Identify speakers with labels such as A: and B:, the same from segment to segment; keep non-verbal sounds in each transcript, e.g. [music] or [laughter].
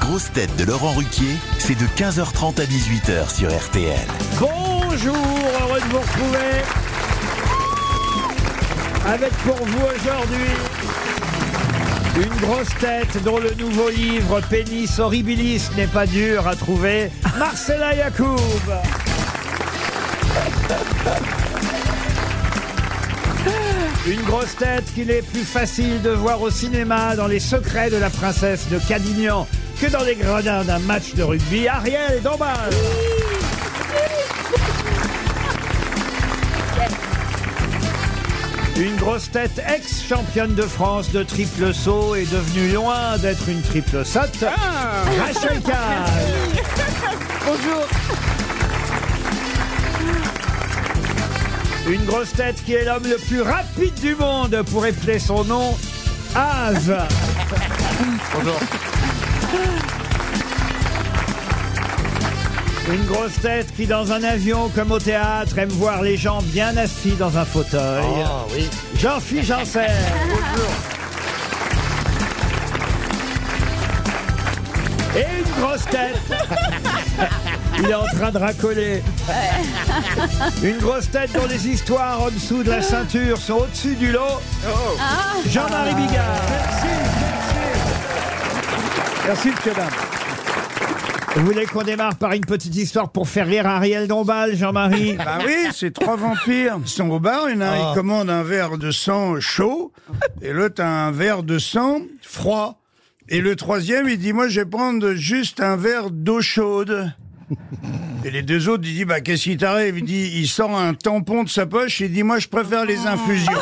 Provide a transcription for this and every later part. A: grosses têtes de Laurent Ruquier, c'est de 15h30 à 18h sur RTL.
B: Bonjour, heureux de vous retrouver. Avec pour vous aujourd'hui une grosse tête dont le nouveau livre Pénis horribilis n'est pas dur à trouver, Marcella Yacoub. Une grosse tête qu'il est plus facile de voir au cinéma dans les secrets de la princesse de Cadignan que dans les gradins d'un match de rugby, Ariel Dombal. Une grosse tête ex-championne de France de triple saut est devenue loin d'être une triple saute. Rachel Kahn. Bonjour. Une grosse tête qui est l'homme le plus rapide du monde pour épeler son nom, Az. Bonjour. Une grosse tête qui, dans un avion comme au théâtre, aime voir les gens bien assis dans un fauteuil.
C: Ah, oui.
B: Jean-Philippe Janssen. Et une grosse [laughs] tête. Il est en train de racoler. Une grosse tête dont les histoires en dessous de la ceinture sont au-dessus du lot. Oh.
D: Ah.
B: Jean-Marie Bigard. Merci, monsieur dame. Vous voulez qu'on démarre par une petite histoire pour faire rire Ariel Dombal, Jean-Marie
E: Bah oui, c'est trois vampires. Ils sont au bar, il y en a un,
B: Ah.
E: il commande un verre de sang chaud, et l'autre un verre de sang froid. Et le troisième, il dit, moi, je vais prendre juste un verre d'eau chaude. Et les deux autres, ils disent, bah, qu'est-ce qui t'arrive Il dit, il sort un tampon de sa poche, il dit, moi, je préfère les infusions.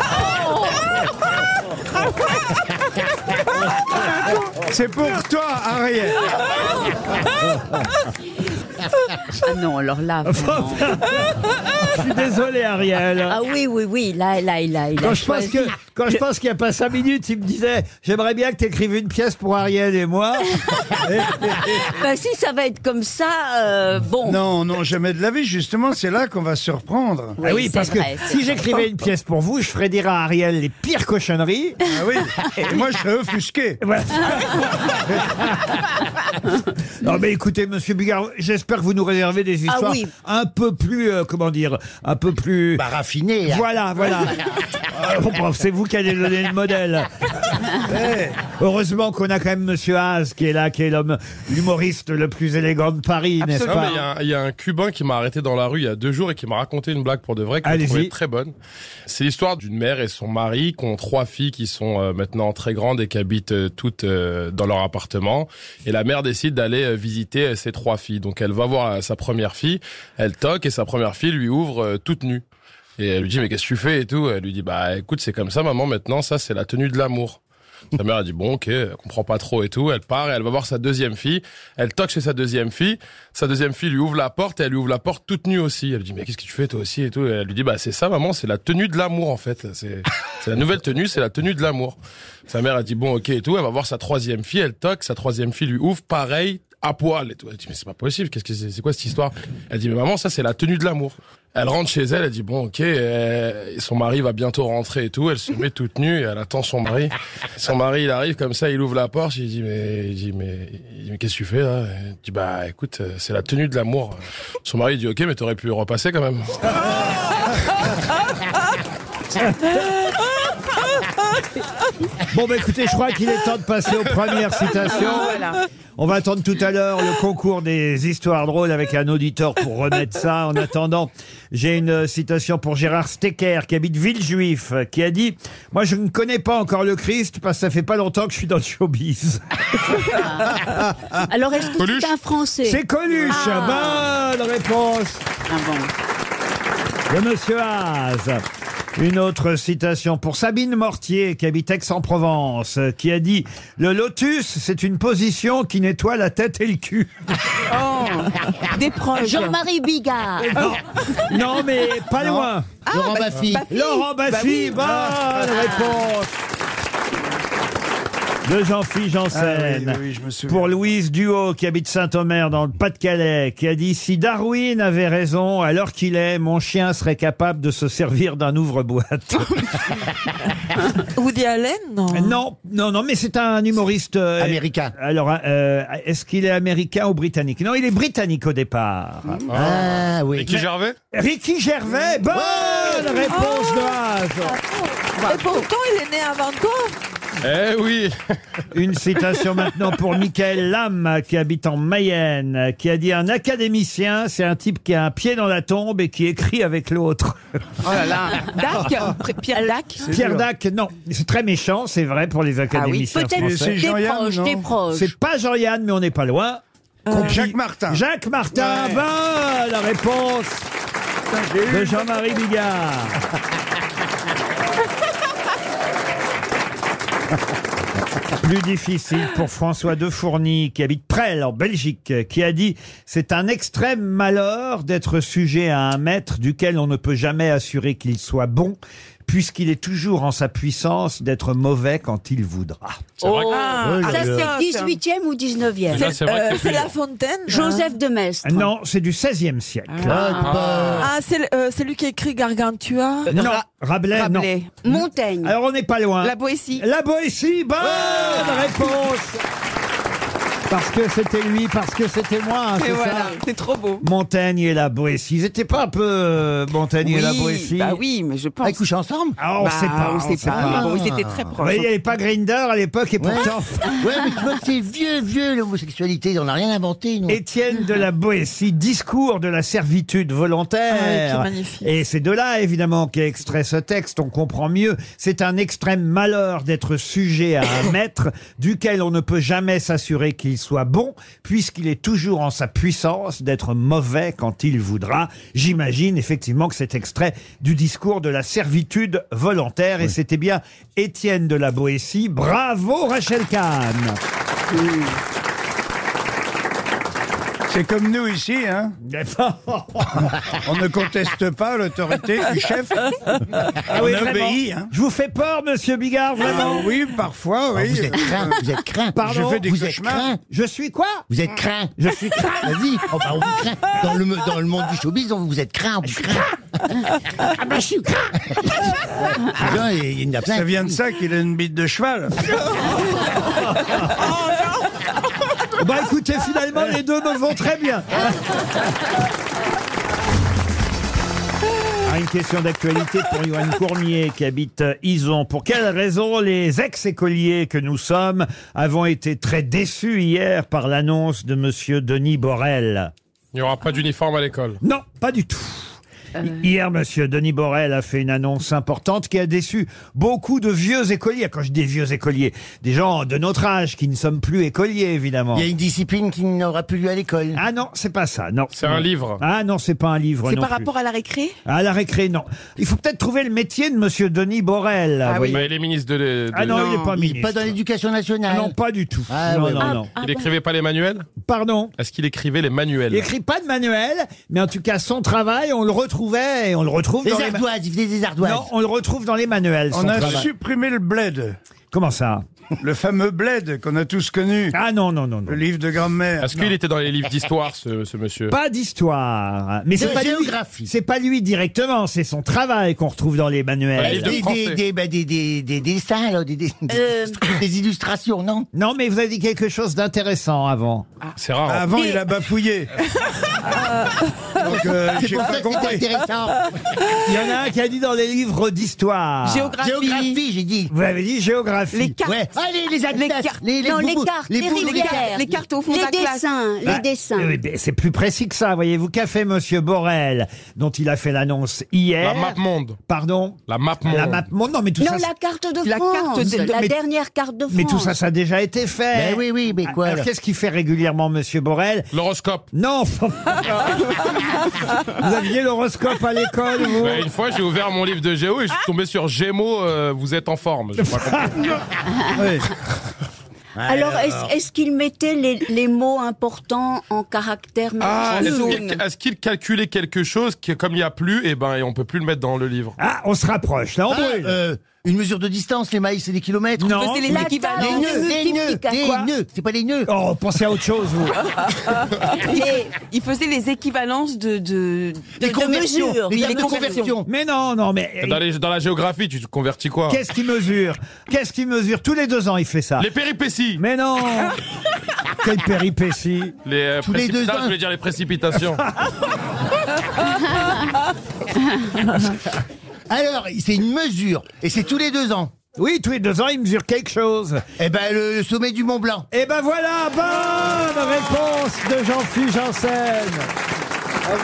F: Ah,
E: C'est pour toi, Ariel.
F: Ah non, alors là,
B: [laughs]
F: vraiment.
B: Je suis désolé, Ariel.
F: Ah oui, oui, oui, là, là, là, il a
B: Quand je pense
F: choisi.
B: que quand je pense qu'il n'y a pas cinq minutes, il me disait j'aimerais bien que tu écrives une pièce pour Ariel et moi.
F: Bah, si ça va être comme ça, euh, bon.
E: Non, non, jamais de la vie. Justement, c'est là qu'on va se reprendre.
B: Ah oui, parce que si j'écrivais une pièce pour vous, je ferais dire à Ariel les pires cochonneries.
E: Ah oui. Et moi, je serais offusqué.
B: Non mais écoutez, Monsieur Bigard, j'espère que vous nous réservez des histoires
F: oui.
B: un peu plus, euh, comment dire, un peu plus.
C: Bah, raffiné. là.
B: Voilà,
C: [laughs]
B: voilà. Euh, vous pensez, C'est vous qui allez donner le modèle. [laughs] Eh, Heureusement qu'on a quand même Monsieur Haas qui est là, qui est l'homme humoriste le plus élégant de Paris, n'est-ce
G: Non, mais
B: pas
G: il y a un- il y, a un Cubain qui m'a arrêté dans la rue il y a deux jours et qui m'a raconté une blague pour de vrai que
B: Allez-y.
G: j'ai trouvée très bonne. C'est l'histoire d'une mère et son mari qui ont trois filles qui sont euh, maintenant très grandes et qui habitent euh, toutes euh, dans leur appartement. Et la mère décide d'aller euh, visiter euh, ses trois filles. Donc elle va voir euh, sa première fille, elle toque et sa première fille lui ouvre euh, toute nue. Et elle lui dit mais qu'est-ce que tu fais et tout. Elle lui dit bah écoute c'est comme ça maman maintenant ça c'est la tenue de l'amour. Sa mère a dit bon ok, elle comprend pas trop et tout. Elle part et elle va voir sa deuxième fille. Elle toque chez sa deuxième fille. Sa deuxième fille lui ouvre la porte et elle lui ouvre la porte toute nue aussi. Elle lui dit mais qu'est-ce que tu fais toi aussi et tout. Et elle lui dit bah c'est ça maman, c'est la tenue de l'amour en fait. C'est c'est la nouvelle tenue, c'est la tenue de l'amour. Sa mère a dit bon ok et tout. Elle va voir sa troisième fille. Elle toque. Sa troisième fille lui ouvre pareil à poil et tout. Elle dit mais c'est pas possible. Qu'est-ce que c'est C'est quoi cette histoire Elle dit mais maman ça c'est la tenue de l'amour. Elle rentre chez elle, elle dit bon ok, euh, son mari va bientôt rentrer et tout, elle se met toute nue, et elle attend son mari. Son mari il arrive comme ça, il ouvre la porte, il dit mais, il dit mais, il dit, mais qu'est-ce que tu fais là Elle dit bah écoute, euh, c'est la tenue de l'amour. Son mari dit ok mais t'aurais pu repasser
B: [laughs]
G: quand même.
B: Bon, bah écoutez, je crois qu'il est temps de passer aux premières citations. On va attendre tout à l'heure le concours des histoires drôles avec un auditeur pour remettre ça. En attendant, j'ai une citation pour Gérard Stecker qui habite Villejuif, euh, qui a dit « Moi, je ne connais pas encore le Christ parce que ça fait pas longtemps que je suis dans le showbiz.
F: Ah. Alors, est-ce que
G: Coluche
F: c'est un » Français
B: C'est Coluche ben- Bonne réponse
F: Ah bon.
B: de Monsieur Haas. Une autre citation pour Sabine Mortier, qui habite Aix-en-Provence, euh, qui a dit « Le lotus, c'est une position qui nettoie la tête et le cul ».
F: Oh.
H: Des proches.
F: Jean-Marie Bigard.
B: Eh [laughs] Non, Ah, bah, mais pas loin.
F: Ah, bah,
C: Laurent Baffy.
B: Bah Ah. Laurent Bassi,
H: Bah
B: bonne réponse. de Jean-Philippe Janssen.
E: Ah oui, oui, oui, je me souviens.
B: Pour Louise Duo, qui habite Saint-Omer dans le Pas-de-Calais, qui a dit Si Darwin avait raison, alors qu'il est, mon chien serait capable de se servir d'un ouvre-boîte. [laughs]
H: [laughs] Woody Allen, non.
B: Euh, non, non, non, mais c'est un humoriste. euh,
C: Américain.
B: Alors, euh, est-ce qu'il est américain ou britannique Non, il est britannique au départ.
C: Ah
G: Et
C: oui.
G: qui Gervais
B: Ricky Gervais, bonne réponse de Haas.
H: Et Bah, pourtant, il est né avant quoi
G: Eh oui
B: [laughs] Une citation maintenant pour Michael Lam, qui habite en Mayenne, qui a dit Un académicien, c'est un type qui a un pied dans la tombe et qui écrit avec l'autre.
H: Oh là là. Dac Pré- Pierre Dac
B: Pierre Dac, non, c'est très méchant, c'est vrai pour les académiciens
F: Peut-être
B: français.
E: Ah c'est
F: des
E: Jean-Yann,
F: proches,
E: non
F: des proches.
B: C'est pas Jean-Yann, mais on n'est pas loin.
E: Euh, Jacques Martin.
B: Jacques Martin,
E: Ouais.
B: bonne réponse de Jean-Marie
E: [laughs]
B: Bigard. Plus difficile pour François de Fourny, qui habite Presles, en Belgique, qui a dit « C'est un extrême malheur d'être sujet à un maître duquel on ne peut jamais assurer qu'il soit bon, puisqu'il est toujours en sa puissance d'être mauvais quand il voudra.
G: C'est vrai que-
H: Ah,
C: Oh là
H: ça,
C: là.
H: c'est
F: 18e ou 19e.
G: Ça, c'est vrai que
H: euh,
G: c'est
H: c'est
G: plus-
H: La Fontaine.
F: Joseph de Maistre. »
B: Non, c'est du XVIe siècle.
H: Ah, c'est le- euh, c'est lui qui a écrit Gargantua.
C: Euh,
B: Non, Rabelais, non.
F: Montaigne.
B: Alors on n'est pas loin.
H: La Boétie.
B: La Boétie, bonne réponse Parce que c'était lui, parce que c'était moi, hein, c'est ça
H: c'est trop beau.
B: Montaigne et la Boétie. Ils étaient pas un peu euh, Montaigne et la Boétie
D: bah oui, mais je pense.
C: Ils couchent ensemble
B: Ah, on
D: Bah,
B: sait pas.
D: on
B: on
D: sait
B: sait
D: pas,
B: pas.
D: mais bon, ils étaient très
B: Ouais,
D: proches. hein.
B: il n'y avait pas Grinder à l'époque et pourtant.
C: [laughs] Ouais, mais tu vois que c'est vieux, vieux l'homosexualité. On n'a rien inventé, nous.
B: Étienne de la Boétie, discours de la servitude volontaire.
H: Ah, qui est magnifique.
B: Et c'est de là, évidemment, qu'est extrait ce texte. On comprend mieux. C'est un extrême malheur d'être sujet à
C: [coughs]
B: un maître duquel on ne peut jamais s'assurer qu'il soit bon, puisqu'il est toujours en sa puissance d'être mauvais quand il voudra. J'imagine effectivement que cet extrait du discours de la servitude volontaire. Et c'était bien Étienne de la Boétie. Bravo, Rachel Kahn.
E: C'est comme nous ici, hein. [laughs] On ne conteste pas l'autorité du chef.
B: Ah oui,
E: On
B: vraiment.
E: obéit, hein.
B: Je vous fais peur, monsieur Bigard, vraiment.
E: Ah, oui, parfois,
C: Ah,
E: oui.
C: vous êtes craint, vous êtes craint.
B: Pardon
E: Je fais des
C: vous êtes
E: cauchemars.
C: craint.
B: Je suis quoi
C: Vous êtes craint.
B: Je suis craint.
C: Vas-y. Oh, bah, on vous craint. Dans le, me- dans le monde du showbiz, on vous êtes craint. On vous craint. ah bah, je suis craint. [laughs] Putain, il y- il y en a plein.
E: Ça vient de ça qu'il a une bite de [laughs] cheval.
B: Bah écoutez, finalement, les deux me vont très bien. Ah, Une question d'actualité pour Johan Cournier qui habite euh, Ison. Pour quelle raison les ex-écoliers que nous sommes avons été très déçus hier par l'annonce de monsieur Denis Borel
G: Il n'y aura pas d'uniforme à l'école.
B: Non, pas du tout.
C: Euh.
B: Hier, Monsieur Denis Borel a fait une annonce importante qui a déçu beaucoup de vieux écoliers. Quand je dis vieux écoliers, des gens de notre âge qui ne sommes plus écoliers, évidemment.
C: Il y a une discipline qui n'aura plus lieu à l'école.
B: Ah non, c'est pas ça, non.
G: C'est un livre.
B: Ah non, c'est pas un livre,
H: C'est
B: non
H: par
B: plus.
H: rapport à la récré
B: À la récré, non. Il faut peut-être trouver le métier de Monsieur Denis Borel.
C: Ah
B: vous voyez.
G: Ah Mais les ministres de. l'é- de-
B: Ah non, il n'est pas
C: Il est
B: ministre.
C: pas dans l'éducation nationale.
B: non, pas du tout.
C: Ah,
B: non,
C: ouais,
B: non,
C: ouais.
B: non.
G: Il écrivait pas les manuels
B: Pardon
G: Est-ce qu'il écrivait les manuels
B: il écrit pas de manuel, mais en tout cas son travail, on le retrouvait et on le retrouve
C: Les
B: dans les ma-
C: ardoises, il faisait des ardoises.
B: non, on le retrouve dans les manuels.
E: On
B: son
E: a
B: travail.
E: supprimé le bled.
B: Comment ça
E: Le fameux bled qu'on a tous connu.
B: Ah non non non non.
E: Le livre de grand-mère.
G: Est-ce qu'il était dans les livres
E: [laughs]
G: d'histoire, ce, ce monsieur
B: Pas d'histoire. Mais c'est
C: De
B: pas lui.
C: géographie.
B: C'est pas lui directement, c'est son travail qu'on retrouve dans les
G: Un
B: manuels.
G: livre de
C: Des,
G: français.
C: des, des, bah, des, des, des dessins, là, des, des, des-
F: Euh.
C: des illustrations, non
B: Non, mais vous avez dit quelque chose d'intéressant avant.
E: Ah,
G: C'est rare. hein.
E: Avant,
F: Mais-
E: il a bafouillé. [laughs] Donc, euh, j'ai
C: C'est pour
E: pas
C: ça que
E: compris.
C: c'était intéressant.
B: Il y en a un qui a dit dans les livres d'histoire.
H: Géographie.
C: Ah. Géographie, j'ai dit.
B: Vous avez dit géographie.
H: Les cartes.
C: Ouais. Ah, les, les atlas,
H: cartes.
C: les, les,
F: Non, les
C: boubous,
F: cartes, les
C: boubous,
H: les
F: rivières.
H: cartes- les cartes au fond
F: Les
H: de la classe.
I: [laughs]
F: dessins, les
B: Bah,
F: dessins.
B: oui, mais c'est plus précis que ça, voyez-vous. Qu'a fait Monsieur Borel, dont il a fait l'annonce hier
G: La map monde.
B: Pardon
G: La map monde.
B: La map monde. Non, mais tout ça.
F: non, la carte de
H: la
F: France.
H: carte de-
F: la
B: mais-
F: dernière carte de France.
B: Mais tout ça, ça a déjà été fait. Ah,
C: Ben oui, oui, mais quoi
B: Alors,
C: alors
B: qu'est-ce qu'il fait régulièrement, Monsieur Borel
G: L'horoscope.
B: Non [laughs] Vous aviez l'horoscope à l'école, vous
G: Ouais, Bah, une fois, j'ai ouvert mon livre de géo et je suis tombé sur Gémeaux, euh, vous êtes en forme. J'ai pas compris.
F: [laughs]
G: [laughs]
F: Alors, est-ce est-ce qu'il mettait les, les mots importants en caractère
G: Ah,
F: majuscule
G: est-ce qu'il- est-ce qu'il calculait eh quelque chose que, comme il n'y a plus, et ben, et on peut plus le mettre dans le livre
B: Ah, on se rapproche, là, on
C: Ah,
B: brûle.
C: euh, une mesure de distance, les mailles, c'est des kilomètres.
B: Non.
H: C'est les
F: La
H: équivalents.
C: Des nœuds,
F: table
C: des nœuds, des
F: multiplicatrice.
C: nœuds, c'est pas des nœuds.
B: Oh, pensez à autre chose, vous.
F: Les-
H: Il faisait les équivalences de. de...
C: Des
F: de
C: conversions,
F: mesures.
C: des
F: Des
C: tables de
F: conversions.
C: conversion.
B: Mais non, non, mais
G: Dans, les- dans la géographie, tu te convertis quoi
B: qu'est-ce qu'il mesure Qu'est-ce qu'il mesure Tous les deux ans, il fait ça.
G: Oh. Les péripéties
B: Mais
F: [laughs]
B: non Quelle péripétie
G: Les, euh,
C: Tous les deux ans.
G: précipitations, je voulais dire les précipitations.
C: [laughs] Alors, c'est une mesure, et c'est tous les deux ans.
B: Oui, tous les deux ans, il mesure quelque chose.
C: Eh ben, le, le sommet du Mont Blanc.
B: Et ben voilà, bonne réponse de Jean-Philippe Janssen. Alors,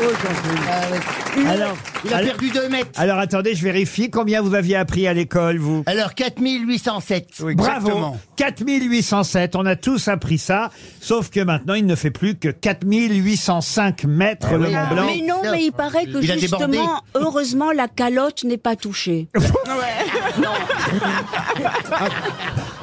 C: Ah, Il a
B: alors-
C: perdu 2 mètres.
B: alors attendez, je vérifie combien vous aviez appris à l'école, vous
C: Alors, 4807.
E: Oui,
B: Bravo
E: exactement.
B: 4807, on a tous appris ça, sauf que maintenant il ne fait plus que 4805 mètres le
C: Ah oui.
B: Mont Blanc.
F: Mais non, mais il paraît que
C: Il a débordé.
F: justement, euh, heureusement, la calotte n'est pas touchée.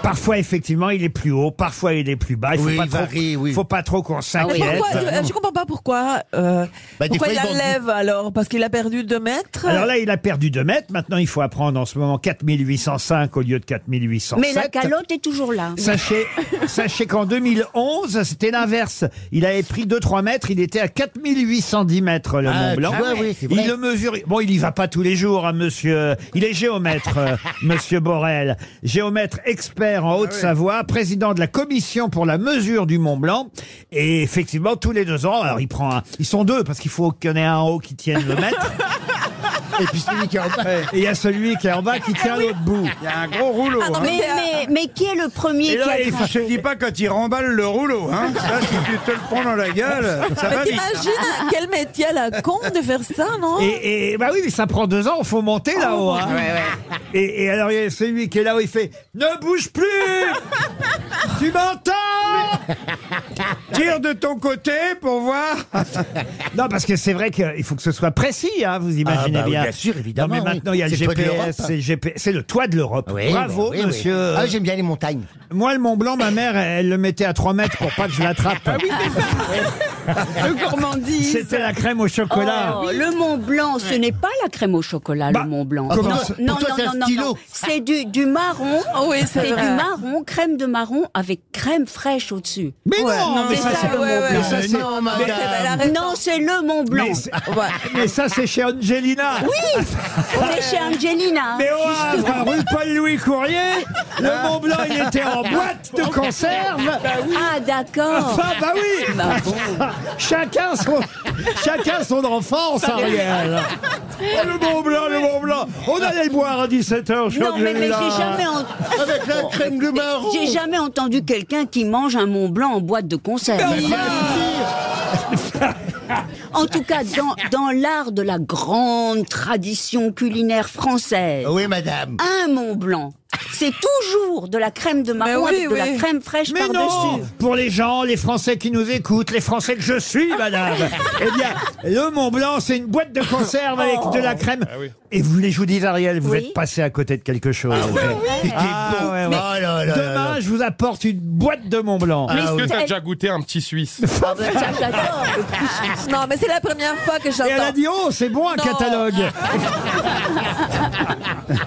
B: Parfois effectivement il est plus haut, parfois il est plus bas. Il faut
C: Oui,
B: pas
C: il
B: trop,
C: varie, oui.
B: faut pas trop
F: Ah
B: qu'on
H: Mais
B: s'inquiète.
H: pourquoi-
F: euh,
H: je, je comprends pas pourquoi. euh,
C: Bah, des fois,
H: pourquoi il
C: ils
H: la
C: vendent du-
H: lève alors Parce qu'il a perdu 2 mètres.
B: Alors là, il a perdu 2 mètres. Maintenant, il faut apprendre en ce moment 4805 au lieu de 4807.
F: Mais la calotte est toujours là.
B: Sachez,
C: [laughs]
B: sachez qu'en 2011, c'était l'inverse. Il avait pris 2-3 mètres, il était à 4810 mètres, le
C: Ah,
B: Mont
C: tu
B: Blanc.
C: vois, oui, c'est vrai.
B: il le mesure. Bon, il y va pas tous les jours, hein, monsieur. Il est géomètre,
C: [laughs]
B: euh, monsieur Borel. Géomètre expert
C: Ah
B: en Haute-Savoie, président de la commission pour la mesure du Mont Blanc. Et effectivement, tous les deux ans, alors il prend un, ils sont deux, parce qu'il faut qu'il y en ait un en haut qui tienne le mètre.
C: [laughs] Et puis celui qui est en bas. Ah
B: Et il y a celui qui est en bas qui tient l'autre bout.
E: Il y a un gros rouleau.
H: Ah, non,
E: hein.
F: Mais,
H: euh,
F: mais, mais qui est le premier
B: Et
F: qui
B: là, il
F: attrape
E: Je te dis pas quand il remballe le rouleau, hein. Ça, si tu te le prends dans
H: [laughs]
E: la gueule, ça va
H: Mais
E: vite.
H: t'imagines quel métier à la con de faire ça, non Oh,
B: Et, et- bah oui, mais ça prend deux ans, faut monter là-haut. hein. [laughs] Et, et alors il y a celui qui est là-haut, il fait Ne bouge
H: [laughs]
B: plus Tu m'entends
E: Tire de ton côté pour voir.
H: [laughs]
B: Non, parce que c'est vrai qu'il faut que ce soit précis, hein, vous imaginez
C: Ah, bah oui,
B: bien.
C: bien sûr, évidemment,
B: Non, mais
C: oui.
B: maintenant il y a le
C: C'est le toit de
B: GPS,
C: l'Europe.
B: c'est le GP c'est le toit de l'Europe.
C: Oui,
B: Bravo,
C: oui, oui.
B: monsieur.
C: Ah, j'aime bien les montagnes.
B: Moi, le Mont Blanc, ma mère, elle le mettait à 3 mètres pour pas que je l'attrape.
C: [laughs] Ah
H: Le gourmandise.
B: C'était la crème au chocolat.
F: Oh, le Mont Blanc, ce n'est pas la crème au chocolat,
B: Bah,
F: le Mont Blanc.
B: comment
F: non,
B: ça-
F: non,
C: pour toi,
F: non,
C: c'est un
F: non, non,
C: stylo.
F: non. C'est du, du marron.
H: Ah oui, c'est
F: C'est du
H: vrai.
F: marron, crème de marron avec crème fraîche au-dessus.
B: Mais
H: Ouais,
B: non, mais ça, c'est le Mont
H: ouais, ouais.
B: Blanc. Ça, c'est-
C: non, madame.
H: Mais c'est- bah, la raison.
F: Non, c'est le Mont Blanc.
B: mais c'est- mais ça, c'est chez Angelina. [laughs]
F: On est chez Angelina.
B: Mais au Havre, rue Paul-Louis Courrier, le Mont Blanc, il était
F: [laughs]
B: en boîte de conserve.
F: Ah, d'accord.
B: Enfin, bah oui Chacun [laughs] son, chacun son enfance, Ariel Oh, Le Mont Blanc, le Mont Blanc On allait le boire à 17h, je
F: Non, mais, mais j'ai jamais, en-
C: Avec la crème de marron.
F: j'ai jamais entendu quelqu'un qui mange un Mont Blanc en boîte de conserve. En tout cas, dans, dans l'art de la grande tradition culinaire française,
C: Oui, madame.
F: un Mont Blanc, c'est toujours de la crème de marron
H: Mais oui,
F: avec de la
H: oui.
F: crème fraîche
B: Mais non
F: par-dessus.
B: Pour les gens, les Français qui nous écoutent, les Français que je suis,
H: [laughs]
B: madame Eh bien, le Mont Blanc, c'est une boîte de conserve avec
H: Oh.
B: de la crème.
G: oui.
B: Et vous voulez, je vous dise, Ariel, vous
F: Oui.
B: êtes passé à côté de quelque chose.
C: C'était
B: Ah,
C: bon.
B: ouais, ouais.
C: Oh là là là là.
B: Demain, je vous apporte une boîte de Mont Blanc.
C: Ah,
G: Est-ce
C: oui.
G: que t'as déjà goûté un petit Suisse
F: Ah ben, ça, j'adore.
H: Non, mais c'est la première fois que
B: Et elle a
H: j'entends.
B: dit Oh, c'est bon un
H: Non.
B: catalogue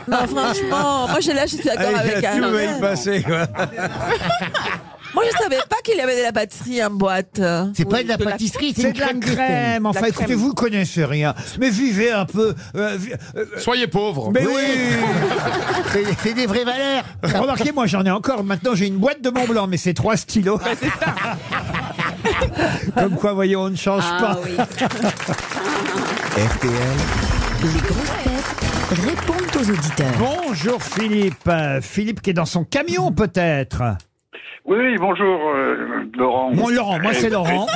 H: Non, franchement, moi je là, je suis d'accord
E: Allez,
H: avec
E: tout va
H: Alain.
E: y passer, quoi.
H: Moi je savais pas qu'il y avait de la pâtisserie en boîte. euh.
C: C'est pas de la pâtisserie, c'est
B: C'est
C: une
B: de la
C: crème de
B: crème. Enfin, écoutez, vous connaissez rien. Mais vivez un peu. euh, vi- euh,
G: Soyez pauvre
B: mais
C: Oui.
B: oui
C: [laughs] C'est c'est des vraies valeurs.
B: Remarquez, moi j'en ai encore. Maintenant, j'ai une boîte de Mont Blanc, mais c'est trois stylos. [laughs] Comme quoi, voyez, on ne change
F: Ah
B: pas.
F: oui.
A: RTL,
D: Les grosses têtes répondent aux auditeurs.
B: Bonjour Philippe. Euh, Philippe qui est dans son camion,
C: [laughs]
B: peut-être.
J: Oui, oui, bonjour, euh, Laurent.
B: Bon, Laurent, moi c'est
J: [laughs]
B: Laurent.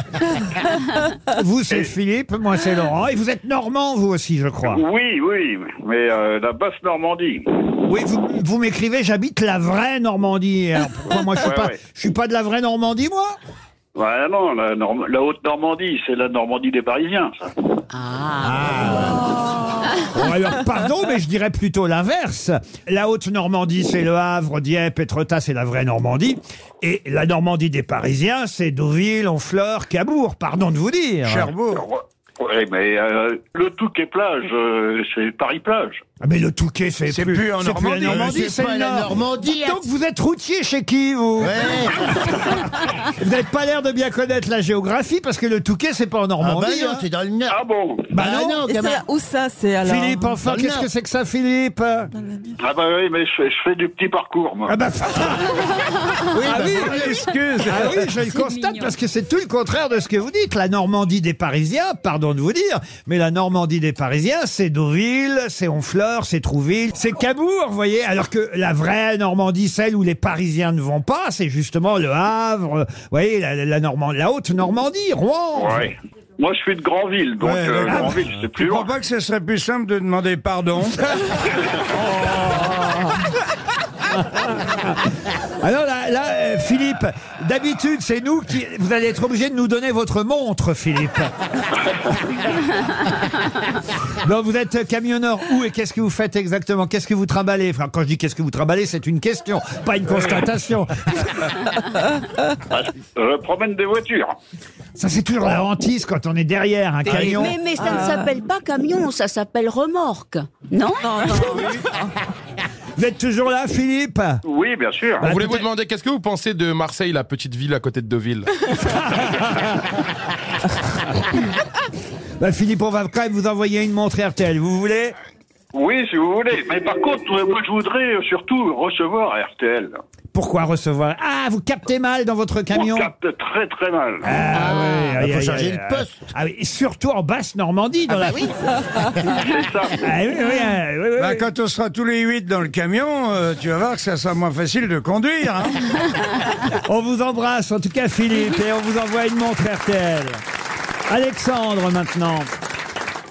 B: vous c'est Philippe, moi c'est Laurent. Et vous êtes normand, vous aussi, je crois.
J: Oui, oui, mais euh, la basse Normandie.
B: Oui, vous, vous m'écrivez, j'habite la vraie Normandie. Alors, pourquoi moi je suis
J: Ouais,
B: pas,
J: ouais.
B: je suis pas de la vraie Normandie, moi
J: Ouais, non, la, Norm- la haute Normandie, c'est la Normandie des Parisiens. ça.
E: Oh.
B: Bon, Oh, alors, pardon, mais je dirais plutôt l'inverse. La Haute-Normandie, c'est Le Havre, Dieppe, Etretat, c'est la vraie Normandie. Et la Normandie des Parisiens, c'est Deauville, Honfleur, Cabourg, pardon de vous dire.
E: Cherbourg.
J: Re- Ouais, mais euh, le Touquet plage, euh, c'est Paris plage.
B: Ah, mais le Touquet, c'est
E: C'est plus en
B: c'est
E: Normandie.
B: la
C: Euh, c'est
B: c'est
C: pas
B: le
C: la
B: Nord.
C: Normandie, hein.
B: Dites Donc vous êtes routier chez qui, vous
C: Ouais.
B: [laughs] Vous n'avez pas l'air de bien connaître la géographie, parce que le Touquet, c'est pas en
C: Ah
B: Normandie.
C: bah non,
B: hein.
C: c'est dans le Nord.
J: Ah bon
B: Bah
C: Ah
B: non.
C: non,
H: Et
C: gamin.
H: ça, où ça, c'est alors
B: Philippe, enfin,
C: Dans le
B: qu'est-ce
C: Nord.
B: que c'est que ça, Philippe
J: Ah bah oui, mais je, je fais du petit parcours, moi.
B: Ah
J: [laughs]
B: bah,
C: Oui,
B: ah
C: bah,
B: oui,
E: Excuse.
B: ah oui, je le constate parce que c'est tout le contraire de ce que vous dites. La Normandie des Parisiens, pardon de vous dire, mais la Normandie des Parisiens, c'est Deauville, c'est Honfleur, c'est Trouville, c'est Cabourg, vous voyez. Alors que la vraie Normandie, celle où les Parisiens ne vont pas, c'est justement le Havre, euh, vous voyez, la, la, Norman- la haute Normandie, Rouen.
J: Ouais. Moi, je suis de Grandville, donc
E: Ouais,
J: euh,
E: ouais.
J: Grandville, c'est plus
E: Je
J: loin.
E: crois pas que ce serait plus simple de
B: [laughs]
E: demander pardon.
B: Ah, Alors là, là, euh, Philippe, d'habitude, c'est nous qui. Vous allez être obligé de nous donner votre montre, Philippe. non, vous êtes euh, camionneur où et qu'est-ce que vous faites exactement Qu'est-ce que vous trimballez Enfin, quand je dis qu'est-ce que vous trimballez, c'est une question, pas une constatation.
J: Euh, promène des voitures.
B: Ça, c'est toujours la hantise quand on est derrière un camion.
F: Mais, mais ça
H: Ah.
F: ne s'appelle pas camion, ça s'appelle remorque. Non
H: Ah, Non, non.
B: Vous êtes toujours là, Philippe
J: Oui, bien sûr.
G: On voulait vous demander qu'est-ce que vous pensez de Marseille, la petite ville à côté de Deauville
B: Bah, Philippe, on va quand même vous envoyer une montre RTL. Vous voulez
J: Oui, si vous voulez. Mais par contre, euh, moi, je voudrais euh, surtout recevoir RTL.
B: Pourquoi recevoir Ah, vous captez mal dans votre camion
J: On capte très très mal.
B: Ah, ouais, aïe,
C: Bah, faut
B: aïe,
C: changer
B: aïe,
C: de
B: aïe.
C: poste.
B: Ah oui, et surtout en basse Normandie, dans la.
J: C'est ça.
B: Ah oui, oui, oui, oui, oui.
E: Bah, quand on sera tous les huit dans le camion, euh, tu vas voir que ça sera moins facile de conduire. hein.
B: [laughs] On vous embrasse, en tout cas Philippe, et on vous envoie une montre RTL. Alexandre maintenant.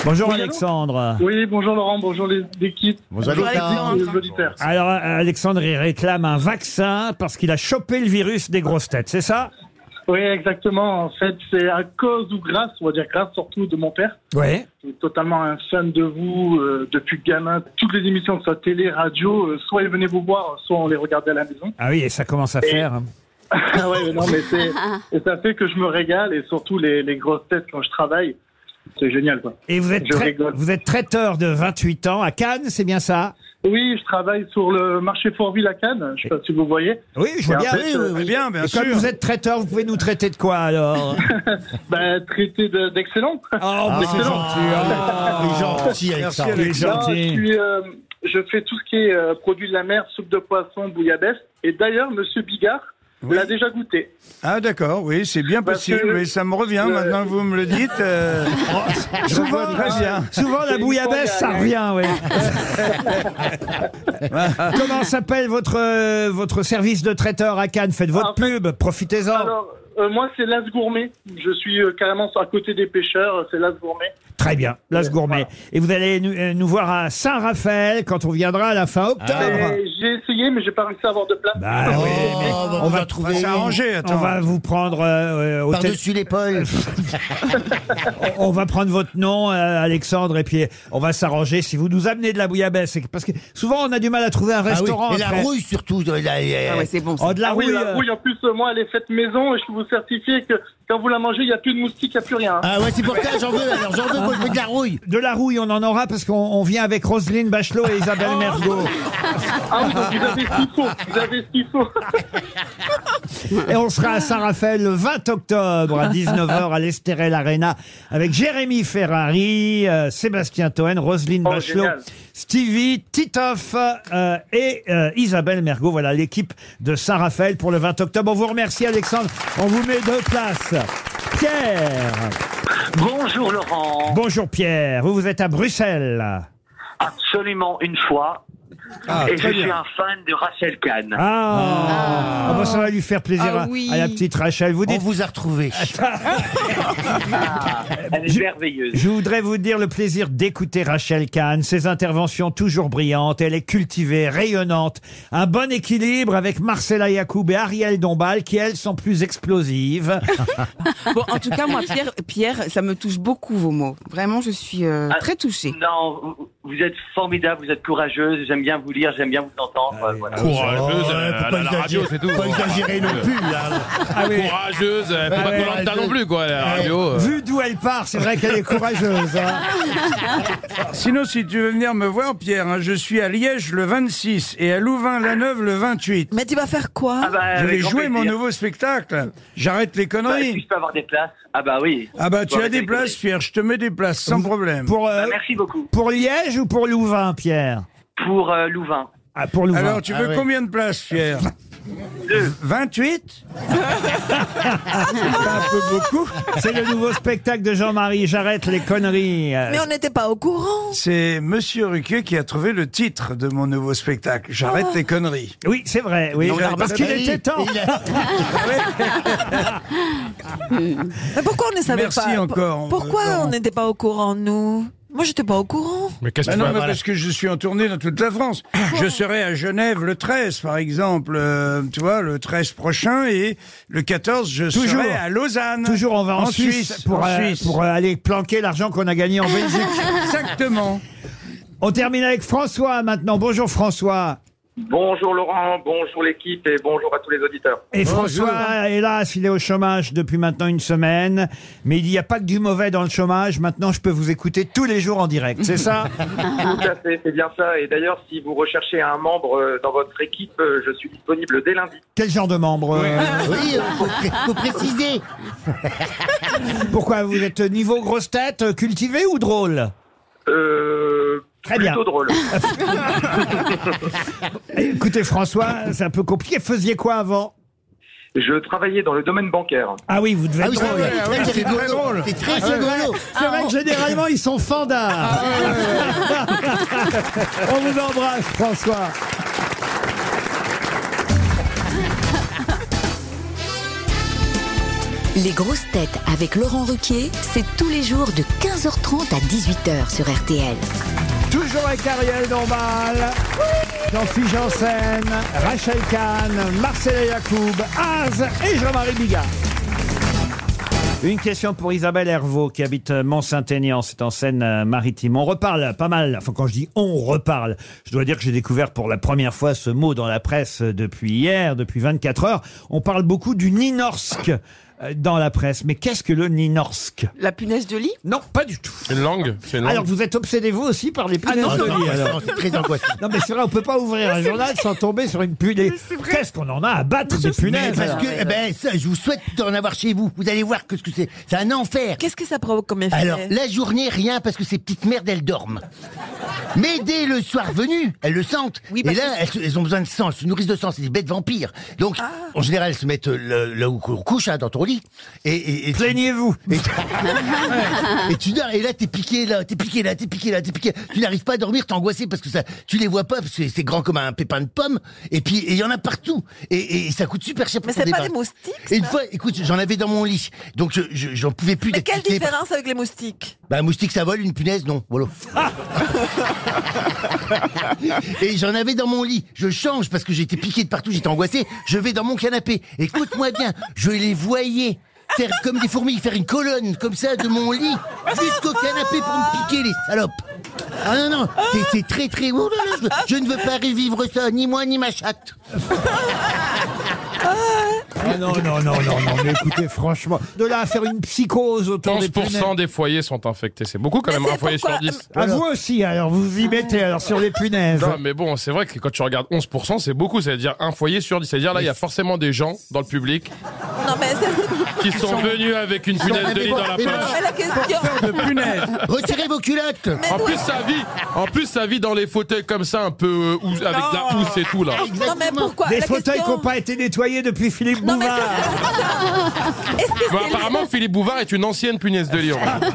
B: Bonjour Alexandre.
K: Oui, bonjour Laurent, bonjour les- l'équipe.
C: Bonjour, Alexandre.
K: les auditeurs.
B: Alors euh, Alexandre, il réclame un vaccin parce qu'il a chopé le virus des grosses têtes, c'est ça
K: Oui, exactement. En fait, c'est à cause ou grâce, on va dire grâce surtout de mon père.
B: Oui.
K: qui est totalement un fan de vous euh, depuis gamin. Toutes les émissions, que ce soit télé, radio, euh, soit il venait vous voir, soit on les regardait à la maison. [laughs]
B: Ah oui, et ça commence à faire. hein.
K: Ah ouais, mais non, mais c'est, et ça fait que je me régale et surtout les, les grosses têtes quand je travaille. C'est génial, quoi.
B: Et vous êtes,
K: Je
B: trai-
K: rigole.
B: vous êtes traiteur de 28 ans à Cannes, c'est bien ça
K: Oui, je travaille sur le marché Fourville à Cannes. Je sais pas si vous voyez.
B: Oui, je vois
K: Et
B: bien.
K: en fait, euh,
E: Eh bien, bien
B: Et
E: sûr.
B: comme vous êtes traiteur, vous pouvez nous traiter de quoi
K: [laughs]
B: alors
K: bah, traité de- d'excellent.
B: Oh,
K: [laughs]
B: mais c'est gentil.
C: Ah, il est
B: Oh.
C: gentil,
E: Merci,
C: Alexandre.
B: Il est
K: Non, je,
B: gentil.
K: suis, euh, je fais tout ce qui est euh, produits de la mer, soupe de poisson, bouillabaisse. Et d'ailleurs, Monsieur Bigard
E: Oui.
K: l'a déjà goûté.
E: Ah d'accord, oui, c'est bien
K: Parce
E: possible,
K: que-
E: mais ça me revient
K: Euh,
E: maintenant que vous me le dites.
B: [laughs]
E: euh, je le vois très bien.
B: Souvent, la
K: une
B: bouillabaisse, ça
K: fois, il
B: revient, oui. Comment s'appelle votre, euh, votre service de traiteur à Cannes Faites votre
K: Ah, en
B: pub, profitez-en.
K: Alors, euh, moi, c'est l'As Gourmet. Je suis euh, carrément sur- à côté des pêcheurs. euh, C'est l'As Gourmet.
B: Très bien, place gourmet. Et vous allez nous, euh, nous voir à Saint-Raphaël quand on viendra à la fin octobre.
K: Et J'ai essayé, mais j'ai pas réussi à avoir de place.
B: Ah, Bah oui, mais on
C: Oh, bah, vous
B: va
C: en
E: On va
C: trouver une
E: s'arranger,
B: on
E: attends.
B: va vous prendre euh, euh, au tél-
C: par-dessus l'épaule.
B: on va prendre votre nom, euh, Alexandre, et puis on va s'arranger si vous nous amenez de la bouillabaisse. Parce que souvent, on a du mal à trouver un
C: Ah oui,
B: restaurant.
C: Et la
B: après.
C: rouille surtout. de la- euh,
H: Ah ouais, c'est bon. ça.
B: Oh, de la
K: Ah oui,
B: rouille,
K: la
B: euh,
K: rouille, en plus, euh, moi, elle est faite maison et je peux vous certifier que quand vous la mangez, il n'y a plus de moustiques, il n'y a plus rien. hein.
C: Ah ouais, c'est pour ça j'en veux. Alors j'en veux, moi je veux de la rouille.
B: De la rouille, on en aura parce qu'on on vient avec Roselyne Bachelot et
C: [laughs]
B: Isabelle Mergo.
K: Ah oui, donc vous avez ce qu'il faut. Vous avez ce qu'il faut.
B: Et on sera à Saint-Raphaël le 20 octobre à 19h à l'Estérel Arena avec Jérémy Ferrari, euh, Sébastien Toen, Roselyne
K: Oh,
B: Bachelot,
K: génial.
B: Stevie, Titoff euh, et euh, Isabelle Mergot. Voilà l'équipe de Saint-Raphaël pour le 20 octobre. On vous remercie Alexandre. On vous met deux places. Pierre.
K: Bonjour, Laurent.
B: Bonjour Pierre. Vous, vous êtes à Bruxelles.
K: Absolument une fois.
E: Ah,
K: et je
E: très
K: suis
E: bien.
K: un fan de Rachel Kahn.
B: Ah, Ah, bon, ça va lui faire plaisir
H: Ah
B: à-
H: oui.
B: à la petite Rachel. Vous
C: On
B: dites
C: vous a retrouvé.
K: Elle est
B: je-
K: merveilleuse.
B: Je voudrais vous dire le plaisir d'écouter Rachel Kahn, ses interventions toujours brillantes, elle est cultivée, rayonnante, un bon équilibre avec Marcella Yacoub et Ariel Dombal qui elles sont plus
L: [laughs]
B: explosives.
H: Bon, en tout
G: Ah.
H: cas, moi, Pierre, Pierre, ça me touche beaucoup vos mots. Vraiment, je suis euh, très touchée.
K: Non, vous-
L: vous êtes formidable, vous êtes courageuse, j'aime bien vous lire, j'aime bien vous entendre. euh, voilà.
G: Courageuse,
L: Oh,
G: euh,
L: ouais, faut
G: à
L: pas
G: la
L: exagérer,
G: radio,
I: Ah,
G: c'est tout.
L: faut pas exagérer non plus,
C: là.
B: Ah oui.
G: Courageuse, euh, faut
B: Ah
G: pas
B: ouais,
G: qu'on l'entende non plus, quoi, à la
B: Ouais.
L: oh,
G: radio. euh.
B: Vu d'où elle part, c'est vrai qu'elle est courageuse. hein.
E: Sinon, si tu veux venir me voir, Pierre, hein, je suis à Liège le 26 et à Louvain-la-Neuve le 28.
H: Mais tu vas faire quoi
E: Je vais
L: Ah bah, Euh, avec grand
E: jouer mon
L: plaisir.
E: nouveau spectacle. J'arrête les
L: Bah, est-ce que
E: conneries.
L: je peux avoir des places Ah bah oui.
E: Ah bah tu
L: Faut
E: as
L: arrêter
E: des
L: les
E: places, Pierre. Je te mets des places sans problème.
B: Pour, euh,
L: conneries. Bah, merci beaucoup.
B: pour Liège ou pour Louvain, Pierre
L: Pour euh, Louvain.
B: Ah, pour Louvain.
E: Alors tu veux
B: Ah ouais.
E: combien de places,
B: [laughs]
E: Pierre
L: [laughs]
E: 28
B: un peu beaucoup. C'est le nouveau spectacle de Jean-Marie. J'arrête les conneries. Euh,
H: Mais on n'était pas au courant.
E: C'est Monsieur Ruquier qui a trouvé le titre de mon nouveau spectacle. J'arrête
H: Oh.
E: les conneries.
B: Oui, c'est vrai. Oui,
E: Non,
B: parce
E: j'arrête
B: qu'il
E: les
B: était temps.
E: conneries.
H: Mais pourquoi on ne savait
E: Merci
H: pas
E: encore,
H: Pourquoi
E: euh, Laurent.
H: on n'était pas au courant, nous Moi, j'étais pas au courant.
G: Mais qu'est-ce
E: Bah
G: que tu
E: non,
G: vas-
E: mais
G: voilà.
E: parce que je suis en tournée dans toute la France. Je serai à Genève le 13, par exemple, euh, tu vois, le 13 prochain, et le 14, je
B: Toujours.
E: serai à Lausanne.
B: Toujours, on va en, Suisse, pour,
E: en
B: euh,
E: Suisse.
B: pour, euh, aller planquer l'argent qu'on a gagné en Belgique.
E: [coughs] Exactement.
B: on termine avec François maintenant. Bonjour François.
M: Bonjour Laurent, bonjour l'équipe et bonjour à tous les auditeurs.
B: Et
C: hein.
B: François, hélas, il est au chômage depuis maintenant une semaine. Mais il n'y a pas que du mauvais dans le chômage. Maintenant, je peux vous écouter tous les jours en direct. C'est ça
M: Tout à fait, c'est bien ça. Et d'ailleurs, si vous recherchez un membre euh, dans votre équipe, euh, je suis disponible dès lundi.
B: Quel genre de membre euh,
C: Oui, euh, faut, pré- faut préciser.
B: [laughs] Pourquoi vous êtes niveau grosse tête, euh, cultivé ou drôle
M: [laughs] Euh,
B: Très bien.
M: plutôt drôle.
B: Écoutez François, c'est un peu compliqué. Faisiez quoi avant
M: Je travaillais dans le domaine bancaire.
B: Ah oui, vous devez
C: Ah
B: être
C: oui,
B: drôle.
C: c'est vrai, c'est
E: ouais, c'est
C: rigolo.
E: très drôle.
C: C'est très Ah
B: C'est vrai,
C: rigolo.
B: c'est vrai que généralement ils sont
C: Ah
B: fandards. [laughs] On vous embrasse François.
D: Les grosses têtes avec Laurent Ruquier, c'est tous les jours de 15h30 à 18h sur RTL.
B: Toujours avec Ariel Dombal, Jean-Philippe Janssen, Rachel Kahn, Marcela Yacoub, Az et Jean-Marie Bigard. Une question pour Isabelle Hervaux qui habite Mont-Saint-Aignan, c'est en Seine-Maritime. On reparle pas mal, enfin quand je dis on reparle, je dois dire que j'ai découvert pour la première fois ce mot dans la presse euh, depuis hier, depuis 24 heures. On parle beaucoup du Ninorsk euh, dans la presse, mais qu'est-ce que le Ninorsk
I: La punaise de lit
B: Non, pas du tout.
G: C'est une langue, c'est une langue.
B: Alors vous êtes obsédé vous aussi par les punaises
I: non,
B: de
I: non,
B: lit,
I: non,
B: alors.
C: C'est très angoissant.
B: Non mais c'est vrai, on peut pas ouvrir un journal sans tomber sur une punaise. Qu'est-ce qu'on en a à battre des
C: Mais
B: punaises
C: parce que, eh ben, ça, je vous souhaite d'en avoir chez vous. Vous allez voir que ce que c'est. C'est un enfer.
H: Qu'est-ce que ça provoque comme effet
C: Alors, la journée, rien, parce que ces petites merdes, elles dorment. Mais dès le soir venu, elles le sentent. et là, elles, se- elles ont besoin de sang, elles se nourrissent de sang, c'est des bêtes vampires. Donc,
H: Ah.
C: en général, elles se mettent euh, là, là où on couche, hein, dans ton lit. Et, et,
B: Plaignez-vous
C: et, [laughs] et tu dors, et là, t'es piqué, là, t'es piqué, là, t'es piqué, là, t'es piqué. Tu n'arrives pas à dormir, t'es angoissé parce que ça, tu les vois pas, parce que c'est grand comme un pépin de pomme. Et puis, et il y en a partout. Et, et ça coûte super cher. pour
H: Mais
C: s'en
H: c'est pas
C: débarrasser.
H: des moustiques,
C: Et une
H: ça
C: fois, écoute, j'en avais dans mon lit. Donc, je- je- j'en pouvais plus
H: Mais
C: d'être
H: quelle
C: piqué.
H: différence avec les moustiques
C: Bah, un moustique, ça vole, une punaise, non. Voilà. et j'en avais dans mon lit. Je change parce que j'étais piqué de partout, j'étais angoissé. Je vais dans mon canapé. Écoute-moi bien, je les voyais faire comme des fourmis, faire une colonne comme ça de mon lit jusqu'au canapé pour me piquer les salopes. Ah non, non, c'est- c'est très très... Ouh là là, je, je ne veux pas revivre ça, ni moi ni ma chatte.
B: Ah non, non, non, non, non, mais écoutez, franchement, de là à faire une psychose autour des punaises.
G: 11% des foyers sont infectés. C'est beaucoup quand même, un foyer sur 10.
H: Ah,
B: À vous aussi, alors, vous vous y mettez, alors, sur les punaises.
G: Non, mais bon, c'est vrai que quand tu regardes 11%, c'est beaucoup. C'est-à-dire un foyer sur 10. C'est-à-dire là, il y a forcément des gens dans le public
H: Non, mais ça, c'est-
G: qui sont venus avec une punaise de lit dans la poche.
H: Mais la question. [laughs]
C: Retirez vos culottes
G: En plus, ça vit, en plus, ça vit dans les fauteuils comme ça, un peu euh, hous- avec de la housse et tout, là.
H: Non, mais pourquoi
B: Des
H: La
B: fauteuils qui
H: question-
B: n'ont pas été nettoyés depuis Philippe
H: Non, mais ça,
B: Bouvard.
H: c'est- Est-ce que
G: Bon,
H: c'est
G: apparemment, Philippe Bouvard est une ancienne punaise de lit. en fait.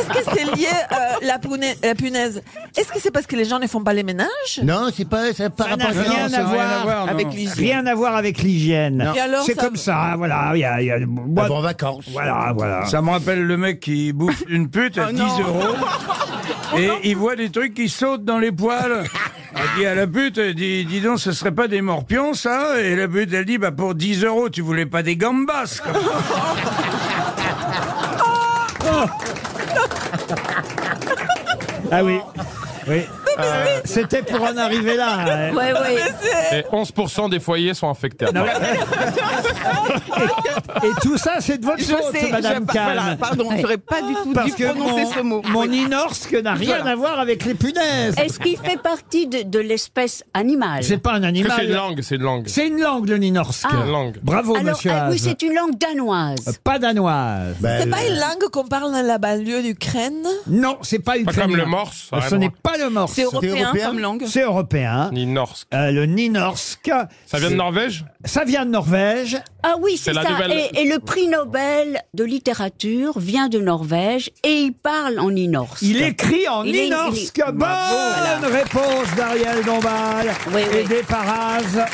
H: Est-ce que c'est lié euh, la, puna- la punaise Est-ce que c'est parce que les gens ne font pas les ménages
C: Non, c'est pas... Ça, par
B: Ça n'a
C: rapport à-
B: rien,
E: Non, ça
B: à
E: n'a rien à
B: voir
E: voir, non.
B: avec l'hygiène. Rien à voir avec l'hygiène.
H: Et alors,
B: C'est
H: ça-
B: comme ça, hein, voilà. Il y a, il y a- moi-
C: Avant vacances.
B: Voilà, voilà.
E: Mmh.
B: Ah
E: Ça me rappelle le mec qui bouffe une pute à
B: [laughs]
E: 10 euros et il voit des trucs qui sautent dans les poils. Il dit à la pute, il dit, dis donc, ce serait pas des morpions, ça Et la pute, elle dit, bah, pour 10 euros, tu voulais pas des gambas, quoi.
B: [laughs]
F: [laughs]
B: Ah oui. Oui.
E: Euh,
B: C'était pour en arriver là. hein.
G: Et 11% des foyers sont infectés.
B: Et tout ça, c'est de votre
I: Je
B: faute,
I: sais,
B: Madame
I: je-
B: Kahn.
I: voilà, pardon, j'aurais pas du tout dû
B: Parce que
I: prononcer
B: mon,
I: ce mot.
B: Mon
I: Oui.
B: inorce que n'a rien
I: Voilà.
B: à voir avec les punaises.
F: Est-ce qu'il fait partie de, de l'espèce animale
B: C'est pas un animal.
G: C'est une langue, c'est une langue.
B: C'est une langue, le ninorsk.
F: Ah.
G: C'est une langue.
B: Bravo,
F: Alors,
B: monsieur.
H: euh,
F: ah oui,
B: Haas.
F: c'est une langue danoise.
B: Pas danoise.
H: C'est
C: Euh.
H: pas une langue qu'on parle dans la banlieue d'Ukraine
B: Non, c'est pas ukrainien.
G: comme le morse, ça
B: Ce
G: rien à
B: n'est
G: voir.
B: pas le morse.
H: C'est européen C'est européen comme langue
B: C'est européen.
G: Ninorsk.
B: Euh, le ninorsk.
G: Ça vient de Norvège
B: Ça vient de Norvège.
F: Ah oui,
B: C'est
F: c'est
B: la
F: ça.
B: nouvelle-
F: Et, et le prix Nobel de littérature vient de Norvège et il parle en inorsk.
B: Il écrit en
F: Il est- il est-
B: ninorsk. Bonne réponse d'Ariel Dombal et des Parazes.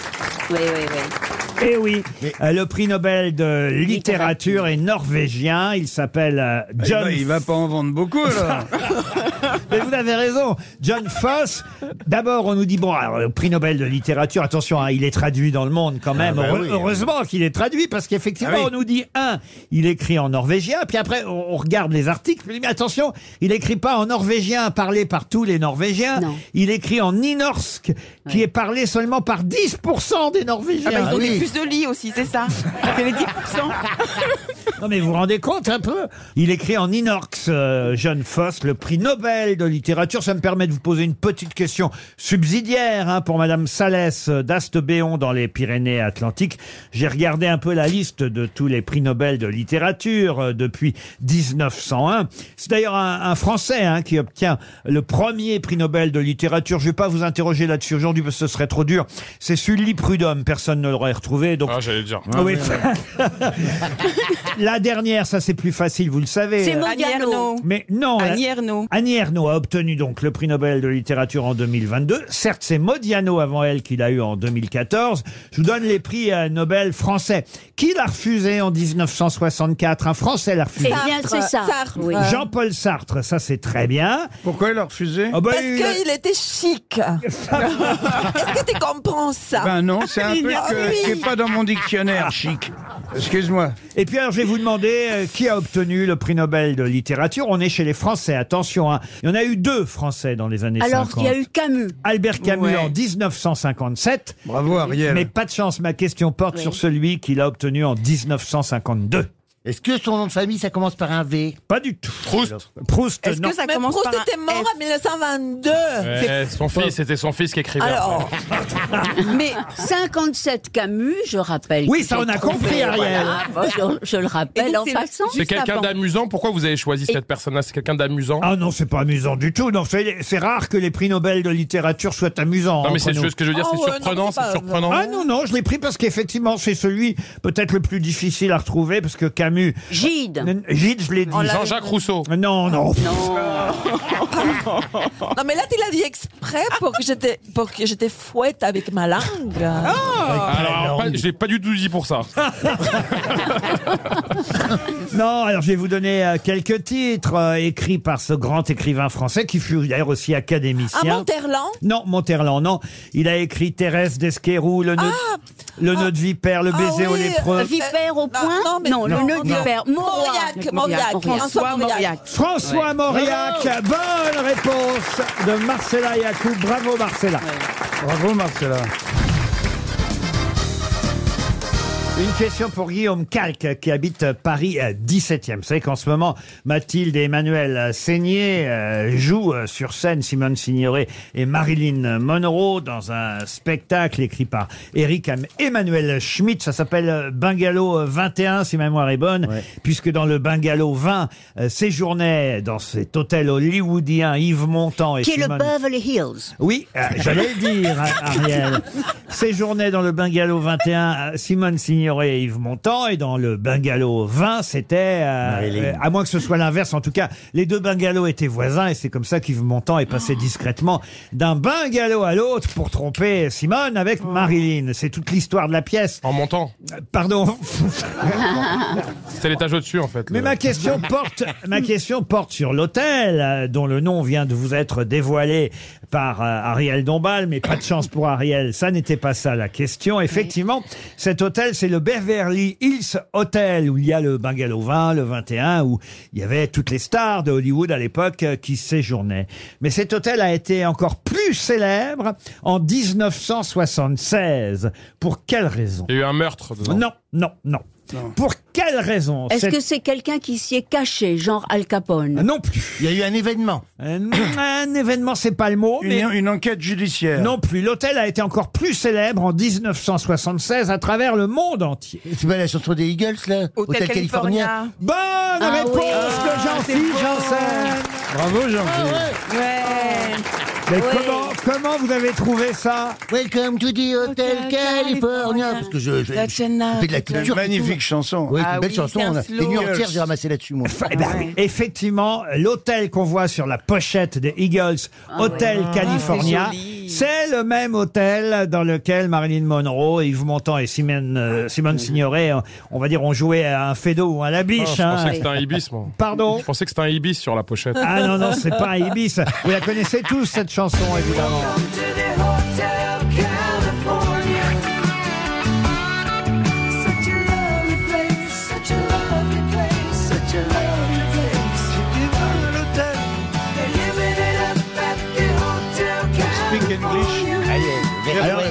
F: Oui, oui, oui.
B: Eh oui, Euh, le prix Nobel de littérature est norvégien. Il s'appelle euh,
E: Il
B: John.
E: va- Eh ben, il va pas en vendre beaucoup, là.
B: [laughs] Mais vous avez raison, John Foss. D'abord, on nous dit bon, alors, le prix Nobel de littérature. Attention, hein, il est traduit dans le monde quand même.
E: bah
B: Heure-
E: oui.
B: heureusement qu'il est traduit parce qu'effectivement,
E: Ah oui.
B: on nous dit un, il écrit en norvégien. Puis après, on, on regarde les articles. Mais attention, il écrit pas en norvégien parlé par tous les Norvégiens. Il écrit en ninorsk, qui est parlé seulement par 10% des Norvégiens.
I: Ah bah, ils ont des puces de lit aussi, c'est ça. C'est les 10%.
B: Non mais vous vous rendez compte un peu Il écrit en inox, euh, John Foss, le prix Nobel de littérature. Ça me permet de vous poser une petite question subsidiaire hein, pour Madame Salès euh, d'Astebéon dans les Pyrénées-Atlantiques. J'ai regardé un peu la liste de tous les prix Nobel de littérature euh, depuis 1901. C'est d'ailleurs un, un Français hein, qui obtient le premier prix Nobel de littérature. Je vais pas vous interroger là-dessus aujourd'hui parce que ce serait trop dur. C'est Sully Prudhomme, personne ne l'aurait retrouvé. Donc...
G: Ah, j'allais dire.
B: Ah oui. La dernière, ça c'est plus facile, vous le savez.
I: C'est Modiano. Annie Ernaux.
B: Mais non.
I: Annie
B: euh,
I: Ernaux.
B: Annie Ernaux a obtenu donc le prix Nobel de littérature en 2022. Certes, c'est Modiano avant elle qu'il a eu en 2014. Je vous donne les prix euh, Nobel français. Qui l'a refusé en 1964 Un Français l'a refusé.
F: Eh bien, c'est ça.
H: Sartre.
F: Oui.
B: Jean-Paul Sartre, ça c'est très bien.
E: Pourquoi il a refusé
B: Ah bah,
H: Parce
B: il-
H: qu'il était chic. Est-ce que tu comprends
B: Ah.
H: ça
E: Ben non, c'est un truc
H: Ah
E: euh,
H: oui.
E: qui n'est pas dans mon dictionnaire, chic. Excuse-moi.
B: Et puis alors, je vais vous demander euh, qui a obtenu le prix Nobel de littérature. On est chez les Français, attention. hein. Il y en a eu deux Français dans les années
F: Alors
B: 50.
F: qu'il y a eu Camus.
B: Albert Camus [laughs]
F: Ouais.
B: en 1957.
E: Bravo, Ariel.
B: Mais pas de chance, ma question porte
F: Oui.
B: sur celui qu'il a obtenu en 1952.
C: Est-ce que son nom de famille, ça commence par un V
B: Pas du tout.
G: Proust.
B: Proust,
I: Est-ce
B: non.
I: que ça
H: Mais
I: commence
H: Proust
I: par un
H: était mort en 1922.
I: [laughs]
G: Ouais, son fils, c'était son fils qui écrivait.
H: Alors,
F: [laughs] Mais 57 Camus, je rappelle.
B: Oui,
F: que
B: ça,
F: j'ai
B: on a
F: trouvé,
B: compris, Ariel.
F: voilà. Bon, je, je le rappelle en passant.
G: C'est quelqu'un d'amusant. Pourquoi vous avez choisi cette personne-là C'est quelqu'un d'amusant
B: Ah non, c'est pas amusant du tout. Non, c'est c'est rare que les prix Nobel de littérature soient amusants.
G: Non, mais
B: entre
G: c'est
B: nous.
G: juste ce que je veux dire.
H: Oh,
G: C'est
H: ouais, non,
G: surprenant,
H: c'est pas-
G: c'est surprenant.
B: Ah non, non, je l'ai pris parce qu'effectivement, c'est celui peut-être le plus difficile à retrouver, parce que Camus...
F: Gide.
B: Gide, je l'ai dit.
G: Jean-Jacques Rousseau.
B: Non, non. [laughs]
H: non [laughs] mais là tu l'as dit exprès pour que j'étais pour que j'étais fouette avec ma langue.
I: Ah!
B: Ah,
G: Alors, pas- je l'ai pas du tout dit pour ça.
B: Non, alors je vais vous donner euh, quelques titres euh, écrits par ce grand écrivain français qui fut d'ailleurs aussi académicien.
H: À Ah, Monterland,
B: Non, Monterland, non. Il a écrit Thérèse d'Esquerou, Le nœud, le nœud de vipère, Le
H: Ah
B: baiser aux
H: oui,
B: lépreux.
H: euh,
F: Vipère au
H: Non,
F: point
H: non, mais-
F: le
H: non,
F: nœud
H: non.
F: d'hiver. Mauriac.
H: Mauriac, Mauriac, François Mauriac. Oh.
B: François Mauriac,
F: Oh,
B: bonne réponse de Marcella Yacoub. Bravo Marcella.
E: Bravo, Marcella.
B: Une question pour Guillaume Calque qui habite Paris euh, 17e. Vous savez qu'en ce moment, Mathilde et Emmanuel Seigné euh, jouent euh, sur scène Simone Signoret et Marilyn Monroe dans un spectacle écrit par Eric Am- Emmanuel Schmitt. Ça s'appelle euh, Bungalow 21 si ma mémoire est bonne, puisque dans le Bungalow 20 euh, séjournait dans cet hôtel hollywoodien Yves Montand et
F: Qui est le
B: Simone-
F: Beverly Hills.
B: oui, euh, j'allais le dire, Ar-
G: [laughs]
B: Ariel. Séjournait dans le bungalow 21 euh, Simone Signoret et Yves Montand, et dans le bungalow 20, c'était, euh,
C: Marilyn.
B: euh, à moins que ce soit l'inverse, en tout cas, les deux bungalows étaient voisins, et c'est comme ça qu'Yves Montand est
G: Oh.
B: passé discrètement d'un bungalow à l'autre pour tromper Simone avec Marilyn. C'est toute l'histoire de la pièce.
G: Oh. En montant.
B: Euh, Pardon. [laughs]
G: C'était l'étage au-dessus, en fait.
B: Mais
G: le-
B: ma [laughs] question porte, ma question porte sur l'hôtel euh, dont le nom vient de vous être dévoilé par euh, Ariel Dombal, mais pas de chance pour Ariel. Ça n'était pas ça la question. Effectivement, cet hôtel, c'est le Beverly Hills Hotel, où il y a le Bungalow 20, le 21, où il y avait toutes les stars de Hollywood à l'époque euh, qui séjournaient. Mais cet hôtel a été encore plus célèbre en 1976. Pour quelle raison
G: Il y a eu un meurtre dedans.
B: non, non, non. Pour quelle raison
F: Est-ce
B: cette-
F: que c'est quelqu'un qui s'y est caché, genre Al Capone
B: Ah, Non plus.
C: Il y a eu un événement.
B: Un, un événement, c'est pas le mot.
E: Une-
B: mais...
E: une enquête [laughs] judiciaire.
B: Non plus. L'hôtel a été encore plus célèbre en 1976 à travers le monde entier.
C: C'est pas la chanson des Eagles, là
B: Hôtel Hôtel Californien. California. Ah Bonne réponse de Jean-Philippe Janssen.
E: Bravo, jean
C: Ah
B: Mais comment, comment vous avez trouvé ça
C: Welcome to the Hotel California. Parce que je, je, je fais de la culture.
E: Magnifique chanson.
C: Ouais, c'est
E: Ah
C: une belle
E: oui,
C: chanson.
E: c'est un
C: on a-
E: slow.
C: Des nuits entières,
E: Eagles.
C: j'ai ramassé là-dessus, moi.
B: Eh
G: Ah
B: ben, Effectivement, l'hôtel qu'on voit sur la pochette des Eagles,
G: Ah
B: Hôtel
C: ouais.
B: California,
C: Ah, c'est
B: c'est le même hôtel dans lequel Marilyn Monroe, Yves Montand et Simone, euh, Simone Signoret, euh, on va dire, ont joué à un fédo ou à la biche.
G: Ah, je
B: hein.
G: pensais que c'était un ibis, moi.
B: Pardon
G: Je pensais que c'était un ibis sur la pochette.
B: Ah non, non, c'est pas un ibis. Vous la connaissez tous, cette chanson, évidemment.
F: Ah,
B: Alors,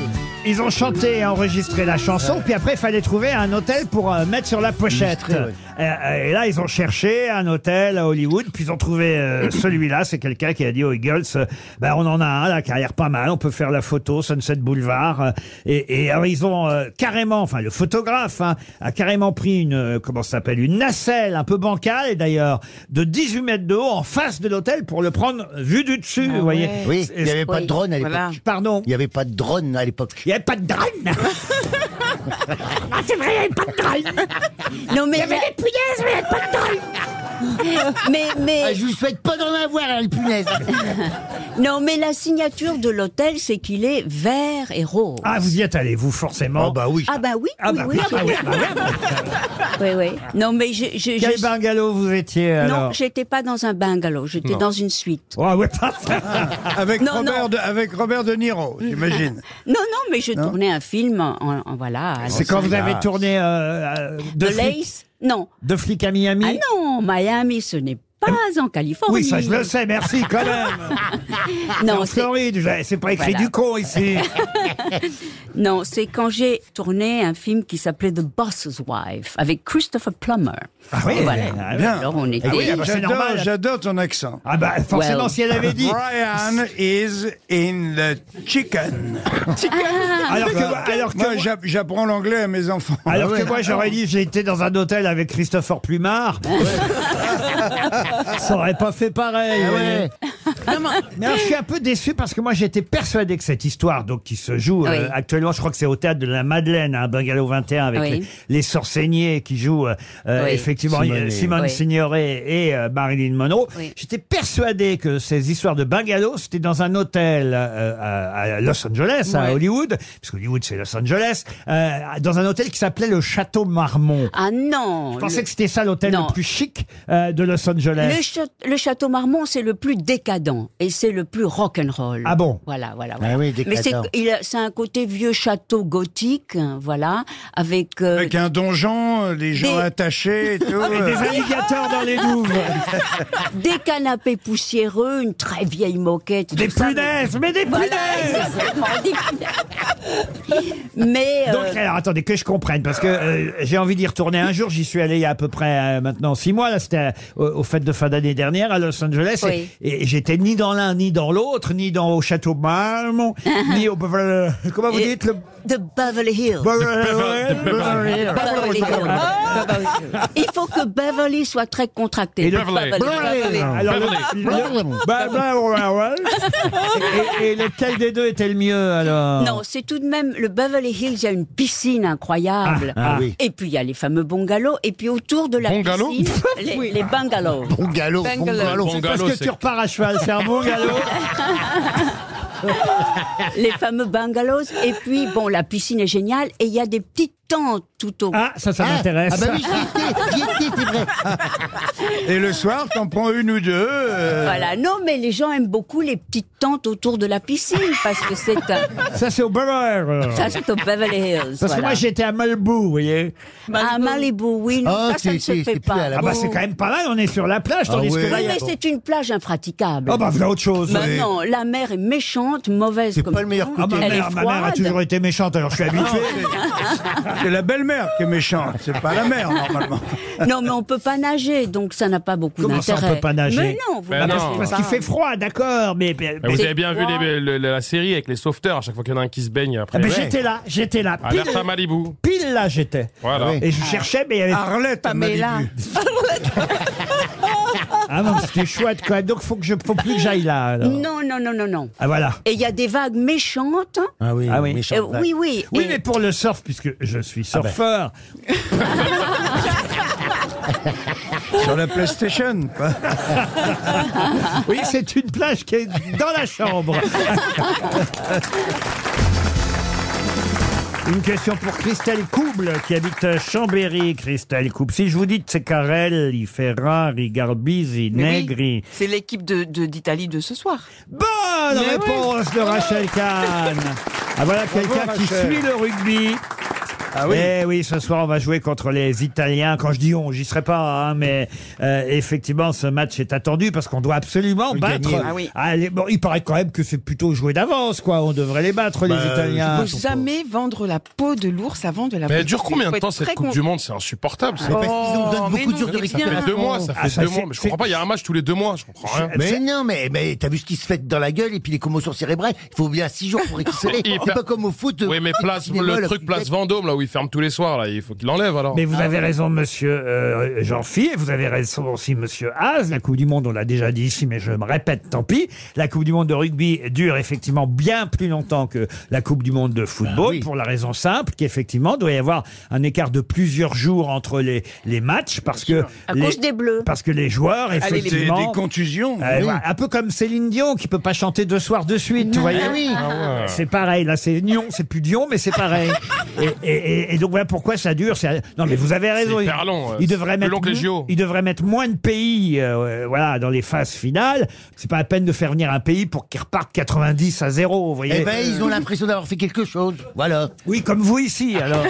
B: ils ont chanté et enregistré la chanson, puis après, il fallait trouver un hôtel pour euh, mettre sur la pochette.
C: Illustrer,
B: Euh, euh, Et là, ils ont cherché un hôtel à Hollywood, puis ils ont trouvé
C: [coughs]
B: euh, celui-là. C'est quelqu'un qui a dit aux Eagles, euh, ben, on en a un, la carrière pas mal, on peut faire la photo, Sunset Boulevard. Euh, Et, et alors, ils ont euh, carrément, enfin, le photographe hein, a carrément pris une, euh, comment ça s'appelle, une nacelle un peu bancale, d'ailleurs, de 18 mètres de haut en face de l'hôtel pour le prendre vu du dessus, vous voyez.
C: Oui, il n'y avait pas de drone à l'époque.
B: Pardon
C: Il n'y avait pas de drone à l'époque.
B: Il n'y avait pas de
G: [laughs]
B: drone
F: Ah, c'est vrai, il n'y avait pas de drôle [laughs] Non, mais. Il y avait des punaises, mais il n'y avait pas de drôle Mais, mais.
C: Ah, je vous souhaite pas d'en avoir, hein, les punaises
F: Non, mais la signature de l'hôtel, c'est qu'il est vert et rose.
B: Ah, vous y êtes allé, vous, forcément. Ah, bah
C: oui.
F: Ah bah oui,
B: Ah
F: oui,
B: bah
F: oui,
B: oui, ah oui, ah
F: [laughs] oui, oui. Non, mais je... je,
B: Quel
F: je-
B: bungalow vous étiez alors
F: Non, j'étais pas dans un bungalow, j'étais
B: Non.
F: dans une suite.
B: Ah ouais, [laughs]
E: avec,
F: Non,
E: Robert
F: non.
E: De, avec Robert De Niro, j'imagine.
F: [laughs] Non, non, mais je tournais un film en, en- voilà. à
B: Ah, C'est
F: Los
B: quand vous
F: Angeles.
B: avez tourné euh, euh, de,
F: The
B: flic,
F: Lace Non.
B: de flic à Miami Eh,
F: Ah non, Miami, ce n'est pas en Californie.
B: Oui, ça je le sais, merci quand
F: [laughs]
B: même. C'est en
F: non, c'est-
B: Floride, j'ai- c'est pas écrit
F: Voilà.
B: du con ici.
F: [laughs] Non, c'est quand j'ai tourné un film qui s'appelait The Boss's Wife avec Christopher Plummer.
B: Ah oui,
F: voilà.
B: ah bien.
F: Alors on était.
B: Ah oui, ah bah, c'est
E: J'adore-
B: normal.
E: J'adore ton accent.
B: Ah bah forcément, si elle avait dit.
E: Brian is in the
B: [laughs]
E: chicken.
F: Ah.
B: Alors que-
E: Bah,
B: alors que
E: moi,
B: moi-
E: j'app- j'apprends l'anglais à mes enfants.
B: Alors que moi j'aurais
F: [laughs]
B: dit j'ai été dans un hôtel avec Christopher Plumard. [laughs] ça aurait pas fait pareil. vous voyez. Mais alors, je suis un peu déçu parce que moi j'étais persuadé que cette histoire donc qui se joue euh,
N: Oui.
B: actuellement, je crois que c'est au théâtre de la Madeleine, à Bungalow 21 avec
N: Oui.
B: les, les sorceigniers qui jouent euh, euh,
N: Oui.
B: effectivement
N: Simone.
B: euh, Simone
N: Oui.
B: Signoret et euh, Marilyn Monroe. J'étais persuadé que ces histoires de bungalow c'était dans un hôtel euh, à, à Los Angeles, à
F: Ouais.
B: Hollywood, parce que Hollywood c'est Los Angeles, euh, dans un hôtel qui s'appelait le Château Marmont.
F: Ah non
B: Je pensais que c'était ça l'hôtel
F: Non.
B: le plus chic euh, de Los Angeles.
F: Le, cha- le château Marmont, c'est le plus décadent et c'est le plus rock'n'roll.
B: Ah bon
F: Voilà, voilà.
B: Ah
F: voilà.
B: oui,
F: Mais c'est
B: décadent.
F: il a- c'est un côté vieux château gothique, hein, voilà, avec. euh,
E: Avec un donjon, les gens attachés
F: [laughs]
E: et tout.
F: Et des
B: alligators dans les douves.
F: des canapés poussiéreux, une très vieille moquette.
B: Des
F: tout ça.
B: punaises, mais des
F: Voilà,
B: punaises
F: exactement, des punaises. Mais. euh,
B: Donc, alors, attendez, que je comprenne, parce que euh, j'ai envie d'y retourner un jour. J'y suis allé il y a à peu près euh, maintenant six mois. Là, c'était euh, au- aux fêtes de fin d'année dernière à Los Angeles.
F: Oui.
B: Et, et j'étais ni dans l'un, ni dans l'autre, ni dans au château
F: [laughs]
B: Marmont, ni au. Beverly- Comment vous
F: Et-
B: dites le.
F: De Beverly Hills.
B: Beverly- Beverly Hills.
F: Beverly Hills. Il faut que Beverly soit très contracté.
B: Et le- Alors, le- le- Beverly Hills.
F: [laughs]
B: Et, et lequel des deux était le mieux alors
F: Non, c'est tout de même le Beverly Hills. Il y a une piscine incroyable.
B: Ah, ah oui.
F: Et puis il y a les fameux bungalows. Et puis autour de la
B: Bungalow [laughs]
F: piscine, les, les bungalows.
C: Bungalow, bungalow.
B: C'est parce que tu repars à cheval, c'est [laughs] un bon
F: [laughs]
B: galop.
F: les fameux bungalows. Et puis bon, la piscine est géniale. Et il y a des petites tentes tout au.
B: Ah, ça, ça m'intéresse.
E: [laughs] Et le soir, t'en prends une ou deux. euh,
F: [laughs] Voilà, non, mais les gens aiment beaucoup les petites tentes autour de la piscine parce que c'est un.
B: [laughs] Ça, c'est au beurre. alors.
F: Ça, c'est au Beverly Hills.
B: Parce que
F: voilà.
B: moi, j'étais à Malibu, vous voyez.
F: À Malibu, oui, non,
B: Ah,
F: ça, ça ne
B: si, si,
F: se fait
B: c'est
F: pas.
B: plus à la- Ah bah, c'est quand même pas mal, on est sur la plage,
F: oui,
B: tandis que là, il y a-
F: mais c'est une plage impraticable.
B: Ah bah, voilà autre chose,
F: Bah
B: oui.
F: non, la mer est méchante, mauvaise comme pas le meilleur
B: Ah, ma
F: Elle
B: mère,
F: est
B: ma mère a
F: froide.
B: toujours été méchante, alors je suis habitué.
E: C'est la belle-mère qui est méchante, c'est pas la
F: [laughs]
E: mère normalement.
F: Non, mais on peut pas nager, donc ça n'a pas beaucoup
B: Comment
F: d'intérêt.
B: ça, on peut pas nager
F: Mais non, vous
G: Ben
F: ne
G: non.
F: nagez
G: Parce
F: pas.
G: qu'il fait
B: froid, d'accord,
F: [laughs]
B: mais...
G: Mais Ah, vous avez Eh bien vu
F: froid.
G: les- le- la série avec les sauveteurs, à chaque fois qu'il y en a un qui se baigne après.
B: Ah, mais j'étais là, j'étais là. Pile,
G: Alerte à Malibu.
B: pile là, j'étais.
C: Ah
G: Voilà. Ah.
B: Et je cherchais, mais il y avait...
E: Arlette à Pamela. Malibu.
B: Ah non, c'était chouette, quoi. Donc, faut que je, faut plus que j'aille là, alors.
F: Non, non, non, non, non.
B: Ah, voilà.
F: Et il y a des vagues méchantes.
B: Ah oui,
F: méchante Euh, vague. oui, oui,
B: Oui,
F: et-
B: mais pour le surf, puisque je suis surfeur.
E: Sur la PlayStation, quoi.
B: [laughs] oui, c'est une plage qui est dans la chambre. [laughs] Une question pour Christelle Couble, qui habite Chambéry. Christelle Couble, si je vous dis Tsecarel, Ferrari, Garbisi,
I: Mais oui,
B: Negri.
I: C'est l'équipe de- de- d'Italie de, ce soir.
B: Bonne
I: Mais oui. Ah,
B: réponse de Rachel Kahn. Ah, voilà
I: Bravo,
B: quelqu'un qui
I: Rachel.
B: suit le rugby. Ah oui. Eh oui, ce soir on va jouer contre les Italiens. Quand je dis on, j'y serai pas, hein, mais euh, effectivement ce match est attendu parce qu'on doit absolument battre.
I: gagner. Ah oui.
B: les- bon, il paraît quand même que c'est plutôt joué d'avance, quoi. On devrait les battre les
I: Bah,
B: Italiens.
I: Il faut jamais vendre la peau de l'ours avant de
G: Bah,
I: la
G: Mais
I: boucher.
G: elle dure combien
I: Faut
G: de
I: être
G: temps cette
I: très
G: Coupe
I: con-
G: du Monde
I: [laughs]
G: C'est insupportable.
I: Ah, parce qu'ils en donnent beaucoup
C: de jours de
G: [laughs] Ça fait
C: récupération.
G: deux mois, ça
C: Ah,
G: fait
C: ça,
G: deux
C: c'est-
G: mois. Mais je comprends
C: c'est-
G: pas, il y a un match tous les deux mois, je comprends rien.
C: Mais non, mais, mais t'as vu ce qui se fait dans la gueule et puis les commotions cérébrales, il faut bien 6 jours pour récupérer.
G: [laughs] Il
C: C'est
G: per-
C: pas comme au foot.
G: Oui, mais place,
C: cinéma,
G: le
C: la
G: truc
C: petite
G: place Vendôme, là où il ferme tous les soirs, là, il faut qu'il l'enlève alors. Ah,
B: Mais vous avez raison, monsieur euh, Jean-Phi, et vous avez raison aussi, monsieur Haas. La Coupe du Monde, on l'a déjà dit ici, mais je me répète, tant pis. La Coupe du Monde de rugby dure effectivement bien plus longtemps que la Coupe du Monde de football, pour la raison simple qu'effectivement, doit y avoir un écart de plusieurs jours entre les, les matchs, parce que.
F: À
B: les-
F: cause des bleus.
B: Parce que les joueurs,
F: Allez, les
B: effectivement. euh,
F: bleus. Des- des
E: contusions.
F: oui.
B: Un peu comme Céline Dion qui peut pas chanter deux soirs de suite, vous voyez.
F: Ah oui. Ah ouais.
B: C'est pareil, là c'est Dion, c'est plus Dion, mais c'est
G: [laughs]
B: pareil. et, et- et- et donc voilà pourquoi ça dure. c'est- Non mais vous avez raison.
G: C'est
B: il-
G: hyper long, euh,
B: Il
G: c'est
B: devrait
G: plus
B: mettre,
G: long que les JO.
B: il devrait mettre moins de pays, euh, voilà, dans les phases finales. C'est pas à peine de faire venir un pays pour qu'il reparte 90 à 0, vous voyez.
C: Eh ben, ils ont l'impression d'avoir fait quelque chose. Voilà.
B: Oui, comme vous
C: [laughs]
B: ici, alors.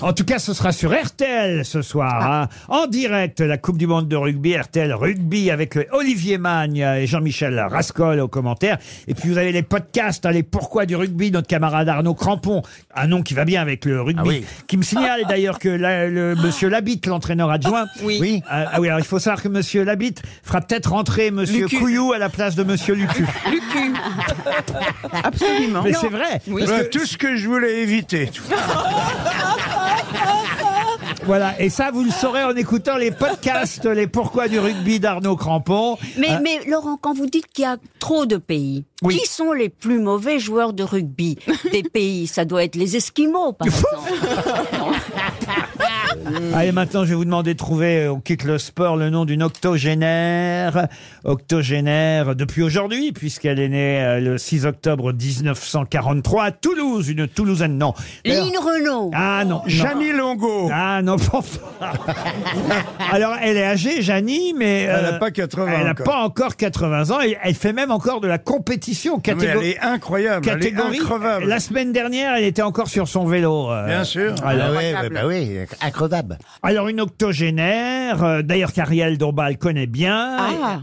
B: En tout cas, ce sera sur RTL ce soir.
I: Ah.
B: hein. En direct, la Coupe du Monde de rugby, RTL Rugby, avec euh, Olivier Magne et Jean-Michel Rascol aux commentaires. Et puis, vous avez les podcasts, hein, les Pourquoi du rugby, notre camarade Arnaud Crampon, un nom qui va bien avec le
I: Ah
B: rugby, qui me
I: [laughs]
B: signale d'ailleurs que la- le monsieur Labitte, l'entraîneur adjoint,
I: Oui.
B: Euh, ah oui, alors il faut savoir que monsieur Labitte fera peut-être rentrer monsieur
I: Lucu.
B: Couillou à la place de monsieur
I: [laughs]
B: Lucu.
I: Lucu. Absolument.
B: Mais c'est vrai.
I: Oui.
B: Parce
E: Voilà
B: que-
E: Tout ce que je voulais éviter. tout.
B: Voilà, et ça, vous le saurez en écoutant les podcasts, les pourquoi du rugby d'Arnaud Crampon.
F: Mais,
B: Euh,
F: mais Laurent, quand vous dites qu'il y a trop de pays,
B: Oui.
F: qui sont les plus mauvais joueurs
B: [laughs]
F: de rugby des pays Ça doit être les Esquimaux, par exemple.
B: Allez, maintenant, je vais vous demander de trouver euh, au kick le sport le nom d'une octogénaire. Octogénaire depuis aujourd'hui, puisqu'elle est née euh, le 6 octobre 1943 à Toulouse, une Toulousaine, non. D'ailleurs-
F: Lynn Renault.
B: Ah non.
E: Janie Longo.
B: Ah non, [laughs] pas- Alors, elle est âgée, Janie, mais.
E: Elle
B: euh,
E: n'a pas 80
B: Elle n'a
E: encore.
B: pas encore 80 ans. Et elle fait même encore de la compétition
E: Mais
B: catégorie.
E: elle est incroyable.
B: catégorie.
E: Elle est increvable.
B: La semaine dernière, elle était encore sur son vélo. euh,
E: Bien sûr.
B: Alors,
C: ouais, ouais, bah oui, incroyable.
B: alors, une octogénaire, euh, d'ailleurs qu'Ariel Dombal connaît bien.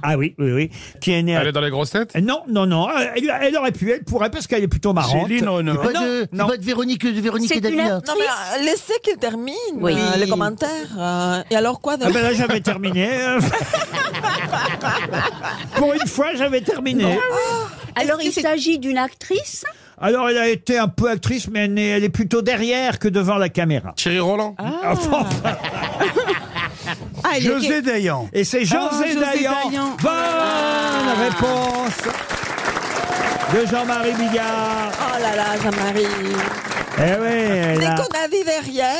C: Ah.
B: oui, oui, oui. Qui est née. à-
G: Elle est dans les grosses têtes
B: Non, non, non. euh, Elle, elle aurait pu, elle pourrait parce qu'elle est plutôt marrante.
G: Céline Renaud.
B: Non,
C: Pas de,
B: non.
C: pas de Véronique, de Véronique et Dalila.
H: Non, mais euh, laissez qu'il termine
C: Oui.
H: euh, les commentaires. euh, et alors quoi de-
B: Ah ben là, j'avais
H: [laughs]
B: terminé. hein. Pour une fois, j'avais terminé.
F: Ah. Alors, il s'agit d'une actrice
B: Alors, elle a été un peu actrice, mais elle est, elle est plutôt derrière que devant la caméra.
G: Thierry Roland
I: Ah, il est- [laughs]
E: José Dayan.
B: Et c'est José,
I: Ah, José
B: Dayan.
I: Dayan. Ah.
B: Bonne réponse de Jean-Marie Bigard.
H: Oh là là, Jean-Marie.
B: Eh oui, elle
H: Dès
B: a-
H: qu'on a dit derrière,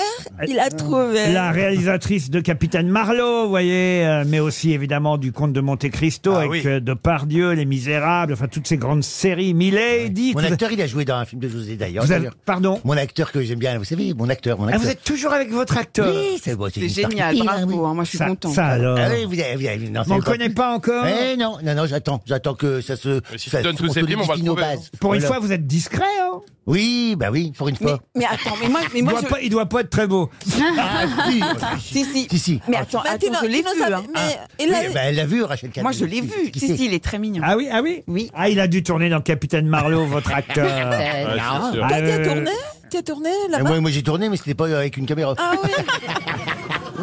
H: Il a trouvé.
B: La réalisatrice de Capitaine Marlowe, vous voyez, euh, mais aussi évidemment du Comte de Monte Cristo avec euh, Depardieu, Les Misérables, enfin toutes ces grandes séries.
I: euh,
B: Milady.
C: Mon
B: que vous-
C: acteur, il a joué dans un film de José d'ailleurs.
B: Vous avez-
C: Pardon Mon acteur que j'aime bien, vous savez, mon acteur, mon
B: Ah,
C: acteur.
B: vous êtes toujours avec votre acteur.
C: Oui, c'est bon,
I: C'est génial, bravo, hein, moi je suis
C: Ça-
I: content.
B: ça, alors.
C: Ah oui, vous avez- vous avez- non,
B: Mais on
C: c'est encore-
B: connaît pas encore
C: Eh non, non, non, j'attends, j'attends que ça se.
G: si
C: ça-
G: tu donnes tous ces primes, on va le
C: solidifie nos
G: trouver, hein.
C: bases.
B: Pour une
C: Voilà.
B: fois, vous êtes discret. Hein
C: Oui, bah oui, pour une
I: Mais,
C: fois.
I: mais attends, mais moi, mais moi
B: il, doit
I: je...
B: pas, il doit pas être très beau.
C: Ah, si,
I: si, si.
C: Si, si.
G: Ah,
I: Mais attends, attends, je l'ai vu. hein.
C: Oui, bah, elle l'a vu, Rachel Kahn.
I: Moi, je l'ai vu.
C: Qui
I: Si,
C: c'est
I: si, il est très mignon.
B: Ah oui, ah oui. Oui. Ah, il a dû tourner dans Capitaine Marlowe, votre acteur.
I: [laughs] Ouais,
G: c'est
B: Ah,
G: sûr.
B: ah,
H: Toi, t'y as
B: euh,
H: tourné T'y as tourné
C: Euh,
H: là-bas
C: Moi, moi j'ai tourné, mais c'était pas avec une caméra.
H: Ah
C: [laughs]
H: oui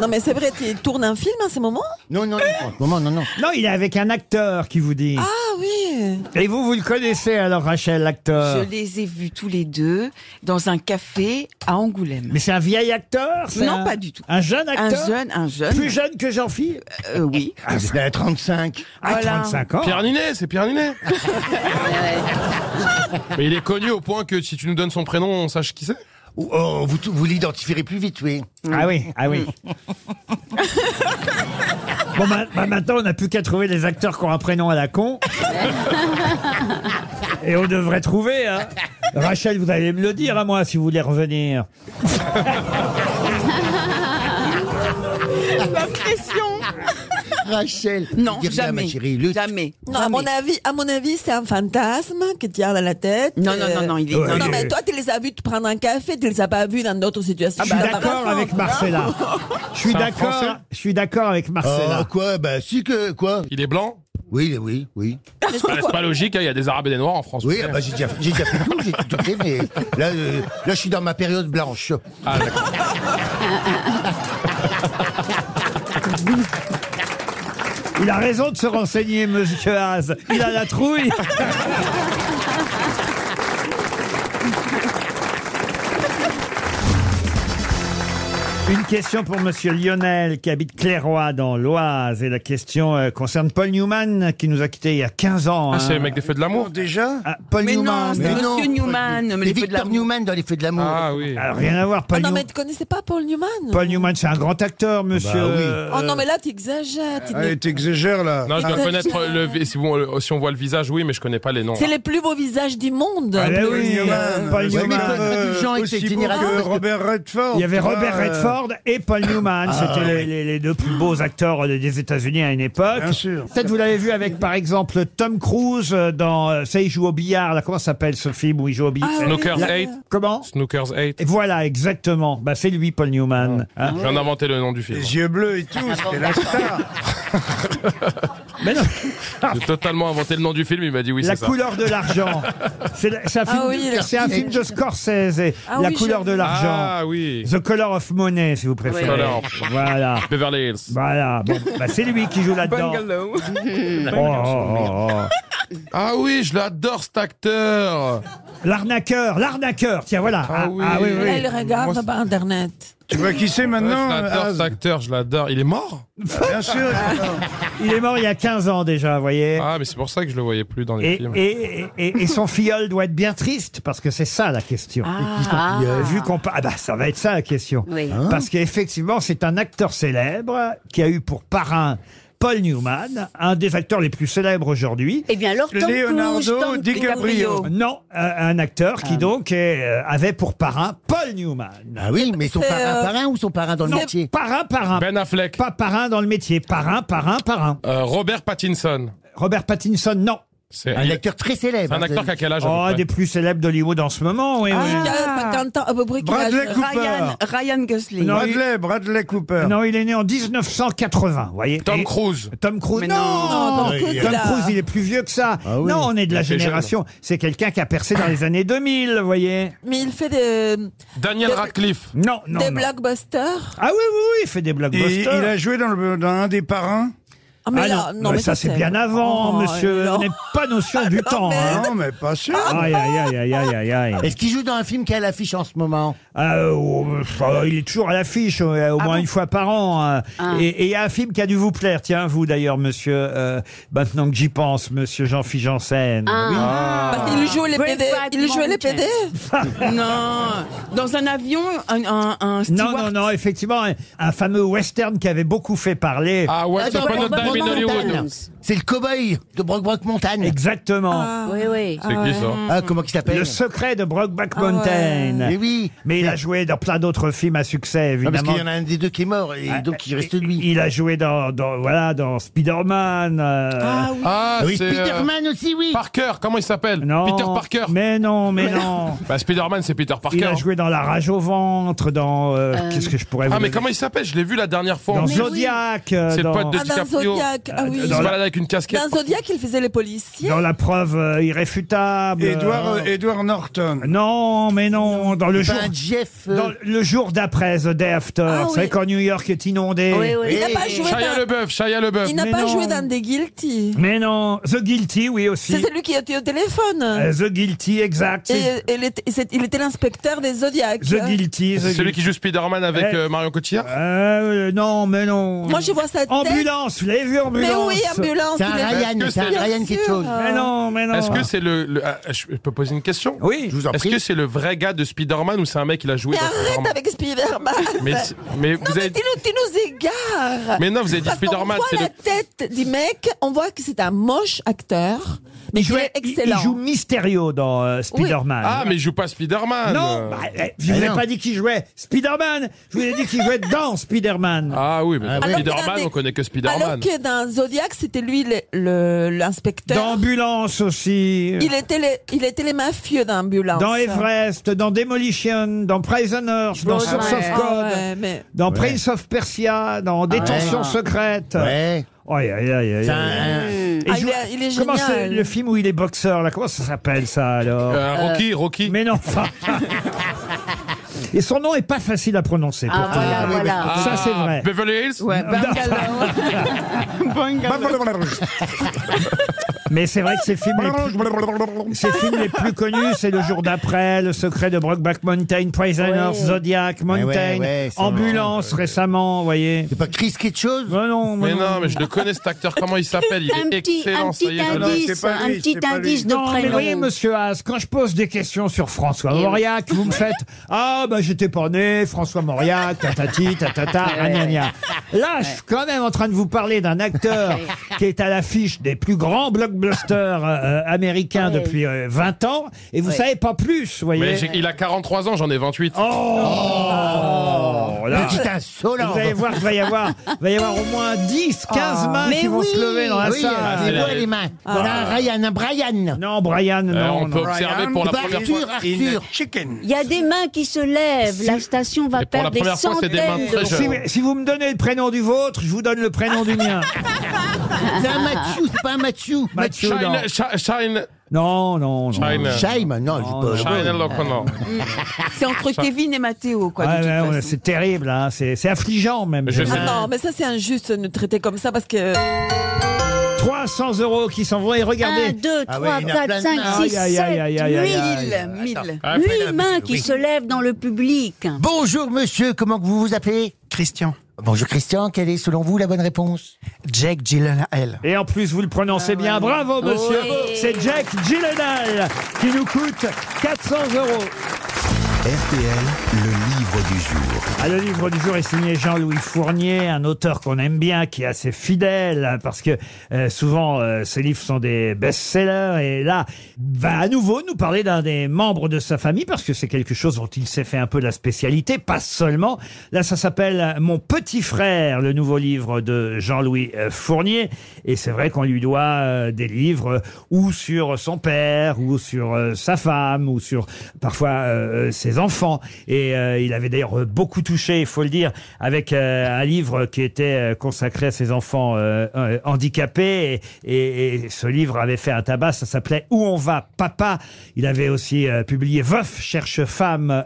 H: Non, mais c'est vrai, tu tournes un film à ce moment
C: Non, non, non, en ce moment, non, non.
B: Non, il est avec un acteur qui vous dit.
H: Ah oui
B: Et vous, vous le connaissez alors, Rachel, l'acteur
I: Je les ai vus tous les deux dans un café à Angoulême.
B: Mais c'est un vieil acteur Ah, c'est
I: Non,
B: un-
I: pas du tout.
B: Un jeune acteur
I: Un jeune, un jeune.
B: Plus jeune que Jean-Philippe
I: Euh, oui.
C: Ah, c'était à 35.
B: À
I: Voilà.
B: 35 ans
G: Pierre Ninet, c'est Pierre Ninet. Mais il est connu au point que si tu nous donnes son prénom, on sache qui c'est.
C: Ou- Oh, vous, vous l'identifierez plus vite, oui.
B: Ah oui, ah oui. bon, bah, bah, maintenant, on n'a plus qu'à trouver les acteurs qui ont un prénom à la con. Et on devrait trouver. hein. Rachel, vous allez me le dire à moi si vous voulez revenir.
I: La pression.
C: Rachel.
I: Euh, Non,
C: dis rien,
I: jamais.
C: ma chérie, lutte.
I: Jamais.
H: Non, à
I: Jamais.
H: mon avis, à mon avis, c'est un fantasme que tu as dans la tête. euh,
I: Non, non, non, non, il est.
B: Ouais,
I: non,
B: il
I: non,
H: Non,
B: est-
H: mais toi, tu les as vus te prendre un café, tu les as pas vus dans d'autres situations.
I: Ah, bah,
B: Je suis d'accord avec Marcella. Je suis
G: C'est un Français
B: d'accord. Je suis d'accord avec
C: Oh,
B: Marcella.
C: quoi Bah, si que, quoi
G: Il est blanc.
C: Oui, oui, oui.
G: Bah, c'est pas logique, hein, il y a des Arabes et des Noirs en France.
C: Oui,
G: aussi.
C: ah bah, j'ai déjà, j'ai déjà fait tout, j'ai tout fait, mais là, euh, là, je suis dans ma période blanche.
G: Ah, d'accord.
B: Il a raison de se renseigner, Monsieur Haas. Il a la trouille. Une question pour Monsieur Lionel qui habite Clairoy dans l'Oise et la question euh, concerne Paul Newman qui nous a quitté il y a 15 ans.
G: Ah,
B: hein.
E: Euh,
G: c'est le mec des Feux de l'amour.
E: Déjà
B: Ah, Paul
I: Mais
B: Newman.
I: non, c'est
B: Mais-
I: Monsieur Newman, mais
C: Et
I: les feux de
C: Victor
I: l'amour.
C: Newman dans Les Feux de l'amour.
G: Ah oui.
B: Ah, rien à voir.
H: Ah
B: Paul,
H: non,
B: New-
H: mais tu connaissais pas Paul Newman
B: Paul Newman, c'est un grand acteur, Monsieur.
C: oui.
B: euh,
H: Oh non, mais là, tu exagères.
G: Ah,
H: tu ne-
E: Allez, t'exagères Ah, là.
G: Non, je dois connaître le vi- si, on, si on voit le visage, oui, mais je connais pas les noms.
H: C'est les plus beaux visages du monde.
B: Ah, ben oui,
H: Newman.
B: euh, Paul
C: Ouais, mais
B: Newman.
C: Paul-
E: Euh,
C: Les gens étaient
E: aussi beau
C: généralistes
E: que
C: parce que-
E: Robert Redford.
B: Il y avait
E: tu vois,
B: Robert
E: euh,
B: Redford et Paul
C: ah,
B: Newman. C'était les, les- les deux plus beaux acteurs euh, des États-Unis à une époque.
E: Bien sûr.
B: Peut-être vous l'avez vu avec, par exemple, Tom Cruise euh, dans euh, Ça, il joue au billard. Là, comment ça s'appelle ce film où il joue au billard
G: Ah, Snooker's
B: La-
G: 8.
B: Comment
G: Snookers 8.
B: Et Voilà, exactement. Bah, c'est lui, Paul Newman. Hein
G: Je viens d'inventer le nom du film.
E: Les yeux bleus et tout, c'était
G: [laughs]
E: la star.
B: Mais non,
G: J'ai totalement inventé le nom du film, il m'a dit oui,
B: la
G: c'est ça.
B: couleur de
G: [laughs]
B: l'argent. C'est la- c'est un, film-
H: Ah oui, le-
B: c'est un film de Scorsese.
H: Ah
B: la
H: oui,
B: couleur
H: j'ai-
B: de l'argent.
G: Ah oui.
B: The Color of Money, si vous préférez.
G: Color.
B: Voilà.
G: Beverly Hills.
B: Voilà, bon, bah, c'est lui qui joue là-dedans. Oh, oh, oh.
G: [laughs] Ah oui, je l'adore cet acteur.
B: L'arnaqueur, l'arnaqueur, tiens voilà.
G: Ah oui.
H: Elle regarde par Internet.
E: tu vois qui c'est
G: Ouais,
E: maintenant
G: je l'adore
E: Az
G: cet acteur, je l'adore. Il est mort
E: Bien sûr.
I: Ah,
B: Il est mort il y a 15 ans déjà, vous voyez.
G: Ah, mais c'est pour ça que je le voyais plus dans les
B: Et,
G: films.
B: et, et- et- et son filleul doit être bien triste parce que c'est ça la question.
I: Ah.
B: Euh, vu qu'on pa- ah bah, ça va être ça la question.
F: Oui. Hein
B: Parce qu'effectivement, c'est un acteur célèbre qui a eu pour parrain Paul Newman, un des acteurs les plus célèbres aujourd'hui.
F: Eh bien, alors, Tom Cruise,
E: Leonardo
F: Tom
E: DiCaprio.
B: Non, euh, un acteur qui donc est, euh, avait pour parrain Paul Newman.
C: Ah oui, mais son
H: C'est,
C: parrain,
H: euh,
C: parrain ou son parrain dans le
H: non.
C: métier
B: Parrain, parrain.
G: Ben Affleck.
B: Pas parrain dans le métier, parrain, parrain, parrain.
G: Euh, Robert Pattinson.
B: Robert Pattinson, non.
G: C'est
C: Un
G: il-
C: acteur très
G: c'est
C: célèbre. hein,
G: un acteur qui a quel âge à peu
B: Oh, un
G: près
B: des plus célèbres d'Hollywood en ce moment, Ah, oui,
F: Ah.
B: oui.
H: Il a 50 ans, à peu près. qu'il a-
E: Bradley Cooper.
I: Ryan, Ryan Gosling.
B: Non.
E: Bradley, Bradley Cooper.
B: Non, il est né en 1980, vous voyez. Et-
G: Tom Cruise.
B: Tom Cruise.
I: Mais
B: non,
H: non, Tom Cruise,
B: Tom
H: il a-
B: Cruise, il est plus vieux que ça.
C: Ah oui.
B: Non, on est de la
G: Il était
B: génération. C'est quelqu'un qui a percé dans les années 2000, vous voyez.
H: Mais il fait des,
G: Daniel Radcliffe.
B: Non, non.
H: [coughs] des
B: non.
H: blockbusters.
B: Ah oui, oui, oui, il fait des
E: Et il
B: blockbusters.
E: a joué dans, le, dans un des parrains.
H: Ah, mais
B: Ah
H: là,
B: non,
H: non,
B: mais
H: mais
B: ça
H: ça,
B: c'est
H: c'est-
B: bien avant,
H: Oh,
B: monsieur.
H: non. Ah,
B: N'est pas notion du temps. hein.
E: Non, mais pas sûr.
B: Aïe, aïe, aïe, aïe, aïe, aïe, aïe.
C: Est-ce qu'il joue dans un film qu'elle affiche en ce moment
B: Ah, euh, oh, euh, il est toujours à l'affiche, euh, au moins une fois par an. hein.
C: Ah.
B: Et et il y a un film qui a dû vous plaire, tiens, vous d'ailleurs, monsieur, euh, maintenant que j'y pense, monsieur Jean-Philippe Janssen. Oui.
I: Parce qu'il joue les
H: Great
I: PD.
H: White
I: Il jouait les PD.
B: Mountain.
I: non, dans un avion, un, un, un
B: Non,
I: steward.
B: non, non, effectivement, un, un fameux western qui avait beaucoup fait parler.
G: Ah, Once
C: Attends,
G: Upon a
C: Brock-
G: Time in
C: Brock
G: Hollywood.
C: Mountain. C'est le cow-boy de Brockback Mountain.
B: Exactement.
F: Oui, oui.
G: C'est qui ça
C: Ah, comment il s'appelle
B: Le secret de Brokeback Mountain.
C: Mais oui.
B: Mais il a joué dans plein d'autres films à succès,
C: Non,
B: évidemment. Ah,
C: parce qu'il y en a un des deux qui est mort et donc il reste lui.
B: Il a joué dans, dans- voilà, dans Spider-Man. euh,
G: Ah,
C: Oui,
G: c'est, euh,
C: Spider-Man aussi, oui.
G: Parker, comment il s'appelle
B: non,
G: Peter Parker.
B: Mais non, mais non.
G: [laughs] Bah, Spider-Man, c'est Peter Parker. hein.
B: Il a joué dans La Rage au ventre, dans. euh,
F: Euh,
B: Qu'est-ce que je pourrais vous
G: Ah, mais
B: donner
G: comment il s'appelle Je l'ai vu la dernière fois.
B: Dans
G: en-
B: Zodiac. euh,
G: C'est le
B: dans-
G: pote de
H: Ah, dans
G: DiCaprio.
H: Zodiac. Ah oui.
G: Il se
B: Dans la-
G: balade avec une casquette.
H: Dans Zodiac, il faisait les policiers.
B: Dans la preuve euh, irréfutable.
E: Edward, euh, Edward Norton.
B: Non, mais non, dans le
C: Pas
B: jour,
C: un Jeff. euh,
B: dans le jour d'après, The Day After.
H: Ah
B: Vous savez
H: oui.
B: quand New York est inondé.
F: Oui, oui.
H: Il n'a
C: Eh,
H: pas joué
G: Shia
H: dans,
G: LeBeuf, Shia LeBeuf.
H: il n'a
B: Mais
H: pas
B: non.
H: joué dans des guilty.
B: Mais non, The Guilty, oui aussi.
H: C'est celui qui était au
B: Euh,
H: téléphone.
B: The Guilty, exact.
H: Et, euh, et il était- c'est- il était l'inspecteur des Zodiacs.
B: The Guilty. The
G: C'est celui
B: Guilty.
G: qui joue Spider-Man avec
B: Eh.
G: euh, Marion Cotillard
B: Euh, non, mais non.
H: Moi, je vois sa tête.
B: Ambulance, vous l'avez vu, ambulance
H: Mais oui, ambulance.
C: C'est un
H: il est-
C: Ryan,
G: que
C: c'est un
G: c'est-
C: Ryan quelque chose.
B: Ah, Mais non, mais non.
G: Est-ce que c'est le. le- ah, je peux poser une question
B: Oui.
C: Je vous en
G: Est-ce que
C: prie.
G: c'est le vrai gars de Spider-Man ou c'est un mec qui l'a joué
H: Mais
G: dans
H: arrête
G: Spider-Man
H: avec Spider-Man.
G: [laughs] Mais, mais
H: Non,
G: vous
H: mais
G: avez.
H: tu nous, tu nous égares.
G: Mais non, vous avez dit
H: Parce qu'on
G: Spider-Man,
H: voit
G: c'est
H: la
G: le.
H: tête du mec, on voit que c'est un moche acteur, mais
B: il,
H: qu'il
B: jouait-
H: est
B: il- il
H: excellent.
B: joue Mysterio dans euh, Spider-Man.
G: Ah, mais il joue pas Spider-Man Euh.
B: Non, bah, eh, je vous
C: Mais
B: ai
C: non.
B: pas dit qu'il jouait Spider-Man. Je vous ai dit qu'il jouait dans Spider-Man.
G: Ah oui, mais
C: Ah
G: dans
C: oui.
G: Spider-Man,
H: Alors que
G: on connaît que
H: Alors
G: Spider-man.
H: que dans Zodiac, c'était lui le- le-
B: Dans
H: l'inspecteur.
B: Ambulance aussi.
H: Il était, les, il était les mafieux d'ambulance.
B: Dans Everest, dans Demolition, dans Prisoners, dans Source of
H: Ah
B: Code,
H: ouais, mais-
B: dans Prince of Persia, dans Détention
C: ouais.
B: secrète.
C: Ouais.
B: Aïe, aïe, aïe, aïe,
C: C'est
B: aïe.
C: un- un-
B: Et
H: Ah,
B: je-
H: il est- il est
B: Comment
H: génial.
B: c'est le film où il est boxeur là Comment ça s'appelle ça alors
G: Euh, Rocky, Rocky.
B: Mais non. enfin. Et son nom est pas facile à prononcer.
F: Ah,
B: pourtant.
F: voilà,
C: oui,
F: voilà.
G: Ah,
B: ça, c'est vrai.
G: Beverly Hills
B: [laughs]
I: Ouais, bungalow.
F: Ah.
B: Mais c'est vrai que ses films, les plus,
F: [laughs]
B: ses films les plus connus, c'est Le Jour d'après, Le Secret de Brockback Mountain, Prisoners, Zodiac, Mountain,
C: ouais, ouais, c'est
B: Ambulance récemment, vous voyez.
C: C'est pas Chris quelque chose
B: Mais non, mais
G: [laughs] Mais
B: non.
G: non, mais je le connais cet acteur. Comment il s'appelle Il
F: un
G: est
F: petit,
G: excellent,
F: un
G: ça y
F: petit
G: est. je l'ai.
F: indice,
E: c'est pas
F: un
E: lui,
F: petit
E: c'est pas lui.
F: indice de
B: Non, mais
F: prénom. Eh
B: voyez, monsieur Haas, quand je pose des questions sur François
F: oui.
B: Mauriac,
F: [laughs]
B: vous me faites Ah, bah j'étais pas né, François Mauriac, tatati, tatata, ah, gna, gna. Là, je suis quand même en train de vous parler d'un
F: [laughs]
B: acteur qui est à l'affiche des plus grands blockbusters euh, américains
F: Ouais.
B: depuis euh, 20 ans, et vous savez pas plus, vous voyez.
G: Mais j'ai- il a 43 ans, j'en ai 28.
B: Oh, là.
C: Petit
B: Vous
C: insolent.
B: allez voir qu'il va y avoir, il va y avoir au moins 10, 15 mains qui
C: Oh. Mais
B: vont se
C: oui.
B: lever dans la
C: Oui,
B: salle.
C: c'est
G: Ah.
C: quoi les mains On a un Ryan, un Brian.
B: Non, Brian, non.
G: Euh, on
B: non.
G: peut observer pour la
C: Brian.
G: première fois.
C: Arthur, Arthur.
E: Chicken.
F: Il y a des mains qui se lèvent. La station va
G: Et pour
F: perdre
G: la
F: des
G: première fois, c'est
F: centaines
G: des mains très
F: d'euros.
B: Si,
G: jeunes.
B: si vous me donnez le prénom du vôtre, je vous donne le prénom du mien.
C: [laughs] C'est un Mathieu, c'est pas un Mathieu.
B: Mathieu, non.
G: Shine, Shine, Shine,
B: Non, non, non.
G: Shine,
C: Shaim, non, je peux.
G: Shine O'Connor.
H: Mm.
I: C'est entre Kevin et Matteo, quoi. de
B: Ouais,
I: toute
B: ouais, ouais,
I: façon.
B: c'est terrible, hein. c'est c'est affligeant même.
G: Je
H: Ah
G: sais.
H: non, mais ça c'est injuste de nous traiter comme ça parce que.
B: 300 euros qui s'en vont et
F: 1,
B: regardez.
F: 2,
C: Ah
F: 3,
C: ouais, il y en a
F: 4,
C: plein de
F: 5,
C: mains.
B: Aïe,
F: 6,
B: aïe,
F: 7,
B: aïe, aïe, aïe, aïe,
F: 8
C: Mille,
I: mille.
G: Ah,
F: Huit
C: madame,
F: mains qui
C: oui.
F: se lèvent dans le public.
C: Bonjour monsieur, comment que vous vous appelez
N: Christian.
C: Bonjour Christian, quelle est selon vous la bonne réponse
N: Jack Gyllenhaal.
B: Et en plus, vous le prononcez bien. Bravo, monsieur.
F: Ouais.
B: C'est Jack Gyllenhaal qui nous coûte 400 euros.
A: RTL, le livre du jour.
B: Ah, le livre du jour est signé Jean-Louis Fournier, un auteur qu'on aime bien, qui est assez fidèle, hein, parce que euh, souvent euh, ses livres sont des best-sellers. Et là, va à nouveau nous parler d'un des membres de sa famille, parce que c'est quelque chose dont il s'est fait un peu la spécialité, pas seulement. Là, ça s'appelle Mon petit frère, le nouveau livre de Jean-Louis euh, Fournier. Et c'est vrai qu'on lui doit euh, des livres euh, ou sur son père, ou sur euh, sa femme, ou sur parfois euh, ses des enfants. Et euh, il avait d'ailleurs euh, beaucoup touché, il faut le dire, avec euh, un livre qui était euh, consacré à ses enfants euh, euh, handicapés. Et, et- et ce livre avait fait un tabac, ça s'appelait Où on va, papa Il avait aussi euh, publié Veuf cherche femme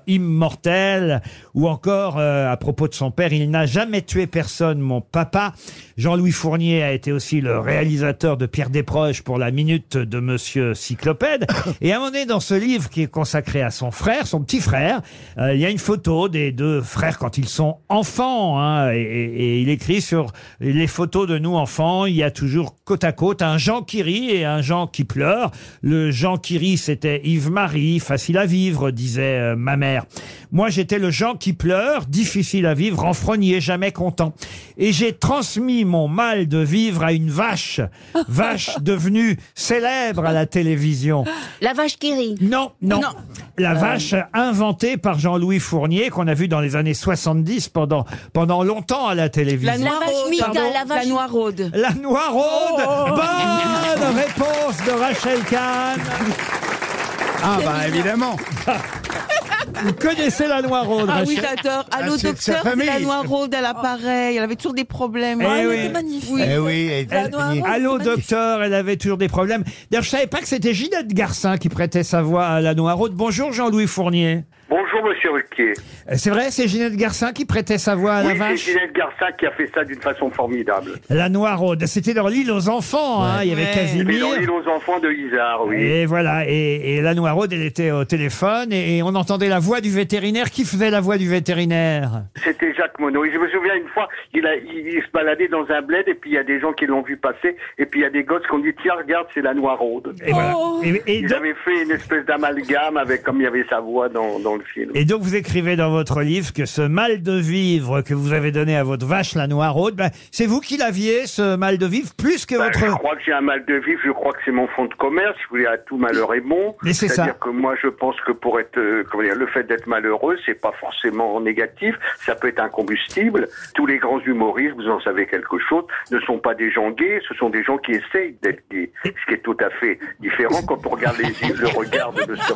B: immortelle, ou encore, euh, à propos de son père, Il n'a jamais tué personne, mon papa. Jean-Louis Fournier a été aussi le réalisateur de Pierre Desproges pour la minute de Monsieur Cyclopède. Et à un moment donné, dans ce livre qui est consacré à son frère, son petit frère, euh, il y a une photo des deux frères quand ils sont enfants. hein. et, et- et il écrit sur les photos de nous enfants, il y a toujours côte à côte un Jean qui rit et un Jean qui pleure. Le Jean qui rit, c'était Yves-Marie, facile à vivre, disait euh, ma mère. Moi, j'étais le Jean qui pleure, difficile à vivre, renfrogné, jamais content. Et j'ai transmis mon mal de vivre à une vache,
F: [laughs]
B: vache devenue célèbre à la télévision.
F: La vache qui rit. Euh,
B: Non, non. La vache inventée par Jean-Louis Fournier qu'on a vu dans les années 70 pendant, pendant longtemps à la télévision.
I: La noiraude, pardon, la, noiraude.
B: La noiraude.
I: Oh
B: Bonne réponse de Rachel Kahn.
E: Ah bah évidemment.
B: [laughs] Vous connaissez la noiraude,
I: Ah oui,
B: Rachel
I: j'adore. Allô,
E: Ah, c'est de sa
I: docteur, c'est la
E: famille.
I: noiraude à l'appareil. Elle avait toujours des problèmes.
B: Eh
I: Ah, elle
B: oui.
I: était magnifique.
E: Eh
B: Elle-
I: la noiraude.
B: Allô, docteur, elle avait toujours des problèmes. D'ailleurs, je savais pas que c'était Ginette Garcin qui prêtait sa voix à la noiraude. Bonjour, Jean-Louis Fournier.
N: Bonjour Monsieur Ruquier.
B: Euh, C'est vrai, c'est Ginette Garcin qui prêtait sa voix à la
N: oui, c'est
B: vache.
N: Ginette Garcin qui a fait ça d'une façon formidable.
B: La noiraude. C'était dans l'île aux enfants, hein, il y avait
N: Mais dans
B: Casimir.
N: l'île aux enfants de Isard, oui.
B: Et voilà, et, et la noiraude, elle était au téléphone et, et on entendait la voix du vétérinaire. Qui faisait la voix du vétérinaire
N: C'était Jacques Monod. Et je me souviens une fois, il, a, il, il se baladait dans un bled et puis il y a des gens qui l'ont vu passer et puis il y a des gosses qui ont dit tiens regarde c'est la Noiraude.
B: Et voilà. Et- et
N: Ils avaient fait une espèce d'amalgame avec comme il y avait sa voix dans, dans le film.
B: Et donc vous écrivez dans votre livre que ce mal de vivre que vous avez donné à votre vache, la noiraude, ben, c'est vous qui l'aviez, ce mal de vivre, plus que
N: Bah,
B: votre...
N: Je crois que j'ai un mal de vivre, je crois que c'est mon fonds de commerce, je voulais à tout malheur est bon.
B: Mais c'est ça.
N: C'est-à-dire que moi je pense que pour être, euh, comment dire, le fait d'être malheureux, c'est pas forcément négatif, ça peut être un combustible. Tous les grands humoristes, vous en savez quelque chose, ne sont pas des gens gays, ce sont des gens qui essayent d'être gays. Ce qui est tout à fait différent quand on regarde les îles, le regard de Mr. Piston.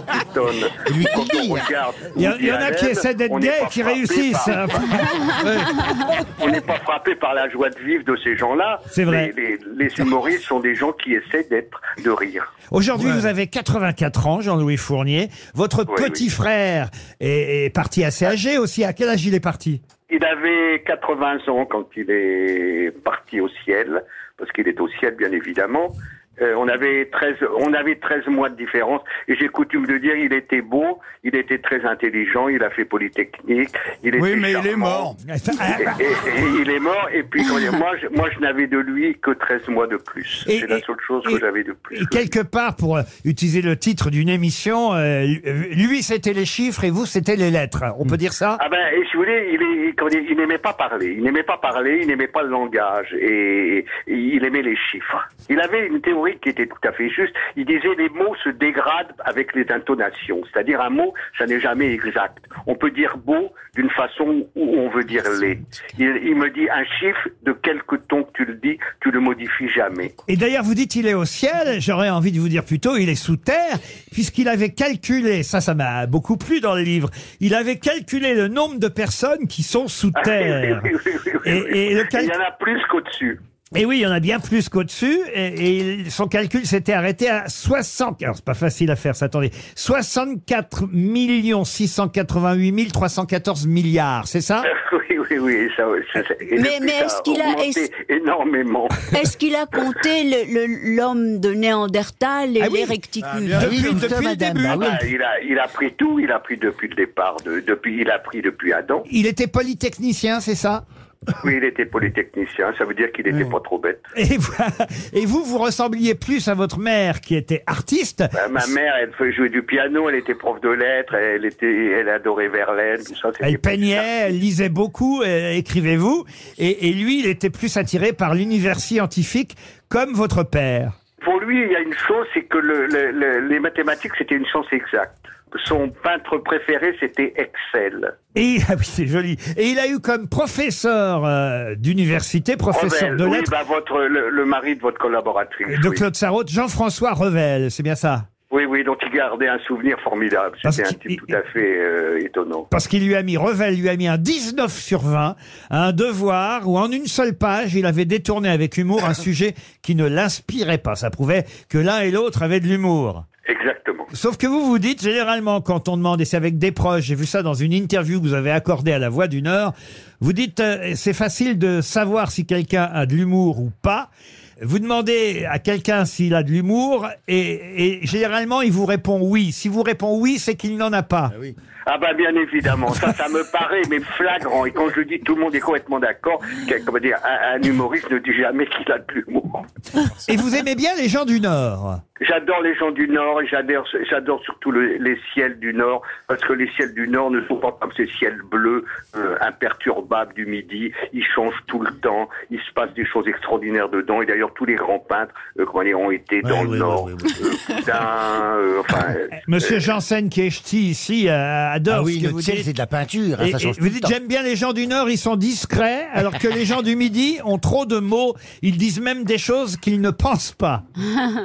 N: Quand on regarde
B: Il y a- il y en a
N: Woody
B: qui
N: Allen,
B: essaient d'être
N: on n'est
B: gays
N: pas
B: et qui
N: frappé
B: réussissent. [laughs] hein.
N: par- [laughs] on n'est pas frappé par la joie de vivre de ces gens-là.
B: C'est vrai.
N: Les, les- les humoristes sont des gens qui essaient d'être de rire.
B: Aujourd'hui, vous avez 84 ans, Jean-Louis Fournier. Votre petit frère est, est parti
N: Ah.
B: assez âgé aussi. À quel âge il est parti
N: Il avait 80 ans quand il est parti au ciel, parce qu'il est au ciel, bien évidemment. Euh, on avait 13, on avait 13 mois de différence. Et j'ai coutume de dire, il était beau, il était très intelligent, il a fait polytechnique, il
E: Oui,
N: était
E: mais il est
N: charmant.
B: [laughs]
E: mort.
B: Ah,
N: Et, et- et il est mort. Et puis, comment dire, moi, je, moi, je n'avais de lui que 13 mois de plus.
B: Et-
N: C'est la seule chose
B: et-
N: que j'avais de plus.
B: Et quelque part, pour euh, utiliser le titre d'une émission, euh, lui c'était les chiffres et vous c'était les lettres. On peut dire ça
N: Ah ben, et si vous voulez, il, est- il- comment dire, il n'aimait pas parler, il n'aimait pas parler, il n'aimait pas le langage, et, et il aimait les chiffres. Il avait une théorie qui était tout à fait juste. Il disait les mots se dégradent avec les intonations, c'est-à-dire un mot, ça n'est jamais exact. On peut dire beau d'une façon où on veut dire laid. Il, il me dit un chiffre de quelque ton que tu le dis, tu le modifies jamais.
B: Et d'ailleurs, vous dites il est au ciel. J'aurais envie de vous dire plutôt il est sous terre, puisqu'il avait calculé. Ça, ça m'a beaucoup plu dans le livre. Il avait calculé le nombre de personnes qui sont sous terre. Et- et le cal-
N: Il y en a plus qu'au-dessus.
B: Et oui, il y en a bien plus qu'au-dessus. Et, et il- son calcul s'était arrêté à 60. Alors, c'est pas facile à faire, ça, attendez. 64 688 314 milliards, c'est ça
N: [laughs] Oui, oui, oui, ça, ça, ça- et
F: Mais-
N: depuis,
F: mais
N: ça
F: est-ce
N: a
F: qu'il a-
N: augmenté
F: est-ce-
N: énormément
F: Est-ce qu'il a compté le- le- l'homme de Néandertal et
N: Ah oui.
F: les recticules
N: Ah, il, a, il a pris tout, il a pris depuis le départ, de- depuis, il a pris depuis Adam.
B: Il était polytechnicien, c'est ça
N: Oui, il était polytechnicien, ça veut dire qu'il n'était pas trop bête.
B: et, vous- [laughs] et vous, vous ressembliez plus à votre mère, qui était artiste.
N: Euh, ma mère, elle faisait jouer du piano, elle était prof de lettres, elle, était, elle adorait Verlaine, tout ça. c'était-
B: Elle peignait, elle lisait beaucoup, euh, écrivez-vous. Et, et lui, il était plus attiré par l'univers scientifique, comme votre père.
N: Pour lui, il y a une chose, c'est que le- le- le- les mathématiques, c'était une science exacte. Son peintre préféré, c'était Excel.
B: Et ah [laughs] oui, c'est joli. Et il a eu comme professeur euh, d'université, professeur
N: Revel,
B: de
N: oui,
B: lettres,
N: bah, votre, le, le mari de votre collaboratrice.
B: de
N: oui.
B: Claude Sarraute, Jean-François Revel, c'est bien ça
N: Oui, oui, dont il gardait un souvenir formidable. C'était un type tout à fait euh, étonnant.
B: Parce qu'il lui a mis, Revel lui a mis un 19 sur 20, un devoir où en une seule page, il avait détourné avec humour un sujet qui ne l'inspirait pas. Ça prouvait que l'un et l'autre avaient de l'humour.
N: Exactement.
B: Sauf que vous vous dites, généralement, quand on demande, et c'est avec des proches, j'ai vu ça dans une interview que vous avez accordée à La Voix du Nord, vous dites, euh, c'est facile de savoir si quelqu'un a de l'humour ou pas. Vous demandez à quelqu'un s'il a de l'humour, et, et généralement, il vous répond oui. Si vous répond oui, c'est qu'il n'en a pas.
N: Ah bah bien évidemment, ça, ça me paraît mais flagrant. Et quand je dis tout le monde est complètement d'accord, que- comment dire, un, un humoriste ne dit jamais qu'il a de l'humour.
B: Et vous aimez bien les gens du Nord
N: J'adore les gens du Nord et j'adore, j'adore surtout le- les ciels du Nord parce que les ciels du Nord ne sont pas comme ces ciels bleus euh, imperturbables du Midi. Ils changent tout le temps. Il se passe des choses extraordinaires dedans. Et d'ailleurs, tous les grands peintres, euh, comment dire, ont été dans le Nord. Euh, Poussin, euh, enfin, euh,
B: Monsieur Janssen, qui est ch'ti ici, euh, adore
C: Ah oui,
B: ce que
C: le
B: vous
C: ciel,
B: dites.
C: c'est de la peinture, hein,
B: Et-
C: ça
B: et
C: change tout
B: vous
C: le
B: dites,
C: temps.
B: j'aime bien les gens du Nord, ils sont discrets, alors que les gens du Midi ont trop de mots. Ils disent même des choses qu'ils ne pensent pas. ah.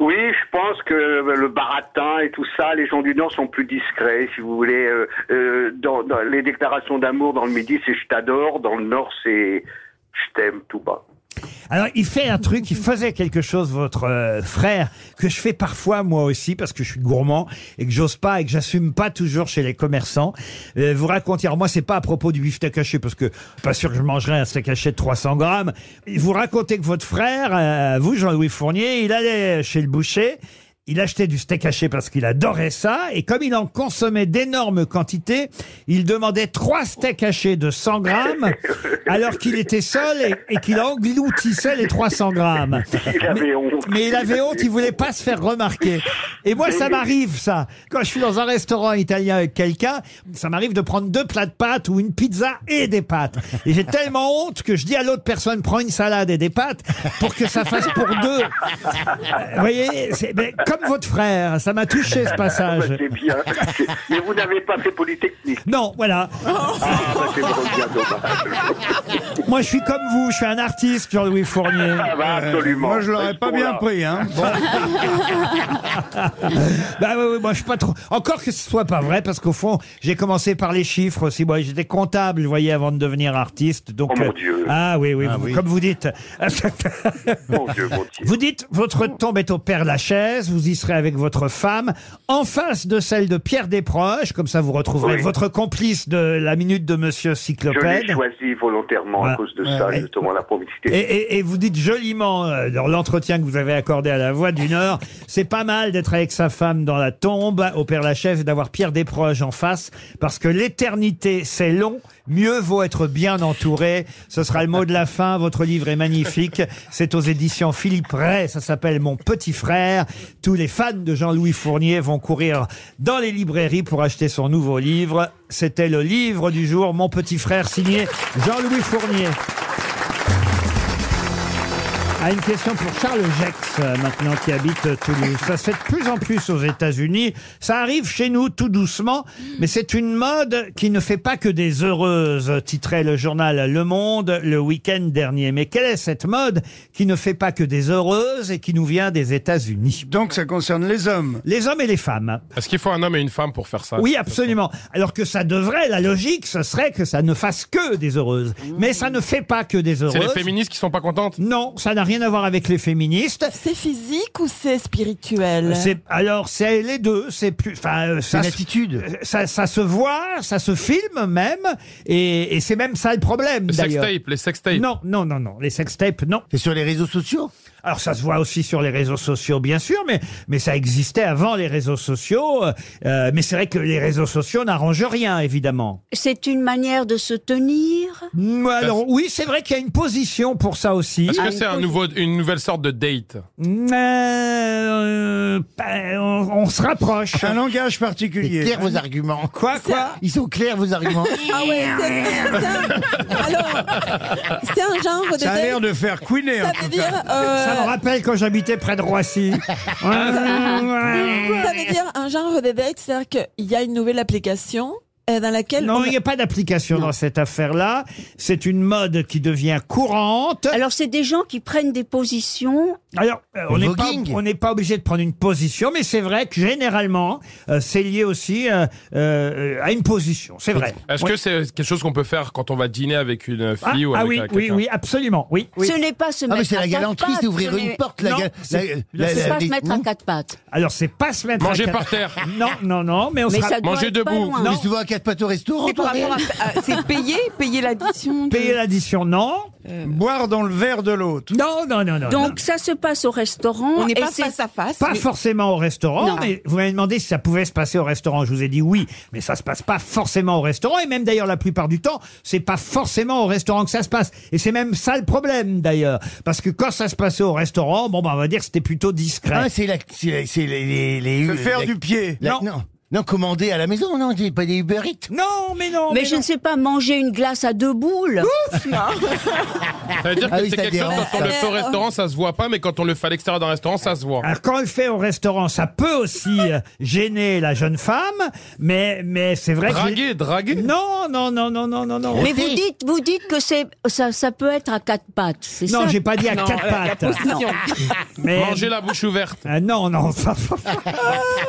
N: Oui, je pense que le baratin et tout ça, les gens du Nord sont plus discrets, si vous voulez. Euh, euh, dans, dans les déclarations d'amour dans le Midi, c'est je t'adore. Dans le Nord, c'est je t'aime tout bas.
B: Alors, il fait un truc, il faisait quelque chose, votre euh, frère, que je fais parfois moi aussi, parce que je suis gourmand et que j'ose pas et que j'assume pas toujours chez les commerçants. Euh, vous racontez, alors moi, c'est pas à propos du beefsteak haché, parce que pas sûr que je mangerais un steak haché de 300 grammes. Vous racontez que votre frère, euh, vous, Jean-Louis Fournier, il allait chez le boucher. Il achetait du steak haché parce qu'il adorait ça, et comme il en consommait d'énormes quantités, il demandait trois steaks hachés de 100 grammes, alors qu'il était seul et, et qu'il engloutissait les 300 grammes.
N: Il avait honte.
B: Mais il avait honte, il voulait pas se faire remarquer. Et moi, ça m'arrive, ça. Quand je suis dans un restaurant italien avec quelqu'un, ça m'arrive de prendre deux plats de pâtes ou une pizza et des pâtes. Et j'ai tellement honte que je dis à l'autre personne, prends une salade et des pâtes pour que ça fasse pour deux. Vous voyez, c'est- mais comme votre frère, ça m'a touché
N: [laughs]
B: ce
N: Bah,
B: passage.
N: c'est bien. C'est-
B: [laughs]
N: Mais vous n'avez pas fait polytechnique.
B: Non, voilà.
N: Ah, bah, c'est vraiment bien dommage.
B: Moi, je suis comme vous, je suis un artiste, Jean-Louis Fournier.
N: Ah, bah, absolument.
E: Moi, je l'aurais pas bien
B: [laughs]
E: pris, hein.
B: bah oui, oui, moi je suis pas trop. Encore que ce soit pas vrai, parce qu'au fond, j'ai commencé par les chiffres aussi. Moi, j'étais comptable, vous voyez, avant de devenir artiste. Donc,
N: Oh, mon
B: euh,
N: Dieu.
B: ah oui, oui,
N: Ah
B: vous-
N: oui.
B: comme vous
E: [laughs]
B: dites. [laughs]
N: Mon Dieu, mon Dieu.
B: vous dites, votre tombe est au Père Lachaise, vous y serez avec votre femme, en face de celle de Pierre Desproges, comme ça vous retrouverez
N: Oui.
B: votre complice de la minute de Monsieur
N: Je
B: Cyclopède.
N: l'ai choisi volontairement à
B: Voilà.
N: cause de
B: Ouais,
N: ça,
B: ouais.
N: justement, la promiscuité.
B: Et, et- et vous dites joliment euh, dans l'entretien que vous avez accordé à la Voix du Nord, c'est pas mal d'être avec sa femme dans la tombe au Père Lachaise et d'avoir Pierre Desproges en face, parce que l'éternité c'est long, mieux vaut être bien entouré. Ce sera le mot de la fin. Votre livre est magnifique. C'est aux éditions Philippe Ray. Ça s'appelle Mon petit frère. Tous les fans de Jean-Louis Fournier vont courir dans les librairies pour acheter son nouveau livre. C'était le livre du jour, Mon petit frère, signé Jean-Louis Fournier. À Ah, une question pour Charles Jex, euh, maintenant qui habite euh, Toulouse. Ça se fait de plus en plus aux États-Unis. Ça arrive chez nous tout doucement, mais c'est une mode qui ne fait pas que des heureuses, titrait le journal Le Monde le week-end dernier. Mais quelle est cette mode qui ne fait pas que des heureuses et qui nous vient des États-Unis
E: Donc ça concerne les hommes.
B: Les hommes et les femmes.
G: Est-ce qu'il faut un homme et une femme pour faire ça
B: Oui, absolument. Alors que ça devrait, la logique, ce serait que ça ne fasse que des heureuses. Mais ça ne fait pas que des heureuses.
G: C'est les féministes qui sont pas contentes
B: Non, ça n'a rien à voir avec les féministes.
H: C'est physique ou c'est spirituel
B: C'est- alors c'est les deux, c'est plus, enfin, euh, ça
H: une
B: se- euh, Ça, ça se voit, ça se filme même, et, et c'est même ça le problème
G: Les
B: d'ailleurs.
G: sextapes, les sextapes.
B: Non, non, non, non, les sextapes, non.
C: C'est sur les réseaux sociaux
B: Alors ça se voit aussi sur les réseaux sociaux, bien sûr, mais mais ça existait avant les réseaux sociaux. euh, euh, mais c'est vrai que les réseaux sociaux n'arrangent rien, évidemment.
F: C'est une manière de se tenir
B: Mm, Alors oui, c'est vrai qu'il y a une position pour ça aussi.
G: Est-ce que c'est un nouveau, une nouvelle sorte de date
B: Mm, euh, bah, on, on se rapproche.
E: Un langage particulier.
C: Claire vos arguments.
B: Quoi, quoi
C: Ils sont clairs
B: [laughs]
C: vos arguments.
H: Ah ouais, c'est- c'est un- alors, c'est un genre de
E: Ça a
H: date-
E: l'air de faire couiner.
H: Ça
E: en
H: veut
E: tout
H: dire,
E: cas.
H: euh,
B: Ça me rappelle quand j'habitais près de
E: [laughs]
B: Roissy. Ouais, ouais, ouais.
H: Ça veut dire un genre de date, c'est-à-dire qu'il y a une nouvelle application euh, dans laquelle...
B: Non, il n'y a pas d'application dans cette affaire-là. C'est une mode qui devient courante.
F: Alors, c'est des gens qui prennent des positions.
B: Alors, euh, on n'est pas,
F: Voguing.
B: on n'est pas obligé de prendre une position, mais c'est vrai que généralement, euh, c'est lié aussi euh, euh, à une position. C'est vrai.
G: Est-ce que c'est quelque chose qu'on peut faire quand on va dîner avec une
B: Ah,
G: fille ou
B: ah
G: avec
B: oui,
G: un-
B: oui,
G: quelqu'un
B: oui, absolument, oui.
F: Ce n'est pas se
B: Ah,
F: mettre
B: mais c'est la
F: à
B: galanterie,
F: quatre
B: c'est ouvrir
F: pattes,
B: une
F: ce
B: porte,
F: n'est-
B: la gal-
F: c'est-
B: la- la-
F: c'est
B: la-
F: pas se
B: les-
F: mettre à quatre pattes.
B: Alors, c'est pas se mettre
G: Manger
B: à quatre-
G: par terre.
B: [laughs] Non, non, non, mais on
F: Mais
B: sera...
F: ça doit Manger être pas debout. loin.
B: Non.
F: Mais
C: Tu vois, à quatre pattes au restaurant,
I: C'est par
C: toi
I: rapport
F: euh,
I: à- à- c'est payer, payer l'addition. de-
B: Payer l'addition, non.
E: Boire dans le verre de l'autre.
B: Non, non, non, non.
F: Donc, ça se passe au restaurant.
I: On n'est
F: et
I: pas
F: Ah, c'est-
I: face à face.
B: Pas
I: mais-
B: forcément au restaurant,
F: Non.
B: mais vous m'avez demandé si ça pouvait se passer au restaurant. Je vous ai dit oui, mais ça se passe pas forcément au restaurant. Et même d'ailleurs, la plupart du temps, c'est pas forcément au restaurant que ça se passe. Et c'est même ça le problème d'ailleurs. Parce que quand ça se passait au restaurant, bon, bah, on va dire que c'était plutôt discret.
C: Ah, c'est la, c'est la- c'est les, les, les-
E: Se faire
C: la-
E: du pied.
C: la-
B: Non.
C: non. Non, commander à la maison, non, j'ai pas des Uber Eats.
B: non, mais non.
F: Mais je ne sais pas, manger une glace à deux boules.
G: Ça veut dire que
C: Ah oui,
G: c'est
C: ça
G: quelque chose,
C: dérange.
B: euh,
G: quand on le fait au restaurant, ça se voit pas, mais quand on le fait à l'extérieur d'un restaurant, ça se voit.
B: Alors quand on le fait au restaurant, ça peut aussi euh, gêner la jeune femme, mais mais c'est vrai
G: Draguer, draguer.
B: que non non non non non non non.
F: Mais vous dites, vous dites que c'est, ça, ça peut être à quatre pattes. c'est
B: non,
F: ça euh,
B: j'ai pas dit à quatre
G: euh,
B: pattes. [laughs] Mais
G: Manger la bouche ouverte.
B: Ah non, non, [laughs] ça-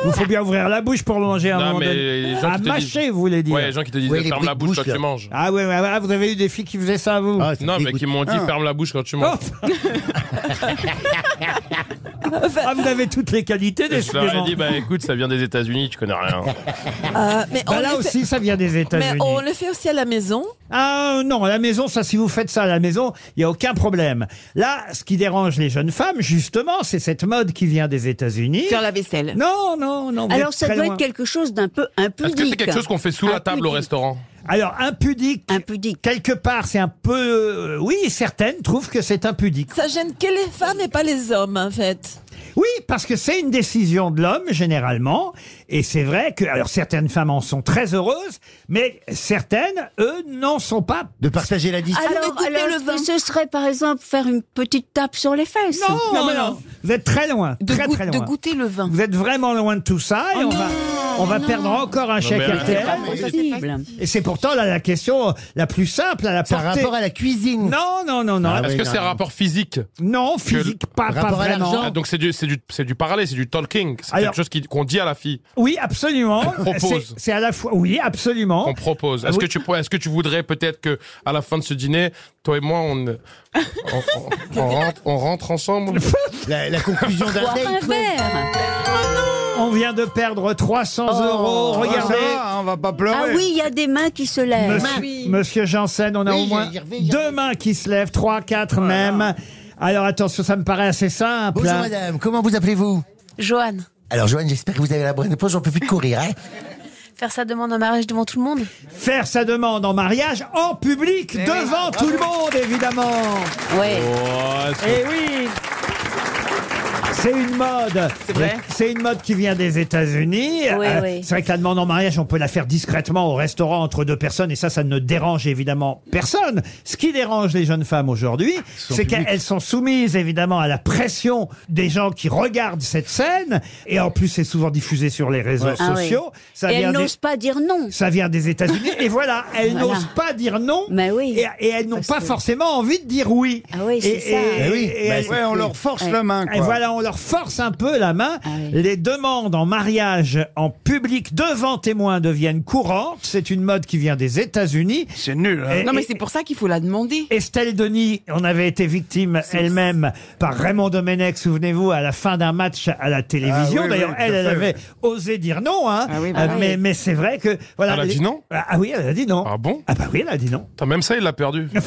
B: il faut bien ouvrir la bouche pour manger à un
G: Non,
B: moment
G: mais les
B: donné.
G: gens
B: Ah,
G: qui te
B: mâcher,
G: disent-
B: vous voulez dire.
G: Ouais, les gens qui te disent
C: Ouais, les
G: ferme la
C: bruits de
G: bouche quand
C: bouche, là.
G: tu manges.
B: Ah ouais, ouais, ouais, vous avez eu des filles qui faisaient ça, vous
C: Ah, ça
G: Non,
C: me
G: mais qui
C: dégoûte.
G: m'ont dit
E: Ah.
G: ferme la bouche quand tu
B: Oh.
G: manges.
B: Ah, vous avez toutes les qualités, des
G: je leur ai dit, bah écoute, ça vient des États-Unis, tu
B: [laughs]
G: connais rien.
H: Euh, mais on
B: Bah là
H: le fait-
B: aussi, ça vient des
H: Mais
B: États-Unis.
H: on le fait aussi à la maison.
B: Ah non, à la maison, ça, si vous faites ça à la maison, il n'y a aucun problème. Là, ce qui dérange les jeunes femmes, justement, c'est cette mode qui vient des États-Unis.
I: Faire la vaisselle.
B: Non, non, non. vous
F: Alors
B: êtes
F: ça
B: très
F: doit
B: loin.
F: être quelque chose d'un peu
G: Est-ce
F: impudique.
G: que c'est quelque chose qu'on fait sous la table au
F: Impudique.
G: restaurant
B: Alors, impudique,
F: Impudique.
B: quelque part, c'est un peu... euh, oui, certaines trouvent que c'est impudique.
H: Ça gêne que les femmes et pas les hommes, en fait.
B: Oui, parce que c'est une décision de l'homme, généralement. Et c'est vrai que, alors certaines femmes en sont très heureuses, mais certaines, eux, n'en sont pas.
C: De partager la distance.
H: Alors,
F: Alors,
H: écoutez
F: alors,
H: le vin.
F: ce serait par exemple faire une petite tape sur les fesses.
B: Non,
I: Non,
B: mais
I: non.
B: non. Vous êtes très loin.
I: De,
B: très,
I: goût-
B: très
I: de
B: loin.
I: goûter le vin.
B: Vous êtes vraiment loin de tout ça et on va, on va perdre encore un chèque
G: mais
B: à terre.
F: C'est possible.
B: Et c'est pourtant là, la question la plus simple à la
C: Ça a
B: portée.
C: rapport à la cuisine.
B: Non, non, non, non.
C: Ah
G: Est-ce
C: oui,
G: que
C: non,
G: c'est un
C: non.
G: rapport physique
B: Non, physique, pas, pas
C: rapport à
B: vraiment.
C: l'argent.
G: Ah, Donc c'est du, c'est du, c'est du parler, c'est du talking. C'est
B: Alors-
G: quelque chose qui- qu'on dit à la fille,
B: Oui, absolument.
G: propose.
B: C'est- C'est à la fois. Oui, absolument.
G: qu'on propose. Est-ce
B: Ah oui.
G: que tu pourrais- est-ce que tu voudrais peut-être que à la fin de ce dîner, toi et moi, on, on, on- on rentre, on rentre ensemble
C: La, la conclusion d'un
F: Boire un
C: date. ouais.
F: verre.
B: On vient de perdre 300
C: Oh.
B: euros.
E: Ah, ça
B: Regardez.
C: hein,
E: va, on va pas
F: Ah
E: pleurer.
F: oui, il y a des mains qui se lèvent.
B: Monsieur, Monsieur Janssen, on a
C: Oui,
B: au moins
C: j'y reviens, j'y
B: deux
C: reviens.
B: mains qui se lèvent, trois, quatre même. Alors attention, ça me paraît assez simple.
C: Oh Bonjour
B: hein.
C: madame, comment vous appelez-vous
O: Joanne,
C: Alors Joanne, j'espère que vous avez la bonne réponse, j'en peux plus de courir. Hein
O: faire sa demande en mariage devant tout le monde
B: Faire sa demande en mariage en public, devant tout le monde, évidemment.
O: Ouais.
B: Eh oui c'est une mode. C'est
I: vrai
B: une mode qui vient des États-Unis. Euh,
F: Oui, oui.
B: C'est vrai que la demande en mariage, on peut la faire discrètement au restaurant entre deux personnes et ça, ça ne dérange évidemment personne. Ce qui dérange les jeunes femmes aujourd'hui, c'est qu'elles sont soumises évidemment à la pression des gens qui regardent cette scène et en plus, c'est souvent diffusé sur les réseaux
F: Ah oui.
B: sociaux. Ça
F: Et
B: vient
F: elles
B: des-
F: n'osent pas dire non.
B: ça vient des
F: [laughs]
B: États-Unis. Et voilà, elles
F: Voilà.
B: n'osent pas dire non.
F: Mais oui.
B: Et, et elles n'ont
F: Parce
B: pas
F: que-
B: forcément envie de dire oui.
F: Ah oui, c'est
B: Et-
F: ça.
B: et-
F: Eh
C: oui,
B: et
C: bah,
B: elles-
C: c'est-
E: Ouais, on leur force
F: Ouais. Ah
E: la main.
B: et
E: Quoi.
B: voilà, on leur force un peu la main.
F: oui.
B: Les demandes en mariage en public devant témoins deviennent courantes. C'est une mode qui vient des États-Unis.
E: C'est nul. hein.
B: Et-
I: Non, mais
B: et-
I: c'est pour ça qu'il faut la demander.
B: Estelle Denis en avait été victime elle-même par Raymond Domenech, souvenez-vous, à la fin d'un match à la télévision.
E: Ah oui,
B: D'ailleurs,
E: oui, tout
B: elle,
E: à
B: elle
E: fait,
B: avait osé dire non. Hein.
I: Ah oui, bah
B: Euh,
I: oui.
B: mais mais c'est vrai que... Voilà,
G: Elle a
B: les-
G: dit non
B: Ah oui, elle a dit non.
G: Ah bon
B: Ah bah oui, elle a dit non.
G: Putain, Même ça, il
B: [laughs]
G: l'a perdu.
B: Je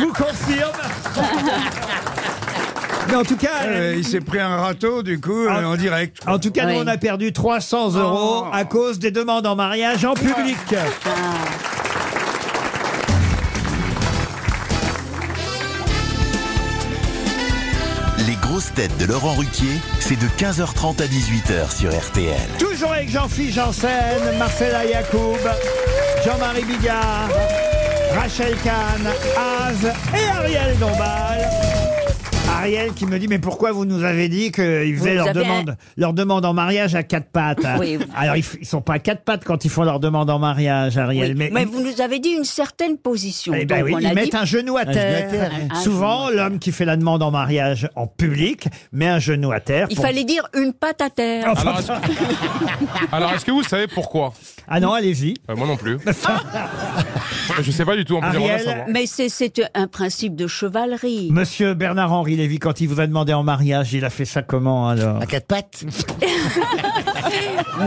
B: vous confirme. Mais en tout cas,
E: Euh, il s'est pris un râteau, du coup,
B: Ah.
E: euh, en direct.
B: en tout cas, nous,
F: Oui.
B: on a perdu 300 euros
E: Oh.
B: à cause des demandes en mariage en public.
A: Les grosses têtes de Laurent Ruquier, c'est de 15h30 à 18h sur RTL.
B: Toujours avec Jean-Philippe Janssen, Marcella Yacoub, Jean-Marie Bigard, Rachel Kahn, Az et Ariel Dombal. Ariel qui me dit mais pourquoi vous nous avez dit qu'ils faisaient
P: Vous
B: leur
P: avez un-
B: demande leur demande en mariage à quatre pattes hein.
F: Oui.
B: Alors ils, f- ils sont pas à quatre pattes quand ils font leur demande en mariage Ariel
F: Mais,
B: mais,
F: vous nous avez dit une certaine position.
B: Eh ben
F: Donc
B: oui,
F: on a
B: ils mettent
F: dit-
B: un genou
F: Euh,
B: à terre.
F: Un- un
B: Souvent,
F: genou à
B: l'homme qui fait la demande en mariage en public met un genou à terre.
F: Il
B: pour-
F: fallait dire une patte à terre.
G: Alors, est-ce que- Alors, est-ce que vous savez pourquoi Bah,
B: Ah non, allez-y.
G: moi
B: [laughs]
G: non plus. je sais pas du tout. En plus, j'aimerais bien savoir.
F: mais c'est- c'est un principe de chevalerie.
B: Monsieur Bernard-Henri Lévy, quand il vous a demandé en mariage, il a fait ça comment alors À
C: quatre pattes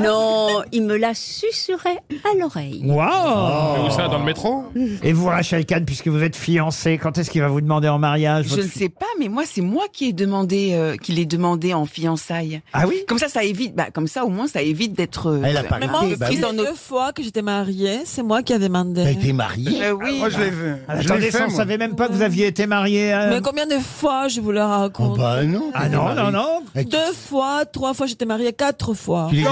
F: non, il me la susurrait à l'oreille.
B: Waouh
G: Mais où ça, dans le métro
B: Et vous, Rachel Kahn, puisque vous êtes fiancée, quand est-ce qu'il va vous demander en mariage
I: Je
B: votre
I: ne
B: fi-
I: sais pas, mais moi, c'est moi qui ai demandé, euh, qui l'ai demandé en fiançailles.
B: Ah oui
I: Comme ça, ça évite, bah, comme ça, au moins, ça évite d'être. euh,
C: Elle a pas
I: même
C: raté,
H: Ah,
I: prise
C: bah oui.
I: dans nos-
H: Deux fois que j'étais mariée, c'est moi qui ai demandé. T'as
C: été mariée
H: euh, Oui.
E: Moi, je l'ai vu.
B: Ah, Attendez, ça, on savait même pas que vous aviez été mariée. euh,
H: Mais combien de fois je vous le raconte
C: Bah non.
B: Ah non, non, non.
H: Deux fois, trois fois, j'étais mariée quatre fois.
B: Tu les as-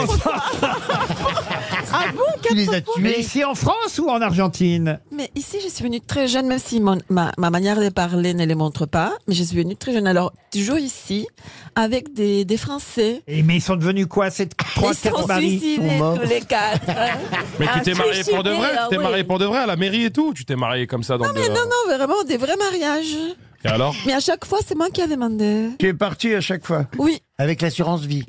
H: ah bon, quatre fois
B: Mais ici en France ou en Argentine
H: [laughs] Mais ici, je suis venue très jeune, même si mon- ma, ma manière de parler ne les montre pas. Mais je suis venue très jeune. Alors, toujours ici, avec des, des Français.
B: Et mais ils sont devenus quoi Ces trois,
H: Ils se
B: quatre
H: sont
B: maris
H: suicidés tous les quatre.
G: [laughs] Mais tu
H: Ah,
G: t'es marié pour de vrai
H: suicidé,
G: Tu t'es
H: ah oui.
G: marié pour de vrai à la mairie et tout Tu t'es marié comme ça dans
H: Non, mais
G: de-
H: non, non, vraiment, des vrais mariages.
G: Et alors
H: Mais à chaque fois, c'est moi qui ai demandé.
E: Tu es parti à chaque fois
B: [laughs]
H: Oui.
C: Avec l'assurance vie.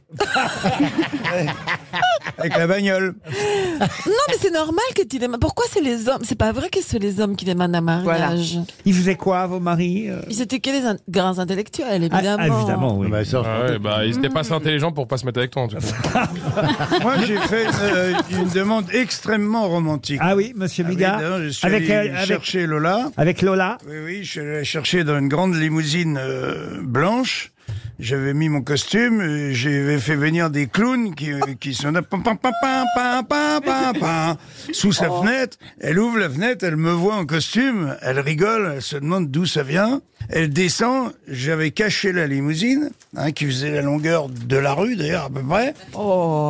E: Avec la bagnole.
H: Non, mais c'est normal que tu demandes. Pourquoi c'est les hommes C'est pas vrai que c'est les hommes qui demandent un mariage.
B: Ils faisaient quoi, vos maris euh
H: Ils étaient que des in- grands intellectuels, évidemment.
B: oui.
G: Ah ouais, bah, ils étaient pas assez intelligents pour pas se mettre avec toi en tout
B: Ah,
G: cas.
E: [laughs] Moi, j'ai fait euh, une demande extrêmement romantique.
B: Ah oui, monsieur Bigard
E: d'ailleurs, je suis
B: Avec,
E: allé
B: euh, avec-
E: chercher Lola.
B: Avec Lola
E: Oui, oui, je suis allé la chercher dans une grande limousine euh, blanche. J'avais mis mon costume, euh, j'avais fait venir des clowns qui, euh, qui sonnaient pam, pam, pam, pam, pam, pam, pam, pam, sous sa fenêtre. Elle ouvre la fenêtre, elle me voit en costume, elle rigole, elle se demande d'où ça vient. Elle descend, j'avais caché la limousine, hein, qui faisait la longueur de la rue d'ailleurs à peu près.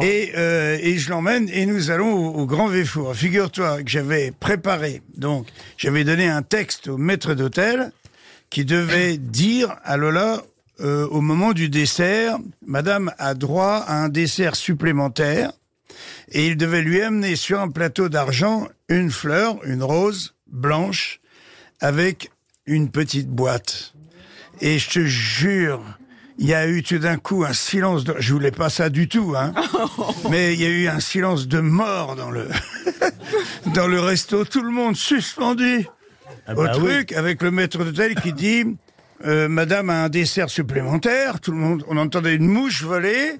E: Et, euh, et je l'emmène et nous allons au, au Grand Véfour. Figure-toi que j'avais préparé, donc j'avais donné un texte au maître d'hôtel qui devait dire à Lola euh, au moment du dessert, Madame a droit à un dessert supplémentaire et il devait lui amener sur un plateau d'argent une fleur, une rose blanche avec une petite boîte. Et je te jure, il y a eu tout d'un coup un silence. De... Je voulais pas ça du tout, hein. Mais il y a eu un silence de mort dans le [laughs] dans le resto. Tout le monde suspendu
C: Ah
E: au
C: bah oui.
E: truc avec le maître d'hôtel qui dit. euh, Madame a un dessert supplémentaire. Tout le monde, on entendait une mouche voler.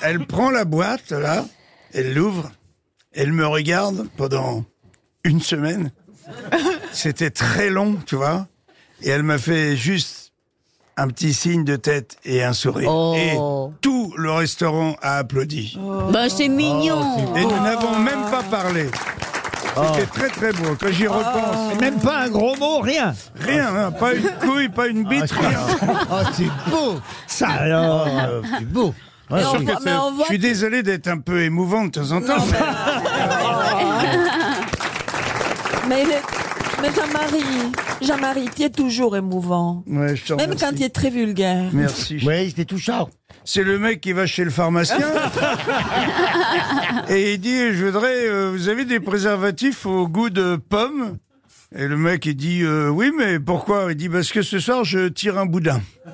E: Elle prend la boîte là, elle l'ouvre, elle me regarde pendant une semaine. C'était très long, tu vois. Et elle m'a fait juste un petit signe de tête et un sourire.
C: Oh.
E: Et tout le restaurant a applaudi.
H: Oh.
B: Oh,
F: Ben, c'est mignon.
E: Et nous n'avons même pas parlé.
C: Oh.
E: C'était très très beau. Quand
H: Oh.
E: j'y repense,
B: Même pas un gros mot, rien.
E: rien, hein, pas une couille, pas une bite, rien.
C: Ah, c'est beau
B: Ça alors.
C: euh, C'est beau
E: Je suis
H: on
E: sûr que
H: voit- mais
E: c'est-
H: on voit
E: Je suis
H: que-
E: désolé d'être un peu émouvant de temps en temps.
H: [laughs] Mais, le- mais Jean-Marie, Jean-Marie, tu es toujours émouvant.
E: Ouais, je te
H: Même
E: remercie.
H: quand tu es très vulgaire.
E: Merci.
C: Ouais, c'était touchant.
E: C'est le mec qui va chez le
C: [laughs]
E: pharmacien [laughs] et il dit Je voudrais, euh, vous avez des préservatifs au goût de pomme Et le mec il dit euh, Oui, mais pourquoi Il dit Parce que ce soir je tire un boudin. tu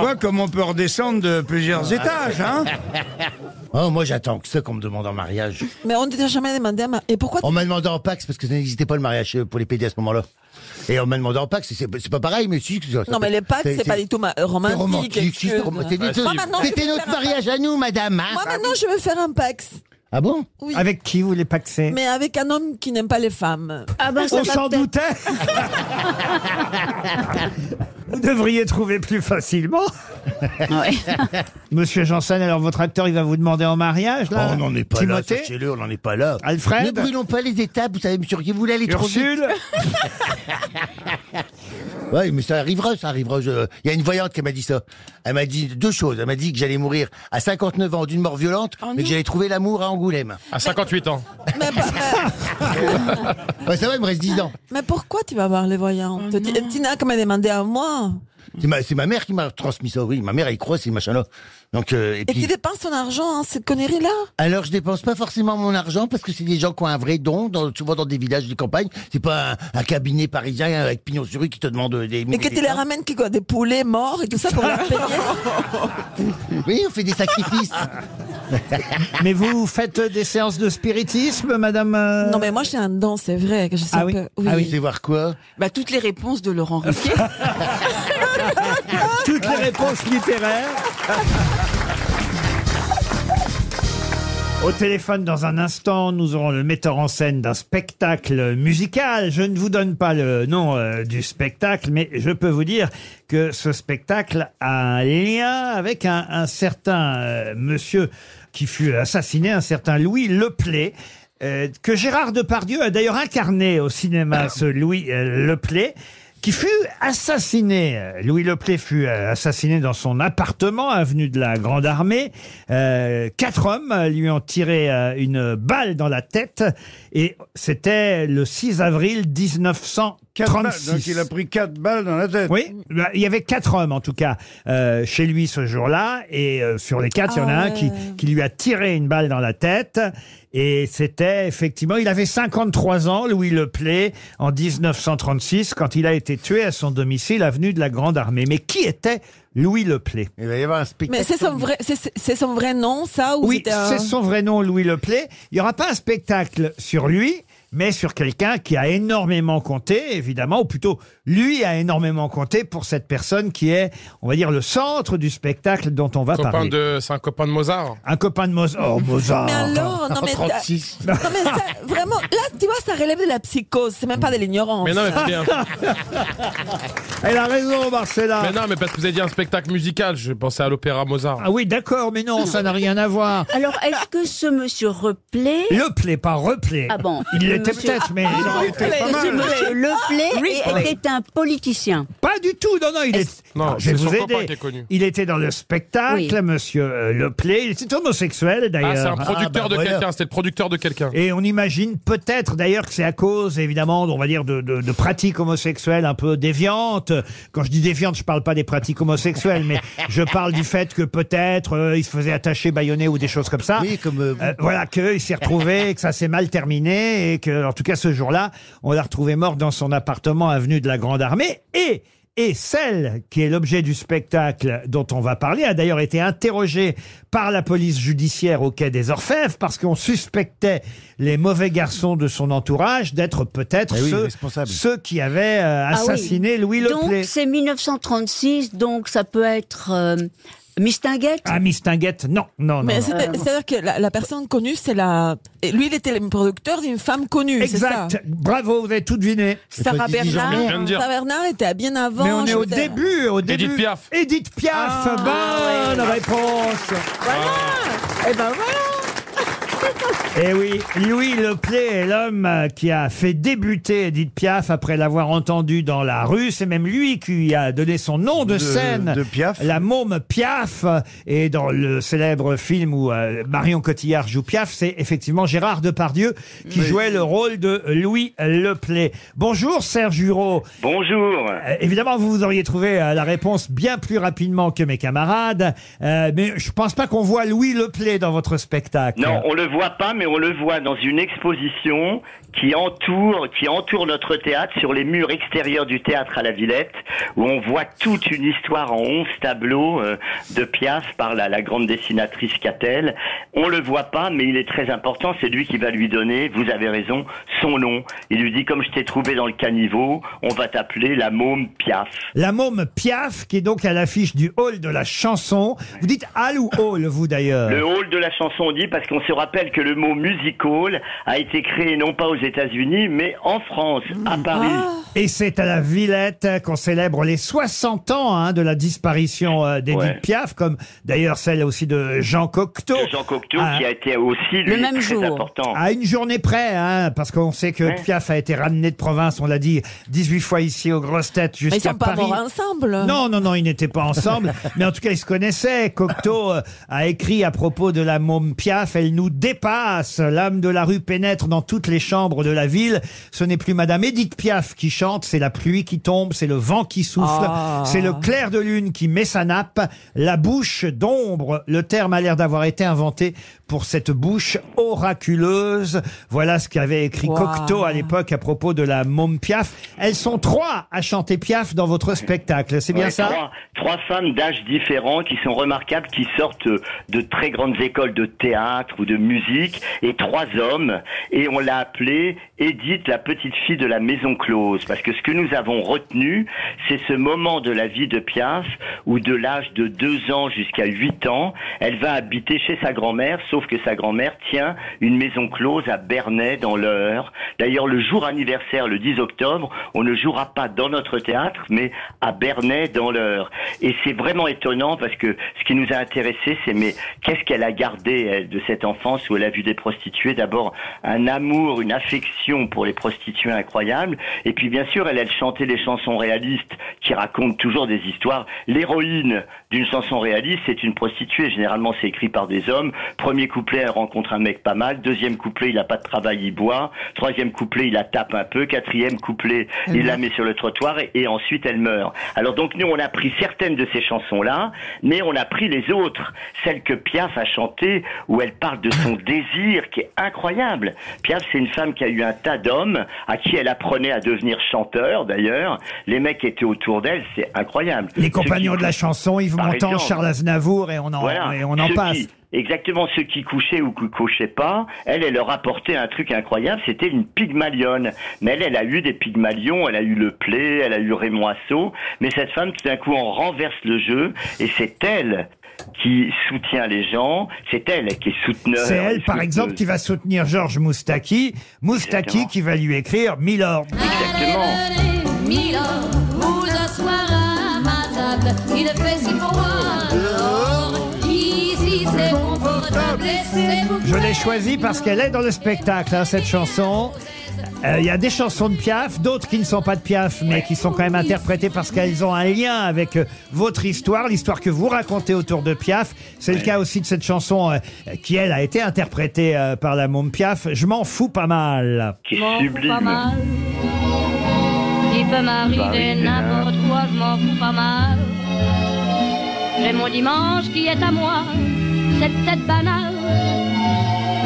E: vois comme on peut redescendre de
H: Ah.
E: plusieurs étages, hein
C: Oh, moi j'attends que ça qu'on me demande en mariage.
H: Mais on ne t'a jamais demandé à ma... Et pourquoi
C: On m'a demandé en Pax parce que ça n'existait pas le mariage euh, pour les PD à ce moment-là. Et on m'a demandé en Pax, c'est c'est pas pareil, mais si. ça-
H: Non, mais les pactes, c'est pas du tout ma-
C: C'est
H: romantique.
C: romantique, si,
H: excuse.
C: c'est romantique.
H: Moi, maintenant, je
C: C'était
H: vais
C: notre
H: faire un-
C: mariage à nous, madame. hein.
H: Moi, maintenant, je veux faire un pax.
C: Ah bon
H: Oui.
B: Avec qui vous les paxez
H: Mais avec un homme qui n'aime pas les femmes.
F: Ah
I: bah,
F: ben,
B: On s'en doutait Vous devriez trouver plus facilement. [laughs] Monsieur Janssen, alors votre acteur, il va vous demander en mariage,
C: Oh,
B: là
C: on n'en est pas là,
B: Timothée
C: sachez-le, on n'en est pas là.
B: Alfred
C: Ne brûlons pas les étapes, vous savez, monsieur, vous voulez aller trop vite.
B: Ursule
E: [laughs]
C: Oui, mais ça arrivera, ça arrivera. je- Il y a une voyante qui m'a dit ça. Elle m'a dit deux choses. Elle m'a dit que j'allais mourir à 59 ans d'une mort violente, mais que j'allais trouver l'amour à Angoulême.
G: À 58 ans.
C: Ouais, ça va, il me reste 10 ans.
I: Mhm.
H: Mais pourquoi tu vas voir les voyants Tu- Tina qui m'a demandé à moi Non.
C: C'est ma, c'est ma mère qui m'a transmis ça, oui. Ma mère, elle croit ces machins-là. Donc, euh, et
H: Et tu
C: puis.
H: dépenses ton argent, hein, cette connerie-là
C: Alors, je dépense pas forcément mon argent parce que c'est des gens qui ont un vrai don, dans, souvent dans des villages de campagne. C'est pas un, un cabinet parisien avec pignon sur rue qui te demande euh, des.
H: Et que tu les ramènes qui, quoi, des poulets morts et tout ça
I: [laughs]
H: pour les payer
C: Oui, on fait des sacrifices.
B: [laughs]
C: [laughs]
B: mais vous, vous faites des séances de spiritisme, madame euh,
H: Non, mais moi j'ai un don, c'est vrai. Que je sais
B: Ah oui.
H: un peu-
B: Ah oui.
C: C'est voir quoi
I: Bah, toutes les réponses de Laurent Ruquier.
B: Toutes les réponses littéraires. Au téléphone, dans un instant, nous aurons le metteur en scène d'un spectacle musical. Je ne vous donne pas le nom euh, du spectacle, mais je peux vous dire que ce spectacle a un lien avec un, un certain euh, monsieur qui fut assassiné, un certain Louis Leplay. euh, que Gérard Depardieu a d'ailleurs incarné au cinéma, ce Louis euh, Leplay qui fut assassiné. Euh, Louis Leplay fut euh, assassiné dans son appartement, avenue de la Grande Armée. Euh, quatre hommes euh, lui ont tiré euh, une balle dans la tête et c'était le 6 avril
E: Quatre balles, donc
B: 1936.
E: il a pris quatre balles dans la tête.
B: Oui, bah, il y avait quatre hommes en tout cas euh, chez lui ce jour-là, et euh, sur les quatre, il y en a
H: Ah
B: un qui, qui lui a tiré une balle dans la tête. Et c'était effectivement, il avait 53 ans, Louis Leplay, en 1936, quand il a été tué à son domicile, avenue de la Grande Armée. Mais qui était Louis Leplay
C: Il va y avoir un spectacle.
H: Mais c'est son, vrai, c'est- c'est- c'est son vrai nom,
F: Oh,
H: ça ou
B: Oui,
H: c'était un-
B: c'est son vrai nom, Louis Leplay. Il n'y aura pas un spectacle sur lui, mais sur quelqu'un qui a énormément compté, évidemment, ou plutôt lui a énormément compté pour cette personne qui est, on va dire, le centre du spectacle dont on va
G: Copain
B: parler.
G: de, c'est un copain de Mozart.
B: Un copain de Mozart. Oh, Mozart.
H: Mais
G: Ah.
H: alors, non mais, t'as- non, mais ça, vraiment, là, tu vois, ça relève de la psychose, c'est même pas de l'ignorance.
G: Mais non, mais
H: ça.
G: c'est bien.
B: Elle a raison, Marcella.
G: Mais non, mais parce que vous avez dit un spectacle musical, je pensais à l'opéra Mozart.
B: Ah oui, d'accord, mais non, ça n'a rien à voir.
F: Alors, est-ce que ce monsieur Replay...
B: Leplay, pas Replay.
F: Ah bon
B: Il l'était
F: Monsieur-
B: peut-être, mais.
F: Ah,
B: Il était pas
F: monsieur
B: mal.
F: Leplay
B: Ripley.
F: était un politicien.
B: Pas du tout, non, non, il est.
G: Non,
B: je vais
G: c'est son
B: vous
G: papa
B: aider.
G: qui est connu.
B: Il était dans le spectacle,
F: Oui.
B: monsieur euh, Leplay. Il était homosexuel, d'ailleurs.
G: Ah, c'est un producteur
B: Ah, bah,
G: de
B: voilà.
G: quelqu'un, c'était le producteur de quelqu'un.
B: Et on imagine peut-être d'ailleurs que c'est à cause, évidemment, on va dire, de, de- de pratiques homosexuelles un peu déviantes. Quand je dis déviantes, je parle pas des pratiques homosexuelles,
C: [laughs]
B: mais je parle du fait que peut-être euh, il se faisait attacher, baïonner ou des choses comme ça.
C: Oui, comme, euh,
B: Euh, voilà, qu'il s'est retrouvé, que ça s'est mal terminé, et que, en tout cas, ce jour-là, on l'a retrouvé mort dans son appartement avenue de la Grande Armée. Et, et celle qui est l'objet du spectacle dont on va parler a d'ailleurs été interrogée par la police judiciaire au quai des Orfèvres parce qu'on suspectait les mauvais garçons de son entourage d'être peut-être
C: Eh oui,
B: ceux,
C: responsables.
B: ceux qui avaient euh,
F: Ah oui.
B: assassiné Louis
F: Donc,
B: Leplay.
F: c'est 1936, donc ça peut être euh, Mistinguette.
B: Ah, Mistinguette, non, non, non.
H: [laughs] Mais
B: non.
H: c'était-
F: Ah.
H: c'est-à-dire que la, la personne connue, c'est la. et lui, il était le producteur d'une femme connue, c'est ça
B: Exact. Bravo, vous avez tout deviné.
H: Sarah Bernard,
G: Je viens de dire.
H: Sarah Bernard était bien avant.
B: Mais on est
H: je
B: au
H: veux dire.
B: début, au début.
G: Édith Piaf.
B: Édith Piaf, bonne réponse.
H: Eh ben voilà
B: Eh oui, Louis Leplay est l'homme euh, qui a fait débuter Edith Piaf après l'avoir entendu dans la rue. C'est même lui qui a donné son nom de,
E: De-
B: scène.
E: de Piaf.
B: La môme Piaf. Et dans le célèbre film où euh, Marion Cotillard joue Piaf, c'est effectivement Gérard Depardieu qui jouait le rôle de Louis Leplay. Bonjour Serge Juro.
M: Bonjour.
B: Euh, Évidemment, vous auriez trouvé euh, la réponse bien plus rapidement que mes camarades, Euh, mais je pense pas qu'on voit Louis Leplay dans votre spectacle.
L: Non, on le voit pas, mais on le voit dans une exposition qui entoure, qui entoure notre théâtre sur les murs extérieurs du théâtre à la Villette, où on voit toute une histoire en 11 tableaux euh, de Piaf par la, la grande dessinatrice Catel. On le voit pas, mais il est très important. C'est lui qui va lui donner, vous avez raison, son nom. Il lui dit, comme je t'ai trouvé dans le caniveau, on va t'appeler la môme Piaf.
B: La môme Piaf, qui est donc à l'affiche du hall de la chanson. Vous dites hall ou hall, vous d'ailleurs
L: Le hall de la chanson, on dit, parce qu'on se rappelle que le mot music hall a été créé non pas aux États-Unis, mais en France,
F: Mm.
L: à Paris.
F: Ah.
B: Et c'est à la Villette qu'on célèbre les 60 ans hein, de la disparition euh, d'Edith
L: Ouais.
B: Piaf, comme d'ailleurs celle aussi de Jean Cocteau.
L: de Jean Cocteau,
B: Ah.
L: qui a été aussi
F: Le
L: lui,
F: même
L: très
F: jour.
L: important.
B: À une journée près, hein, parce qu'on sait que
L: Ouais.
B: Piaf a été ramené de province, on l'a dit 18 fois ici aux grosses têtes
H: Mais
B: jusqu'à
H: ils sont pas
B: Paris.
H: morts ensemble
B: Non, non, non, ils n'étaient pas
H: [laughs]
B: ensemble. mais en tout cas, ils se connaissaient. Cocteau euh, a écrit à propos de la môme Piaf, elle nous dépasse. L'âme de la rue pénètre dans toutes les chambres de la ville. Ce n'est plus Madame Edith Piaf qui chante, c'est la pluie qui tombe, c'est le vent qui souffle,
P: Ah.
B: c'est le clair de lune qui met sa nappe, la bouche d'ombre. Le terme a l'air d'avoir été inventé pour cette bouche oraculeuse. Voilà ce qu'avait écrit
P: Wow.
B: Cocteau à l'époque à propos de la môme Piaf. Elles sont trois à chanter Piaf dans votre spectacle. C'est bien
L: Ouais,
B: ça
L: trois, trois femmes d'âge différents qui sont remarquables, qui sortent de très grandes écoles de théâtre ou de musique, et trois hommes. Et on l'a appelée Edith, la petite fille de la maison close, parce que ce que nous avons retenu, c'est ce moment de la vie de Piaf, où de l'âge de deux ans jusqu'à huit ans, elle va habiter chez sa grand-mère, sauf que sa grand-mère tient une maison close à Bernay dans l'Eure. D'ailleurs, le jour anniversaire, le 10 octobre, on ne jouera pas dans notre théâtre, mais à Bernay dans l'Eure. Et c'est vraiment étonnant parce que ce qui nous a intéressé, c'est mais qu'est-ce qu'elle a gardé elle, de cette enfance où elle a vu des prostituées D'abord, un amour, une affection pour les prostituées incroyable. Et puis, bien sûr, elle, elle chantait des chansons réalistes qui racontent toujours des histoires. L'héroïne d'une chanson réaliste, c'est une prostituée. Généralement, c'est écrit par des hommes. Premier couplet, elle rencontre un mec pas mal. Deuxième couplet, il a pas de travail, il boit. Troisième couplet, il la tape un peu. Quatrième couplet,
Q: Elle
L: il la
Q: meurt.
L: met sur le trottoir et, et ensuite elle meurt. Alors donc nous, on a pris certaines de ces chansons-là, mais on a pris les autres. Celles que Piaf a chantées, où elle parle de son désir qui est incroyable. Piaf, c'est une femme qui a eu un tas d'hommes, à qui elle apprenait à devenir chanteur d'ailleurs. Les mecs étaient autour d'elle, c'est incroyable.
B: Les
L: Ce
B: compagnons
L: qui-
B: de la chanson, Yves
L: Par
B: Montand,
L: exemple.
B: Charles Aznavour, et on en,
L: Voilà.
B: et on en
L: Ceux
B: passe.
L: qui- exactement ceux qui couchaient ou qui couchaient pas, elle, elle leur apportait un truc incroyable, c'était une pygmalionne. Mais elle, elle a eu des pygmalions, elle a eu le Play, elle a eu Raymond Assaut, mais cette femme, tout d'un coup, on renverse le jeu, et c'est elle qui soutient les gens, c'est elle qui est souteneur.
B: C'est elle, par
L: souteneuse.
B: exemple, qui va soutenir Georges Moustaki. Moustaki qui va lui écrire Milord.
R: Milord, vous asseoir à ma table. Il fait si froid dehors. Ici c'est confortable. Laissez-vous
B: Je l'ai choisie parce qu'elle est dans le spectacle, hein, cette chanson. Euh, Il y a des chansons de Piaf, d'autres qui ne sont pas de Piaf, mais qui sont quand même interprétées parce qu'elles ont un lien avec euh, votre histoire, l'histoire que vous racontez autour de Piaf. C'est le cas aussi de cette chanson euh, qui, elle, a été interprétée euh, par la môme Piaf. Je m'en fous pas mal.
R: Je m'en fous pas mal. Il peut m'arriver
B: Paris,
R: n'importe quoi, je m'en fous pas mal. J'ai mon dimanche qui est à moi, c'est peut-être banal.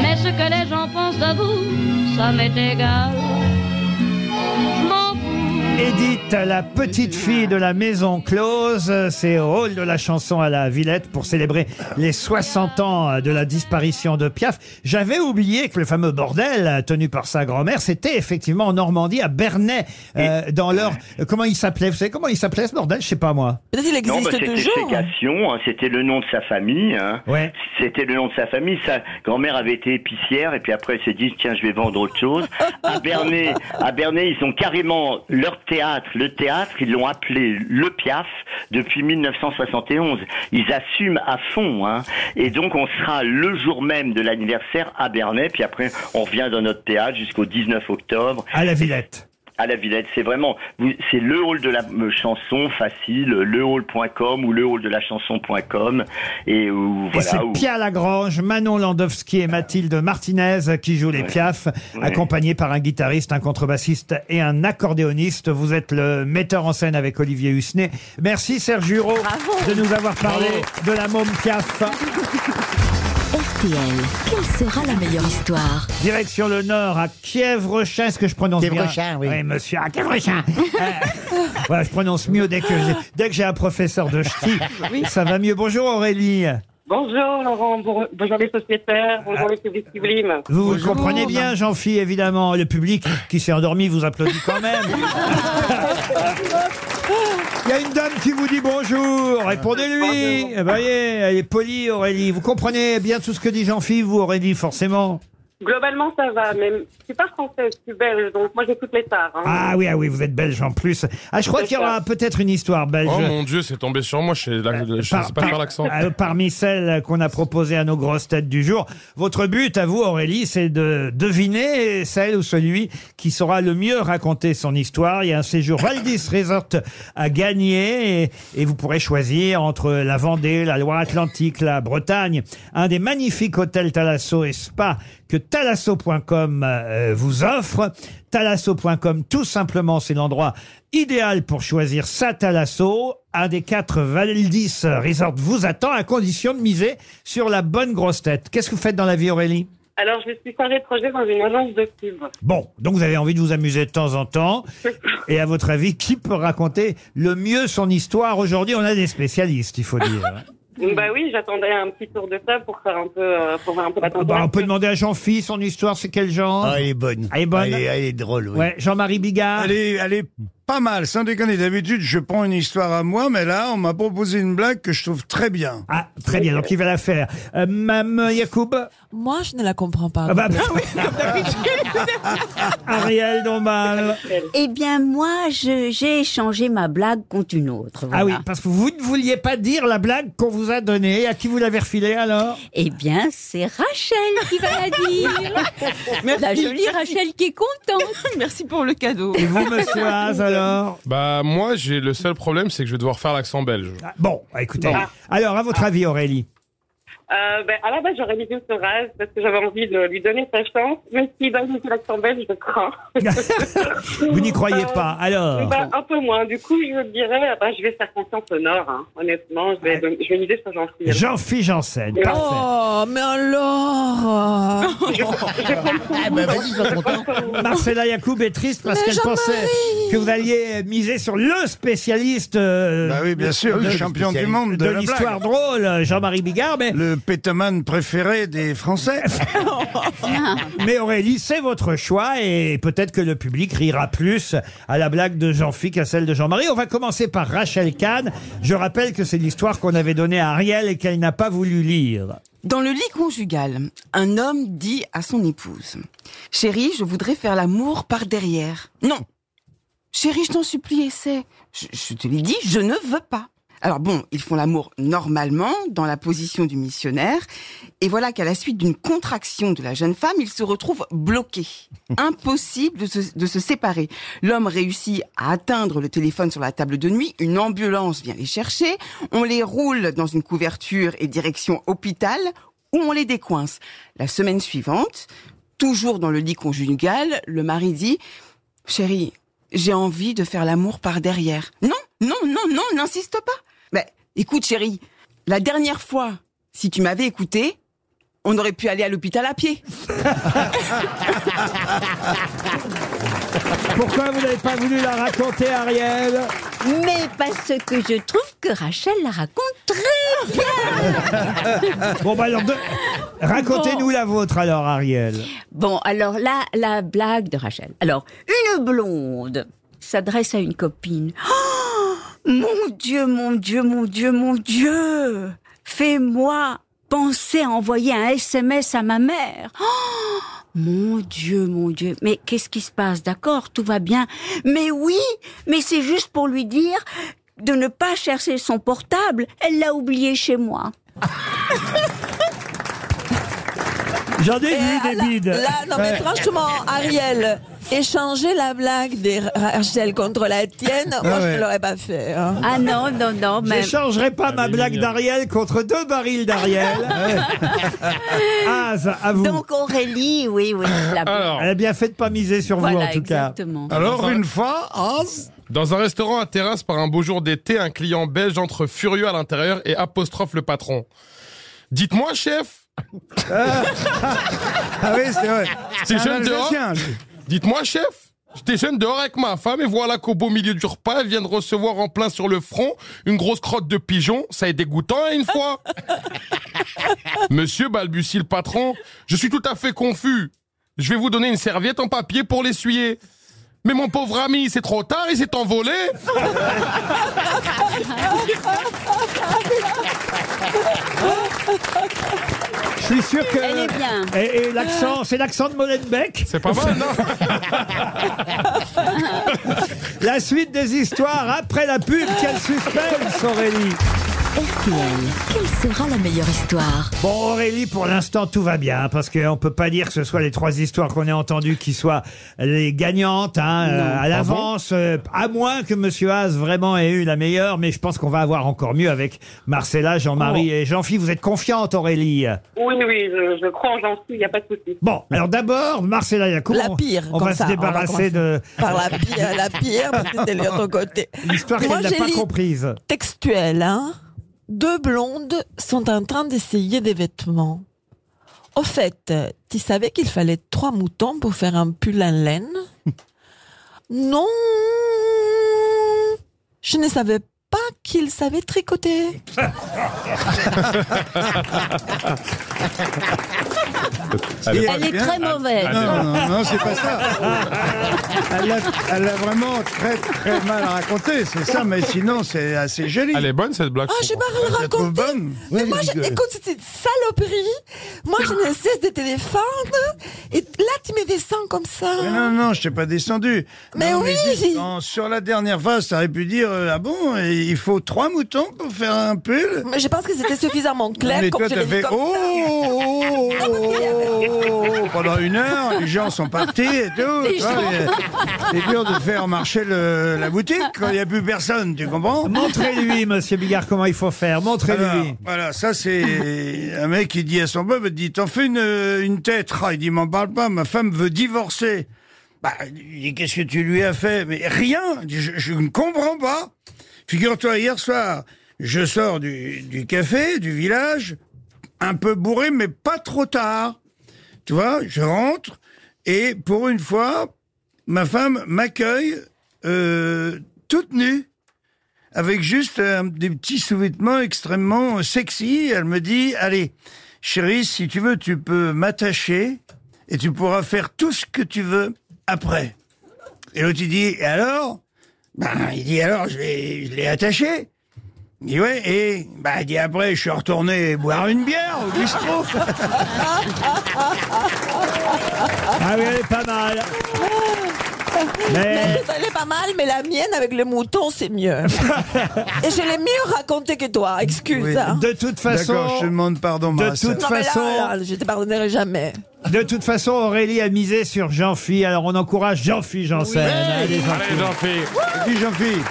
R: Mais ce que les gens pensent de vous, ça m'est égal. Je m'en
B: Edith, la petite fille de la maison close, c'est au rôle de la chanson à la Villette pour célébrer les 60 ans de la disparition de Piaf. J'avais oublié que le fameux bordel tenu par sa grand-mère, c'était effectivement en Normandie, à Bernay, euh, dans leur... Comment il s'appelait Vous savez comment il s'appelait ce bordel Je sais pas moi.
L: Non, bah, c'était Sécation, hein, c'était le nom de sa famille. hein. C'était le nom de sa famille. Sa grand-mère avait été épicière et puis après elle s'est dit tiens je vais vendre autre chose. à Bernay, à Bernay ils ont carrément leur théâtre, le théâtre ils l'ont appelé le Piaf depuis 1971. Ils assument à fond. hein. Et donc on sera le jour même de l'anniversaire à Bernay puis après on revient dans notre théâtre jusqu'au 19 octobre
B: À la Villette.
L: à la Villette. C'est vraiment, vous- c'est le hall de la euh, chanson facile, lehall.com ou le hall de la chanson.com et où,
B: Et c'est
L: voilà. où-
B: Pia Lagrange, Manon Landowski et Mathilde Martinez qui jouent les
L: Ouais.
B: Piaf,
L: Ouais.
B: accompagnés par un guitariste, un contrebassiste et un accordéoniste. Vous êtes le metteur en scène avec Olivier Husnet. Merci Serge Giraud de nous avoir parlé de la môme Piaf.
D: RTL, quelle sera la meilleure histoire
B: Direction le nord, à Kievrechin, est-ce que je prononce bien
D: Kievrechin, oui.
B: Oui, monsieur, à Kievrechin. Euh, voilà, je prononce mieux dès que j'ai, dès que j'ai un professeur de ch'ti. Ça va mieux. Bonjour Aurélie.
S: Bonjour Laurent, bon- bonjour les sociétaires, bonjour les publics sublimes.
B: Ah. Vous vous comprenez bien, Jean-Phi, évidemment. Le public qui s'est endormi vous applaudit quand même. Il y a une dame qui vous dit bonjour. Répondez-lui. Eh ben, voyez, elle est polie, Aurélie. Vous comprenez bien tout ce que dit Jean-Phi, vous, Aurélie, forcément.
S: Globalement, ça va, mais je suis pas française, je suis belge, donc moi j'écoute les stars. hein.
B: Ah oui, ah oui, vous êtes belge en plus. Ah, je crois
S: C'est
B: qu'il y aura peut-être une histoire belge.
G: Oh mon dieu, c'est tombé sur moi. Je sais, là, je sais pas faire l'accent.
B: Euh, parmi celles qu'on a proposées à nos grosses têtes du jour, votre but à vous, Aurélie, c'est de deviner celle ou celui qui saura le mieux raconter son histoire. Il y a un
G: [coughs]
B: séjour Valdis Resort à gagner et, et vous pourrez choisir entre la Vendée, la Loire-Atlantique, la Bretagne, un des magnifiques hôtels Thalasso et Spa que thalasso.com euh, vous offre. Thalasso.com, tout simplement, c'est l'endroit idéal pour choisir sa Thalasso. Un des quatre Valdis Resort vous attend à condition de miser sur la bonne grosse tête. Qu'est-ce que vous faites dans la vie, Aurélie
S: Alors, je suis chargée de projet dans une agence de pub.
B: Bon, donc vous avez envie de vous amuser de temps en temps. Et à votre avis, qui peut raconter le mieux son histoire Aujourd'hui, on a des spécialistes, il faut dire.
S: Bah oui, j'attendais un petit tour de ça pour faire un peu, euh, pour voir un peu la
B: Bah, on
S: température.
B: peut demander à Jean-Philippe son histoire, c'est quel genre
E: Ah, elle est bonne.
B: Elle est bonne
E: Elle est, elle est drôle, oui.
B: Ouais, Jean-Marie Bigard.
E: Elle est, elle est pas mal, sans déconner. D'habitude, je prends une histoire à moi, mais là, on m'a proposé une blague que je trouve très bien.
B: Ah, Très bien, donc il va la faire. Euh, Mme Yacoub
H: Moi, je ne la comprends pas.
B: Ah bah, bah oui, comme d'habitude. Ariel Dombal.
F: Eh bien, moi, je- j'ai échangé ma blague contre une autre.
B: Ah oui, parce que vous ne vouliez pas dire la blague qu'on vous a donnée. À qui vous l'avez refilée alors
F: Eh bien, c'est Rachel qui va la Bah, dire.
I: [laughs] Merci.
F: La jolie Rachel qui est contente.
I: [laughs] Merci pour le cadeau.
B: Et vous, monsieur Haas, alors
G: Bah moi, j'ai le seul problème, c'est que je vais devoir faire l'accent belge.
B: Bon, bah, écoutez. Alors, à votre avis, Aurélie
S: Euh, ben, à la base, j'aurais mis une Soraz parce que j'avais envie de lui donner sa chance, mais si donne une l'accent belge, je
B: [laughs]
S: crains.
B: Vous n'y croyez pas, alors
S: Bah, un peu moins. Du coup, je dirais, bah, je vais faire confiance au Nord, hein. honnêtement. Je vais, don- je vais miser sur Jean-Pierre.
B: Jean-Philippe Janssen,
S: Oh.
B: parfait.
H: Oh, mais alors
C: [laughs] Ah bah vas-y, sois content.
B: Marcella Yacoub est triste parce
C: Mais
B: qu'elle
C: Jean-Marie
B: pensait que vous alliez miser sur le spécialiste. euh,
E: Bah oui, bien sûr,
B: de-
E: le champion du monde de,
B: de
E: la
B: l'histoire
E: blague.
B: drôle, Jean-Marie Bigard, mais
E: le pétoman préféré des Français.
B: [laughs]
H: [laughs]
B: Mais Aurélie, c'est votre choix et peut-être que le public rira plus à la blague de Jean-Philippe qu'à celle de Jean-Marie. On va commencer par Rachel Kahn. Je rappelle que c'est l'histoire qu'on avait donnée à Ariel et qu'elle n'a pas voulu lire.
I: Dans le lit conjugal, un homme dit à son épouse Chérie, je voudrais faire l'amour par derrière. Non Chérie, je t'en supplie, essaie. Je, je te l'ai dit, je ne veux pas. Alors bon, ils font l'amour normalement, dans la position du missionnaire, et voilà qu'à la suite d'une contraction de la jeune femme, ils se retrouvent bloqués. Impossible de se, de se séparer. L'homme réussit à atteindre le téléphone sur la table de nuit, une ambulance vient les chercher, on les roule dans une couverture et direction hôpital, où on les décoince. La semaine suivante, toujours dans le lit conjugal, le mari dit Chérie, j'ai envie de faire l'amour par derrière. Non, non, non, non, n'insiste pas. Mais écoute, chérie, la dernière fois, si tu m'avais écouté, on aurait pu aller à l'hôpital à pied.
B: Pourquoi vous n'avez pas voulu la raconter, Ariel
F: Mais parce que je trouve que Rachel la raconte très bien.
B: Bon, bah alors, de- racontez-nous la vôtre alors, Ariel.
F: Bon, alors là, la blague de Rachel. Alors, une blonde s'adresse à une copine. Oh, mon Dieu, mon Dieu, mon Dieu, mon Dieu Fais-moi penser à envoyer un SMS à ma mère. Oh, mon Dieu, mon Dieu. Mais qu'est-ce qui se passe D'accord, tout va bien. Mais oui, mais c'est juste pour lui dire de ne pas chercher son portable. Elle l'a oublié chez moi.
B: J'en ai
H: Eh,
B: vu des
H: là-
B: bides.
H: Là, non, mais
B: Ouais.
H: franchement, Ariel, échanger la blague de Ra- Rachel contre la tienne, moi,
B: Ah ouais.
H: je ne l'aurais pas fait. hein.
F: Ah non, non, non, mais...
B: J'échangerai pas ma blague
F: mignonne.
B: d'Ariel contre deux barils d'Ariel. [laughs] ah, ça, à vous.
F: Donc Aurélie, oui, oui. La
B: Elle a bien fait de pas miser sur vous, en
F: Voilà,
B: tout cas.
F: exactement.
G: Alors, une
E: fois,
G: Dans un restaurant à terrasse par un beau jour d'été, un client belge entre furieux à l'intérieur et apostrophe le patron. Dites-moi, chef.
E: Ah oui, c'est vrai.
G: J'étais
E: C'est un
G: jeune dehors.
E: Alsacien, lui.
G: Dites-moi, chef. J'étais jeune dehors avec ma femme et voilà qu'au beau milieu du repas, elle vient de recevoir en plein sur le front une grosse crotte de pigeon. Ça est dégoûtant hein, une
E: [laughs]
G: fois. Monsieur balbutie le patron. Je suis tout à fait confus. Je vais vous donner une serviette en papier pour l'essuyer. Mais mon pauvre ami, c'est trop tard, il s'est envolé.
B: Je suis sûr que.
F: Elle est bien.
B: Et, et l'accent, c'est l'accent de Molenbeek C'est pas mal, non [laughs] La suite des histoires après la pub. Quel suspense, Aurélie
D: Quelle sera la meilleure histoire
B: Bon Aurélie, pour l'instant tout va bien hein, parce qu'on peut pas dire que ce soit les trois histoires qu'on ait entendues qui soient les gagnantes hein,
P: Non.
B: euh, à
P: Ah
B: l'avance, euh, à moins que Monsieur Haas vraiment ait eu la meilleure, mais je pense qu'on va avoir encore mieux avec Marcella, Jean-Marie
F: Oh.
B: et Jean-Phi. Vous êtes confiante Aurélie
S: Oui, oui, je, je crois en gentil, il n'y a pas de souci.
B: Bon, Oh. alors d'abord Marcella Yacoub.
S: La
B: on-
S: pire,
B: On
S: comme
B: va
S: ça, on
B: se
S: va
B: débarrasser de
H: Par la pire, la pire, parce que c'est de ton côté.
B: l'histoire
H: Moi,
B: qu'elle n'a
H: j'ai
B: pas
H: lu
B: comprise.
H: Textuel, hein. Deux blondes sont en train d'essayer des vêtements. Au fait, tu savais qu'il fallait trois moutons pour faire un pull en
E: [laughs]
H: laine Non Je ne savais pas qu'il savait
E: [laughs]
H: tricoter.
E: Et-
R: Elle est très mauvaise.
E: Non, non, non, c'est pas ça. Elle l'a- elle l'a vraiment très, très mal raconté, c'est ça, mais sinon, c'est assez joli. Elle est bonne, cette blague.
H: Ah, je sais pas vous
E: la trouve bonne.
H: Mais moi, je- écoute, c'est une saloperie. Moi, je
E: [laughs]
H: ne cesse de te défendre. Et là, tu me descends comme ça.
E: Mais non, non, je t'ai pas descendu.
H: Mais
E: Non,
H: oui.
E: juste, en- sur la dernière phase, ça aurait pu dire euh, Ah bon, il faut trois moutons pour faire un pull
H: Mais je pense que c'était suffisamment clair.
E: Mais
H: comme
E: toi,
H: je
E: t'as
H: l'ai dit
E: fait
H: comme
E: Oh,
H: ça.
E: oh, oh, oh, oh, Pendant une heure, les gens sont partis et tout.
R: Les
E: tu vois,
R: gens.
E: et- C'est dur de faire marcher le- la boutique quand il n'y a plus personne, tu comprends
B: Montrez-lui, Monsieur Bigard, comment il faut faire.
E: Alors,
B: Montrez-lui.
E: voilà, ça c'est un mec qui dit à son peuple, il dit t'en fais une, euh, une tête. Ah, il dit m'en parle pas, ma femme veut divorcer. Bah, il dit qu'est-ce que tu lui as fait Mais rien, Il dit, je, je ne comprends pas. Figure-toi hier soir, je sors du, du café, du village, un peu bourré mais pas trop tard. Tu vois, je rentre et pour une fois, ma femme m'accueille euh, toute nue avec juste euh, des petits sous-vêtements extrêmement euh, sexy. Elle me dit, allez, chérie, si tu veux, tu peux m'attacher et tu pourras faire tout ce que tu veux après. Et l'autre, il dit, et alors ben, Il dit, alors, je l'ai je l'ai attaché. Il dit, ouais, et ben, il dit, après, je suis retourné boire une bière au bistrot.
B: Ah oui, elle est pas mal.
H: Mais... Elle est pas mal, mais la mienne avec le mouton,
B: [laughs]
H: c'est mieux. Et je l'ai mieux raconté que toi, excuse.
E: Oui.
H: hein.
B: De toute façon.
E: D'accord, je te demande pardon,
B: De
E: Marcel.
B: toute
H: Non, mais là,
B: façon.
H: là, je te pardonnerai jamais.
B: De toute façon, Aurélie a misé sur Jean-Phi. Alors on encourage Jean-Phi Janssen. Allez, Jean-Phi.
E: Dis, Jean-Philippe.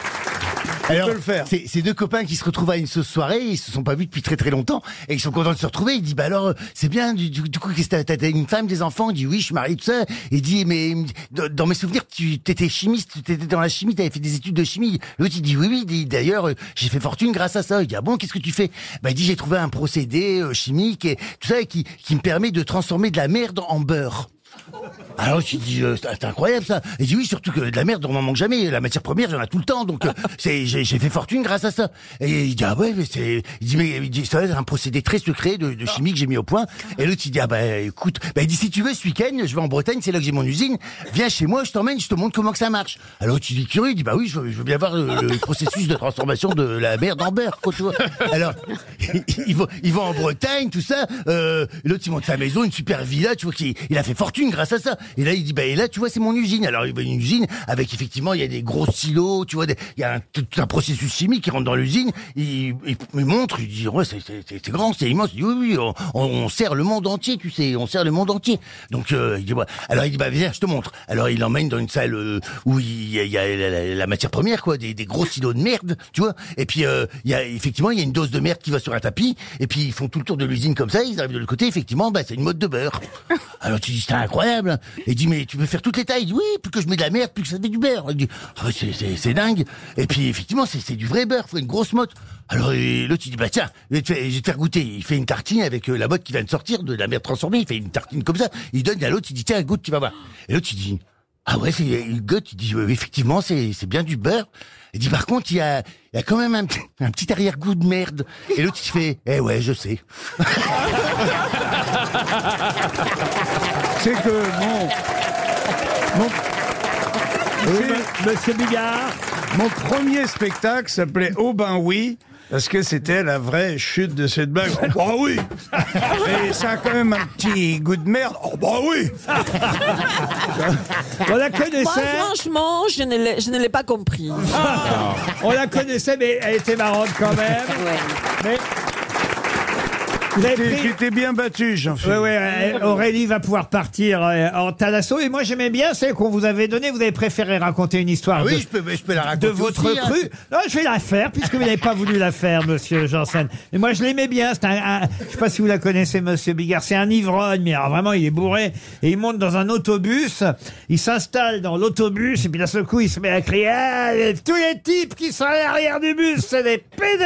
C: Alors, c'est c'est deux copains qui se retrouvent à une sauce soirée, ils se sont pas vus depuis très très longtemps, et ils sont contents de se retrouver. Il dit, bah alors, euh, c'est bien, du, du- du coup, qu'est-ce que t'as- t'as t'as une femme, des enfants Il dit, oui, je suis marié, tout ça. Il dit, mais il me dit, dans dans mes souvenirs, tu t'étais chimiste, tu étais dans la chimie, t'avais fait des études de chimie. L'autre, il dit, oui, oui, il dit, d'ailleurs, euh, j'ai fait fortune grâce à ça. Il dit, ah bon, qu'est-ce que tu fais Bah, il dit, j'ai trouvé un procédé euh, chimique, et tout ça, qui, qui me permet de transformer de la merde en beurre. Alors tu dis euh, c'est c'est incroyable ça. Il dit oui surtout que de la merde on n'en manque jamais. La matière première j'en ai tout le temps donc euh, c'est j'ai j'ai fait fortune grâce à ça. Et il dit ah ouais mais c'est il dit mais il dit ça c'est un procédé très secret de, de chimie que j'ai mis au point. Et l'autre il dit ah bah écoute bah il dit si tu veux ce week-end je vais en Bretagne c'est là que j'ai mon usine viens chez moi je t'emmène je te montre comment que ça marche. Alors tu dis curieux il dit bah oui je veux, je veux bien voir le, le processus de transformation de la merde en beurre quoi, tu vois. Alors [laughs] ils vont ils vont en Bretagne tout ça. Euh, l'autre il monte sa maison une super villa tu vois qu'il il a fait fortune grâce à ça. Et là, il dit, bah, et là, tu vois, c'est mon usine. Alors, il y a une usine avec, effectivement, il y a des gros silos, tu vois, des- il y a un- tout tout un processus chimique qui rentre dans l'usine. Il, il- il montre, il dit, ouais, c'est- c'est c'est- c'est grand, c'est immense. Il dit, oui, oui, on, on- on sert le monde entier, tu sais, on sert le monde entier. Donc, euh, il dit, ouais. alors, il dit, bah, viens, je te montre. Alors, il l'emmène dans une salle euh, où il y a, il y a la, la- la matière première, quoi, des, des gros silos de merde, tu vois. Et puis, euh, il y a, effectivement, il y a une dose de merde qui va sur un tapis. Et puis, ils font tout le tour de l'usine comme ça, ils arrivent de l'autre côté, effectivement, bah, c'est une mode de beurre. Alors tu dis c'est incroyable. Et dit mais tu peux faire toutes les tailles. Il dit, oui, plus que je mets de la merde, plus que ça fait du beurre. Il dit Ah, c'est- c'est c'est dingue. Et puis effectivement c'est c'est du vrai beurre, faut une grosse motte. Alors et l'autre il dit bah tiens, je vais te faire- je vais te faire goûter. Il fait une tartine avec euh, la motte qui vient de sortir de la merde transformée. Il fait une tartine comme ça. Il donne à l'autre, il dit tiens goûte, tu vas voir. Et l'autre il dit ah ouais, c'est il goûte, il dit euh, effectivement c'est c'est bien du beurre. Il dit par contre il y a il y a quand même un, [laughs] petit- un petit arrière-goût de merde. Et l'autre il fait eh ouais je sais.
E: C'est que mon. mon- Monsieur Bigard. Mon premier spectacle s'appelait Oh ben oui. Parce que c'était la vraie chute de cette blague. Oh bah oui
B: [laughs]
E: Et ça a quand même un petit goût de merde. Oh bah oui
B: [laughs] On la
H: Moi,
B: connaissait. Ah,
H: franchement, je ne l'ai- je ne l'ai pas compris.
B: On la connaissait, mais elle était marrante quand même. Mais... Vous avez
E: Tu
B: pris-
E: tu t'es bien battu,
B: Oui,
E: Jean-Philippe.
B: oui, euh, Aurélie va pouvoir partir euh, en talasso. Et moi, j'aimais bien celle qu'on vous avait donnée. Vous avez préféré raconter une histoire
Q: Ah oui,
B: de,
Q: je peux, je peux la raconter.
B: de votre
Q: aussi, hein.
B: crue. Non, je vais la faire, puisque vous n'avez pas voulu la faire, monsieur Janssen. Mais moi, je l'aimais bien. C'est un, un- je sais pas si vous la connaissez, monsieur Bigard. C'est un ivrogne, mais alors vraiment, il est bourré. Et il monte dans un autobus. Il s'installe dans l'autobus. Et puis, d'un seul coup, il se met à crier Ah, Tous les types qui sont à l'arrière du bus, c'est des PD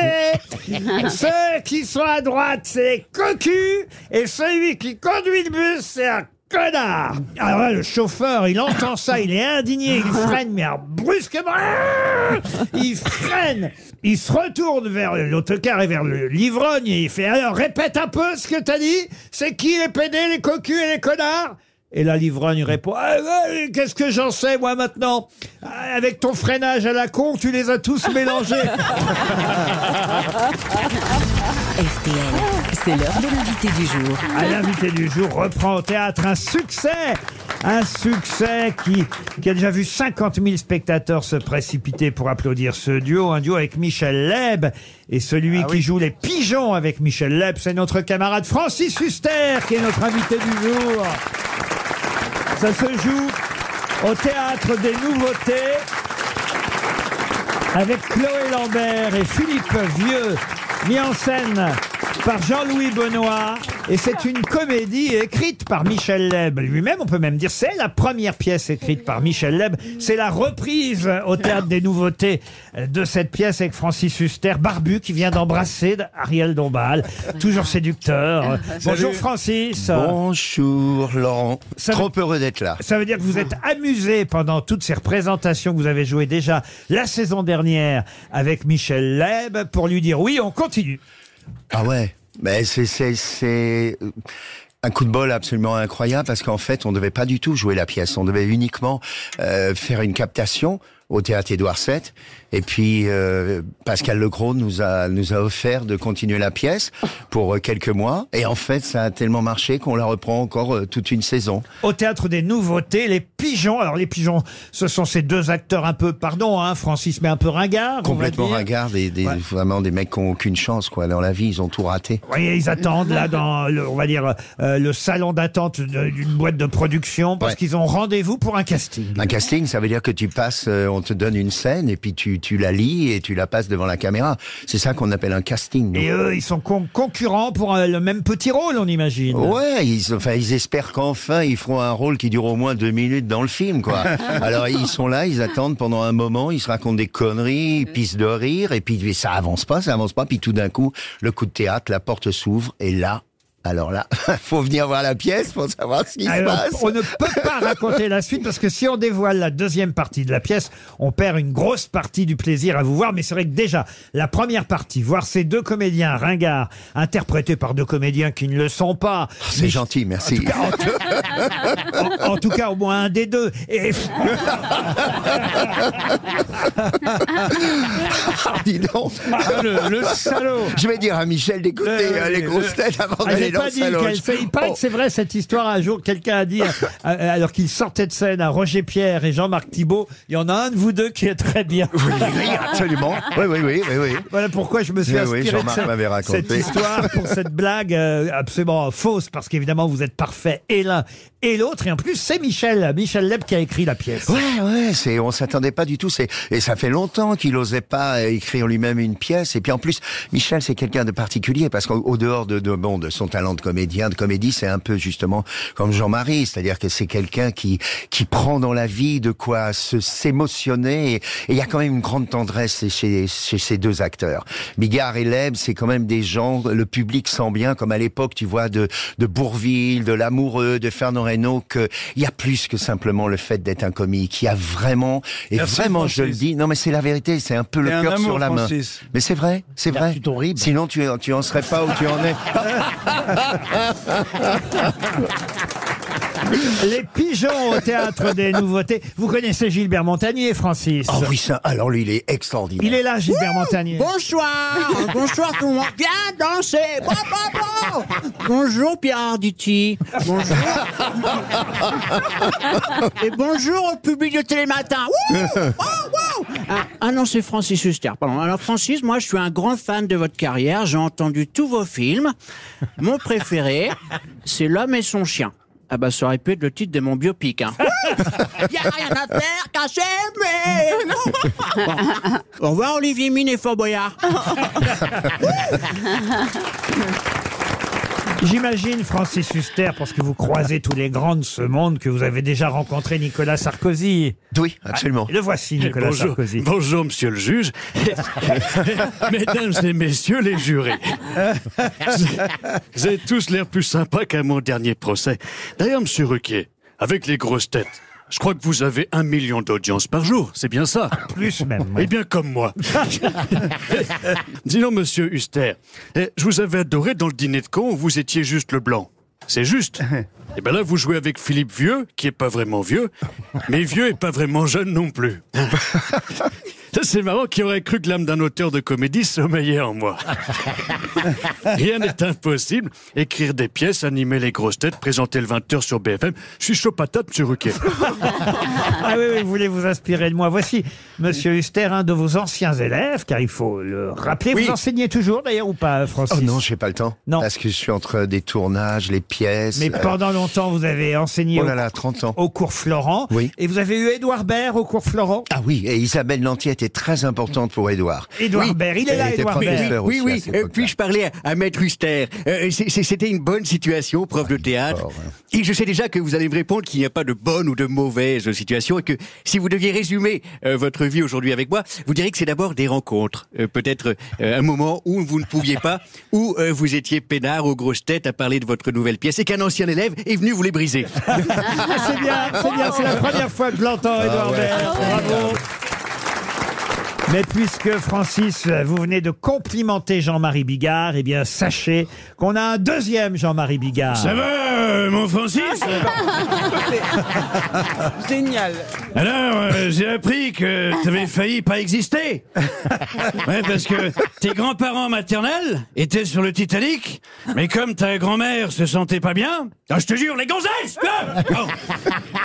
B: Ceux qui sont à droite, c'est des cocus. Et celui qui conduit le bus, c'est un connard Alors là, le chauffeur, il entend ça, il est indigné, il freine, mais alors brusquement, ah il freine Il se retourne vers l'autocar et vers le- l'ivrogne et il fait « Alors, répète un peu ce que t'as dit C'est qui les PD, les cocus et les connards ?» Et là, l'ivrogne répond Ah, ouais, Qu'est-ce que j'en sais, moi, maintenant Ah, Avec ton freinage à la con, tu les as tous mélangés
R: Ah.
D: RTL, c'est l'heure de l'invité du jour.
B: Ah, L'invité du jour reprend au théâtre un succès Un succès qui, qui a déjà vu 50 000 spectateurs se précipiter pour applaudir ce duo. Un duo avec Michel Leb et celui qui joue les pigeons avec Michel Leb, c'est notre camarade Francis Huster qui est notre invité du jour. Ça se joue au théâtre des nouveautés avec Chloé Lambert et Philippe Vieux, mis en scène par Jean-Louis Benoît. Et c'est une comédie écrite par Michel Leb lui-même. On peut même dire c'est la première pièce écrite par Michel Leb. C'est la reprise au théâtre des nouveautés euh, de cette pièce avec Francis Huster, Barbu, qui vient d'embrasser Ariel Dombal, toujours séducteur. Bonjour
Q: Salut.
B: Francis.
Q: Bonjour Laurent. Trop heureux d'être là.
B: Ça veut dire que vous êtes amusé pendant toutes ces représentations que vous avez jouées déjà la saison dernière avec Michel Leb pour lui dire oui, on continue.
Q: Ah ouais, mais c'est c'est c'est euh, un coup de bol absolument incroyable parce qu'en fait on devait pas du tout jouer la pièce, on devait uniquement euh, faire une captation au théâtre Édouard VII et puis euh, Pascal Legros nous a nous a offert de continuer la pièce pour euh, quelques mois et en fait ça a tellement marché qu'on la reprend encore euh, toute une saison.
B: Au théâtre des nouveautés, les pigeons. Alors les pigeons, ce sont ces deux acteurs un peu, pardon, hein, Francis, mais un peu ringards.
Q: Complètement ringard, des, des- vraiment des mecs qui ont aucune chance quoi dans la vie, ils ont tout raté.
B: Vous voyez, ils attendent là dans, le, on va dire, euh, le salon d'attente de- d'une boîte de production parce
Q: Ouais.
B: qu'ils ont rendez-vous pour un casting.
Q: Un casting, ça veut dire que tu passes, euh, on te donne une scène et puis tu, tu la lis et tu la passes devant la caméra. C'est ça qu'on appelle un casting. nous.
B: Et eux, ils sont con- concurrents pour euh, le même petit rôle, on imagine.
Q: Ouais, ils, enfin, ils espèrent qu'enfin ils feront un rôle qui dure au moins deux minutes dans le film,
B: [laughs]
Q: quoi.
B: Ah.
Q: Alors ils sont là, ils attendent pendant un moment, ils se racontent des conneries, ils pissent de rire, et puis ça avance pas, ça avance pas, puis tout d'un coup, le coup de théâtre, la porte s'ouvre, et là, alors là, [laughs] faut venir voir la pièce pour savoir ce qui se
B: Alors,
Q: passe.
B: on ne peut pas raconter la suite parce que si on dévoile la deuxième partie de la pièce, on perd une grosse partie du plaisir à vous voir. Mais c'est vrai que déjà, la première partie, voir ces deux comédiens ringards interprétés par deux comédiens qui ne le sont pas.
Q: Oh, C'est gentil, merci. [laughs]
B: En, en tout cas, au moins un des deux. Et... [laughs]
Q: Ah, Dis donc.
E: Ah, le, salaud.
Q: Je vais dire à [laughs] Michel d'écouter
B: Le-
Q: euh, les grosses têtes avant
B: Ah, j'ai
Q: d'aller dans
B: pas
Q: le
B: dit
Q: salon. Oh,
B: qu'elle
Q: Je-
B: fait- Il paraît que c'est vrai cette histoire. Un jour, quelqu'un
Q: [laughs]
B: a dit, euh, euh, alors qu'il sortait de scène à Roger Pierre et Jean-Marc Thibault, il y en a un de vous deux qui est très bien.
Q: Oui, absolument. Oui, oui, oui, oui, oui.
B: [laughs] Voilà pourquoi je me suis
Q: Oui, oui,
B: inspiré de
Q: Jean-Marc
B: ça-
Q: m'avait raconté.
B: cette histoire pour cette blague euh, absolument fausse parce qu'évidemment vous êtes parfait et l'un et l'autre et en plus c'est Michel Michel Leb qui a écrit la
Q: [laughs]
B: pièce.
Q: Ouais, ouais, c'est, on s'attendait pas du tout. C'est, et ça fait longtemps qu'il osait pas euh, écrire lui-même une pièce. Et puis en plus, Michel, c'est quelqu'un de particulier parce qu'au au dehors de, de, bon, de son talent de comédien, de comédie, c'est un peu justement comme Jean-Marie. C'est-à-dire que c'est quelqu'un qui, qui prend dans la vie de quoi se, s'émotionner. Et et il y a quand même une grande tendresse chez, chez ces deux acteurs. Bigard et Leb, c'est quand même des gens, le public sent bien, comme à l'époque, tu vois, de, de Bourville, de Lamoureux, de Fernand Reynaud, qu'il y a plus que simplement le fait d'être un comique. Il y a vraiment, et
E: Merci,
Q: vraiment, je le
E: Francis.
Q: dis, non mais c'est la vérité, c'est un peu le
E: T'es un
Q: cœur
E: amour,
Q: sur la main.
E: Francis.
Q: Mais c'est vrai, c'est vrai. Sinon, tu, tu en serais pas où tu en es.
B: Les pigeons au théâtre des nouveautés. Vous connaissez Gilbert Montagnier, Francis
C: Ah oui, ça, alors lui, il est extraordinaire.
B: Il est là, Gilbert Montagnier. [laughs]
P: Bonsoir, bonsoir tout le monde. Viens danser. Bon, bon, bon. Bonjour Pierre Arditi.
B: [laughs]
P: Bonjour. Et bonjour au public de Télématin. Wouh,
B: [laughs]
P: wouh, wouh. Ah, ah non, c'est Francis Huster, pardon. Alors Francis, moi je suis un grand fan de votre carrière. J'ai entendu tous vos films. Mon préféré, c'est L'homme et son chien. Ah bah ça aurait pu être le titre de mon
B: [laughs]
P: biopic. Hein.
Q: Y a rien à faire qu'à s'aimer.
P: Bon. Au revoir Olivier Mine et Fort
B: [laughs]
P: Boyard.
B: J'imagine, Francis Huster, parce que vous croisez tous les grands de ce monde, que vous avez déjà rencontré Nicolas Sarkozy. Ah,
C: Oui, absolument.
B: le voici, Nicolas
T: Eh, bonjour, [laughs]
B: Sarkozy.
T: Bonjour, monsieur
B: [laughs]
T: le juge. [laughs] Mesdames et messieurs les jurés. Vous avez tous l'air plus sympa qu'à mon dernier procès. D'ailleurs, monsieur Ruquier, avec les grosses têtes, je crois que vous avez un million d'audiences par jour, c'est bien ça
B: Plus même.
T: Eh bien,
B: [laughs]
T: comme moi. Dis donc, monsieur Huster, eh, je vous avais adoré dans le dîner de con où vous étiez juste le blanc.
B: [laughs]
T: C'est juste. Et bien là, vous jouez avec Philippe Vieux, qui est pas vraiment vieux, mais vieux et pas vraiment jeune non plus. Ça, C'est marrant qui aurait cru que l'âme d'un auteur de comédie sommeillait en moi. Rien n'est impossible. Écrire des pièces, animer les grosses têtes, présenter le 20h sur BFM. Je suis chaud patate, monsieur Ruquier.
B: Ah oui, oui, vous voulez vous inspirer de moi. Voici Monsieur Huster, un de vos anciens élèves, car il faut le rappeler.
C: Oui.
B: Vous enseignez toujours d'ailleurs ou pas, Francis
C: Oh non, j'ai pas le temps. Parce que je suis entre des tournages, les pièces.
B: Mais
C: euh,
B: pendant longtemps, vous avez enseigné
C: Oh
B: au-
C: là là, 30 ans.
B: au cours Florent.
C: Oui.
B: Et vous avez eu Édouard Baird au cours Florent
C: Ah oui, et Isabelle Lantier était très importante pour Édouard.
B: Édouard
C: Oui,
B: Baird, il est là,
C: elle était
B: Édouard
C: professeur
B: Baird.
C: aussi
U: Oui,
C: à
U: oui,
C: cette
U: euh,
C: époque-là.
U: puis-je parler à, à Maître Huster Euh, c'est- c'est- C'était une bonne situation, prof de
C: Oh,
U: théâtre. Et je sais déjà que vous allez me répondre qu'il n'y a pas de bonne ou de mauvaise situation et que si vous deviez résumer euh, votre vie aujourd'hui avec moi, vous direz que c'est d'abord des rencontres. Euh, Peut-être euh, un moment où vous ne pouviez pas, [laughs] où euh, vous étiez peinard aux grosses têtes à parler de votre nouvelle pièce et qu'un ancien élève est venu vous les briser.
B: Ah, c'est bien, c'est bien, c'est la première fois que je l'entends, Édouard
U: ouais.
B: Baird.
U: Ah ouais.
B: Bravo. Mais puisque Francis, vous venez de complimenter Jean-Marie Bigard, eh bien sachez qu'on a un deuxième Jean-Marie Bigard.
T: Ça va, euh, mon Francis
B: [laughs]
P: Génial.
T: Alors, euh, j'ai appris que
B: [laughs]
T: t'avais failli pas exister. Ouais, parce que tes grands-parents maternels étaient sur le Titanic, mais comme ta grand-mère se sentait pas bien, ah, je te jure, les gonzesses là Bon.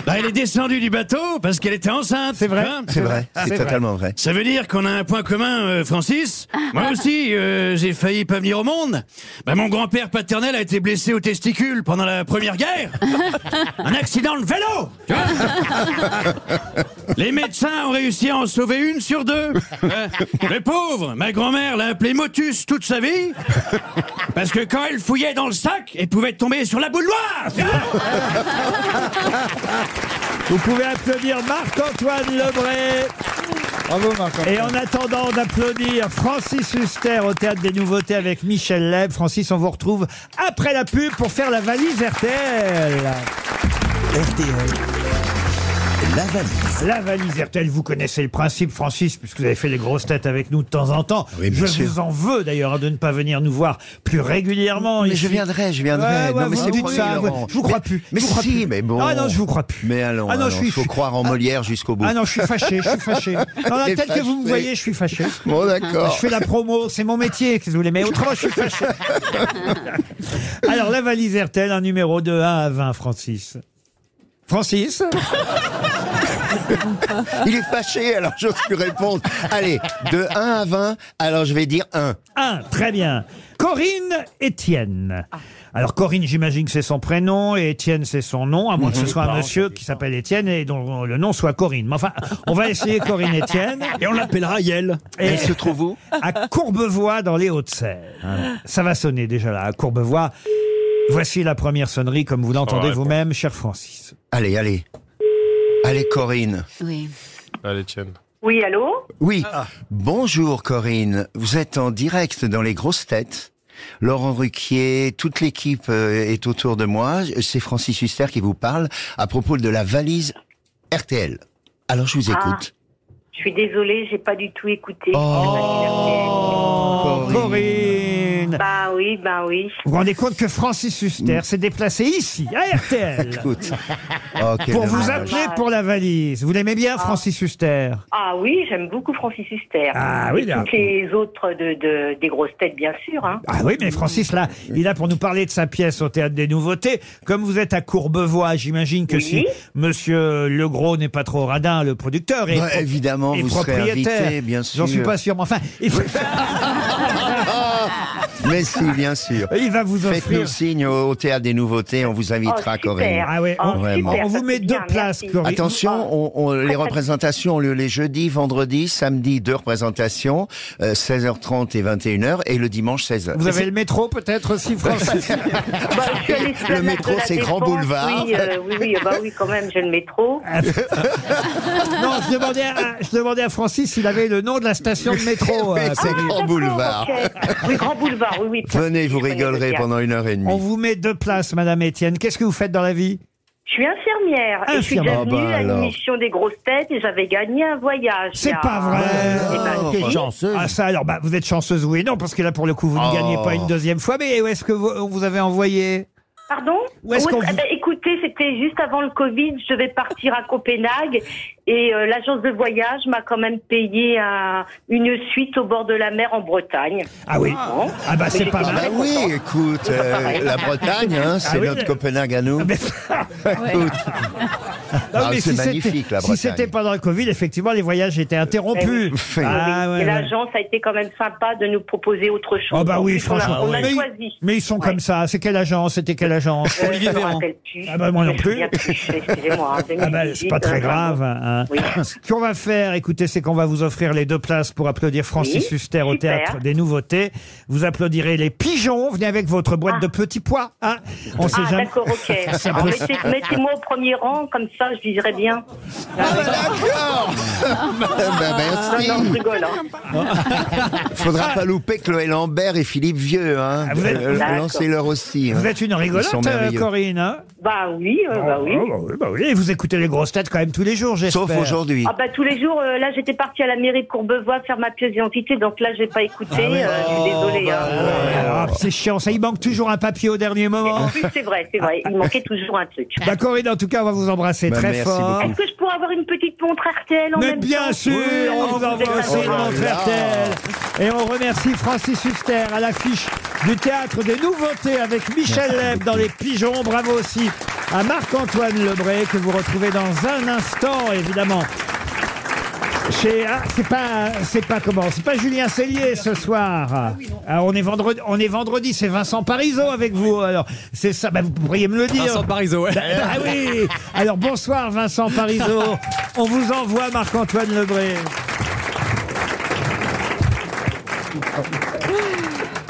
T: Bah, Elle est descendue du bateau parce qu'elle était enceinte. hein. C'est vrai,
C: C'est vrai, c'est totalement vrai. Ah.
T: Ça veut dire qu'on a un point commun, euh, Francis. Moi aussi, euh, j'ai failli pas venir au monde. Bah, mon grand-père paternel a été blessé au testicule pendant la Première Guerre. Un accident de vélo tu vois Les médecins ont réussi à en sauver une sur deux. Euh, le pauvre, ma grand-mère l'a appelé Motus toute sa vie. Parce que quand elle fouillait dans le sac, elle pouvait tomber sur la boule noire tu vois
B: Vous pouvez applaudir Marc-Antoine Lebré. Bravo Marc. Et en attendant d'applaudir Francis Huster au théâtre des Nouveautés avec Michel Leb, Francis, on vous retrouve après la pub pour faire la valise RTL. La valise. La valise RTL, vous connaissez le principe, Francis, puisque vous avez fait les grosses têtes avec nous de temps en temps.
C: Oui, bien
B: je
C: sûr.
B: vous en veux d'ailleurs hein, de ne pas venir nous voir plus régulièrement.
C: Mais
B: ici.
C: je viendrai, je viendrai.
B: Ouais, ouais,
C: non, mais
B: vous
C: c'est
B: dites
C: promis,
B: ça,
C: Laurent.
B: je vous crois
C: Mais-
B: plus. je
C: Mais
B: vous crois
C: si,
B: plus.
C: mais bon.
B: Ah non, je vous crois plus.
C: Mais allons,
B: Ah non, je suis-
C: faut croire en Molière jusqu'au bout.
B: Ah non, je suis fâché, je suis fâché. Non, là,
C: Et
B: tel que vous me
C: fâché.
B: voyez, je suis fâché.
C: Bon, d'accord.
B: Je fais la promo, c'est mon métier, si vous voulez. Mais autrement, je suis
C: [laughs]
B: fâché. Alors, la valise RTL, un numéro de 1 à 20, Francis. Francis
C: Il est fâché, alors j'ose plus répondre. Allez, de 1 à 20, alors je vais dire 1.
B: 1, très bien. Corinne Étienne. Alors Corinne, j'imagine que c'est son prénom et Étienne c'est son nom, à moins que ce
T: Mhm.
B: soit un
T: Non,
B: monsieur qui s'appelle Étienne et dont le nom soit Corinne. Mais enfin, on va essayer Corinne [laughs] Étienne.
T: Et on l'appellera Yel.
B: Elle se trouve où À Courbevoie dans les Hauts-de-Seine.
C: Ah.
B: Ça va sonner déjà là, à Courbevoie. Voici la première sonnerie comme vous l'entendez
C: Ouais, bon.
B: vous-même, cher Francis.
C: Allez, allez. Allez, Corinne.
V: Oui.
G: Allez, tienne.
V: Oui, allô
C: Oui.
B: Ah.
C: Bonjour, Corinne. Vous êtes en direct dans les grosses têtes. Laurent Ruquier, toute l'équipe euh, est autour de moi. C'est Francis Huster qui vous parle à propos de la valise RTL. Alors, je
B: Ah.
C: vous écoute.
V: Je suis désolée, j'ai pas du tout écouté.
C: Oh,
B: Oh. Corinne, Caroline.
J: Bah oui, bah oui.
B: Vous vous rendez compte que Francis Huster s'est déplacé ici, à RTL,
C: Oh,
B: pour vous appeler pour la valise. Vous l'aimez bien, Francis Huster
J: Ah oui, j'aime beaucoup Francis Huster.
B: Ah oui,
J: Et
B: là.
J: Toutes les autres de, de- des grosses têtes, bien sûr. hein.
B: Ah oui, mais Francis, là, il a pour nous parler de sa pièce au Théâtre des Nouveautés. Comme vous êtes à Courbevoie, j'imagine que
J: Oui.
B: si Monsieur Legros n'est pas trop radin, le producteur, et
C: Bah, évidemment, vous serez invité, bien
B: J'en
C: sûr.
B: suis pas sûr, mais enfin, il,
J: Ah,
C: Mais si, bien sûr.
B: Il va vous offrir-
C: Faites-nous signe au, au Théâtre des Nouveautés, on vous invitera,
B: Oh, super.
C: Corinne.
B: Ah ouais, on-
C: Vraiment.
B: on vous met deux places, Corinne.
C: Attention, on- on- les représentations ont lieu les jeudis, vendredis, samedi, deux représentations, euh, 16h30 et 21h, et le dimanche, 16h.
B: vous avez le métro peut-être aussi, Francis
J: Bah, Je suis à l'esplanade
C: Le métro,
J: de la
C: c'est Grand
J: Défense,
C: Boulevard.
J: Oui, euh, oui, oui, ah bah oui, quand même, j'ai le métro.
B: Ah, [laughs] Non, je demandais, à, je demandais à Francis s'il avait le nom de la station de
C: [laughs]
B: métro.
C: Oui,
B: euh,
C: c'est
B: Corinne.
C: Grand Boulevard.
J: Ah, Oui, Grand Boulevard, oui, oui.
C: Venez, vous rigolerez pendant une heure et demie.
B: On vous met deux places, Madame Étienne. Qu'est-ce que vous faites dans la vie
J: Je suis infirmière. Et je suis déjà
B: Infirmière.
J: venue
B: Ah bah
J: à
B: alors.
J: l'émission des grosses têtes et j'avais gagné un voyage. il y
B: C'est
J: a-
B: pas vrai.
J: Eh ben,
C: Oh,
J: si.
C: bah.
B: Ah ça alors, bah, vous êtes chanceuse oui et non, parce que là pour le coup vous ne
J: Oh.
B: gagnez pas une deuxième fois. Mais où est-ce que vous, on vous avez envoyé
J: Pardon
B: Où est-ce
J: Ouais,
B: qu'on
J: eh
B: vous-
J: ben, Écoutez, c'était juste avant le Covid, je vais partir à Copenhague et euh, l'agence de voyage m'a quand même payé un- une suite au bord de la mer en Bretagne.
B: Ah oui Ah bah c'est pas
C: Ah bah
B: mal.
C: oui, écoute, euh,
J: pareil.
C: la Bretagne, hein,
B: Ah
C: c'est
B: oui, Ah,
C: notre
B: le-
C: Copenhague à nous. Écoute.
B: [laughs] Non,
C: Ah,
B: mais si
C: c'est
B: c'était-
C: magnifique, la
B: Si
C: Bretagne. Eh
B: c'était pendant le Covid, effectivement, les voyages étaient interrompus.
J: Eh Oui,
B: Ah,
J: oui.
B: ouais,
J: et
B: ouais.
J: l'agence a été quand même sympa de nous proposer autre chose.
B: Oh bah
J: En
B: oui,
J: plus, on a-
B: franchement.
J: On a,
B: mais,
J: choisi.
B: ils- mais ils sont comme ça. C'est quelle agence C'était quelle agence
J: Euh, je me rappelle plus.
B: Ah bah moi
J: Je
B: non
J: me
B: plus.
J: souviens Excusez-moi.
B: Ah bah,
J: hein,
B: c'est pas
J: 2018, euh,
B: très grave. hein. [coughs] Ce qu'on va faire, écoutez, c'est qu'on va vous offrir les deux places pour applaudir Francis
J: Oui,
B: Huster au
J: super.
B: Théâtre des Nouveautés. Vous applaudirez les pigeons. Venez avec votre boîte de petits pois. hein. On sait
J: ah,
B: jamais. [laughs]
J: d'accord, ok.
B: Ça
J: Alors,
B: peut-
J: mettez- Mettez-moi au premier rang, comme ça, je viserai bien. Ah, bah, d'accord
C: Ah, bah, merci.
J: Non, non, je rigole. hein.
C: Faudra pas louper Chloé Lambert et Philippe Vieux. Hein.
B: Ah. vous êtes-
C: Euh,
B: D'accord.
C: Lancez-leur aussi. hein.
B: Vous êtes une rigolote,
C: Ils sont
B: euh,
C: merveilleux.
B: Corinne. hein
J: Bah oui, euh, bah oui.
B: Ah, bah oui, bah oui. Et vous écoutez les grosses têtes quand même tous les jours, j'espère.
J: Ah bah tous les jours, euh, là j'étais partie à la mairie de Courbevoie faire ma pièce d'identité, donc là j'ai pas écouté,
C: Ah
J: euh,
C: Oh.
J: je suis désolée. hein.
B: Ah, c'est chiant, ça il manque toujours un papier au dernier
J: En [laughs]
B: moment.
J: plus c'est vrai, c'est vrai, il manquait toujours un truc.
B: Bah Corinne, en tout cas, on va vous embrasser
C: Bah,
B: très
C: merci
B: fort.
J: Est-ce que je pourrais avoir une petite montre RTL en
B: Mais
J: même
B: bien
J: temps
B: sûr, on vous envoie
J: êtes
B: aussi une
J: adorable.
V: Ah,
B: montre RTL. Et on remercie Francis Huster à l'affiche du Théâtre des Nouveautés avec Michel Leb dans Les Pigeons. Bravo aussi à Marc-Antoine Lebré que vous retrouvez dans un instant, évidemment. Chez, ah, c'est pas, c'est pas comment, c'est pas Julien Cellier ce soir. Ah, on est vendredi, on est vendredi, c'est Vincent Parisot avec vous. Alors, c'est ça, bah, vous pourriez me le dire.
V: Vincent Parisot, ouais.
B: Bah, bah
V: [laughs]
B: oui. Alors bonsoir Vincent Parisot. on vous envoie Marc-Antoine Lebré.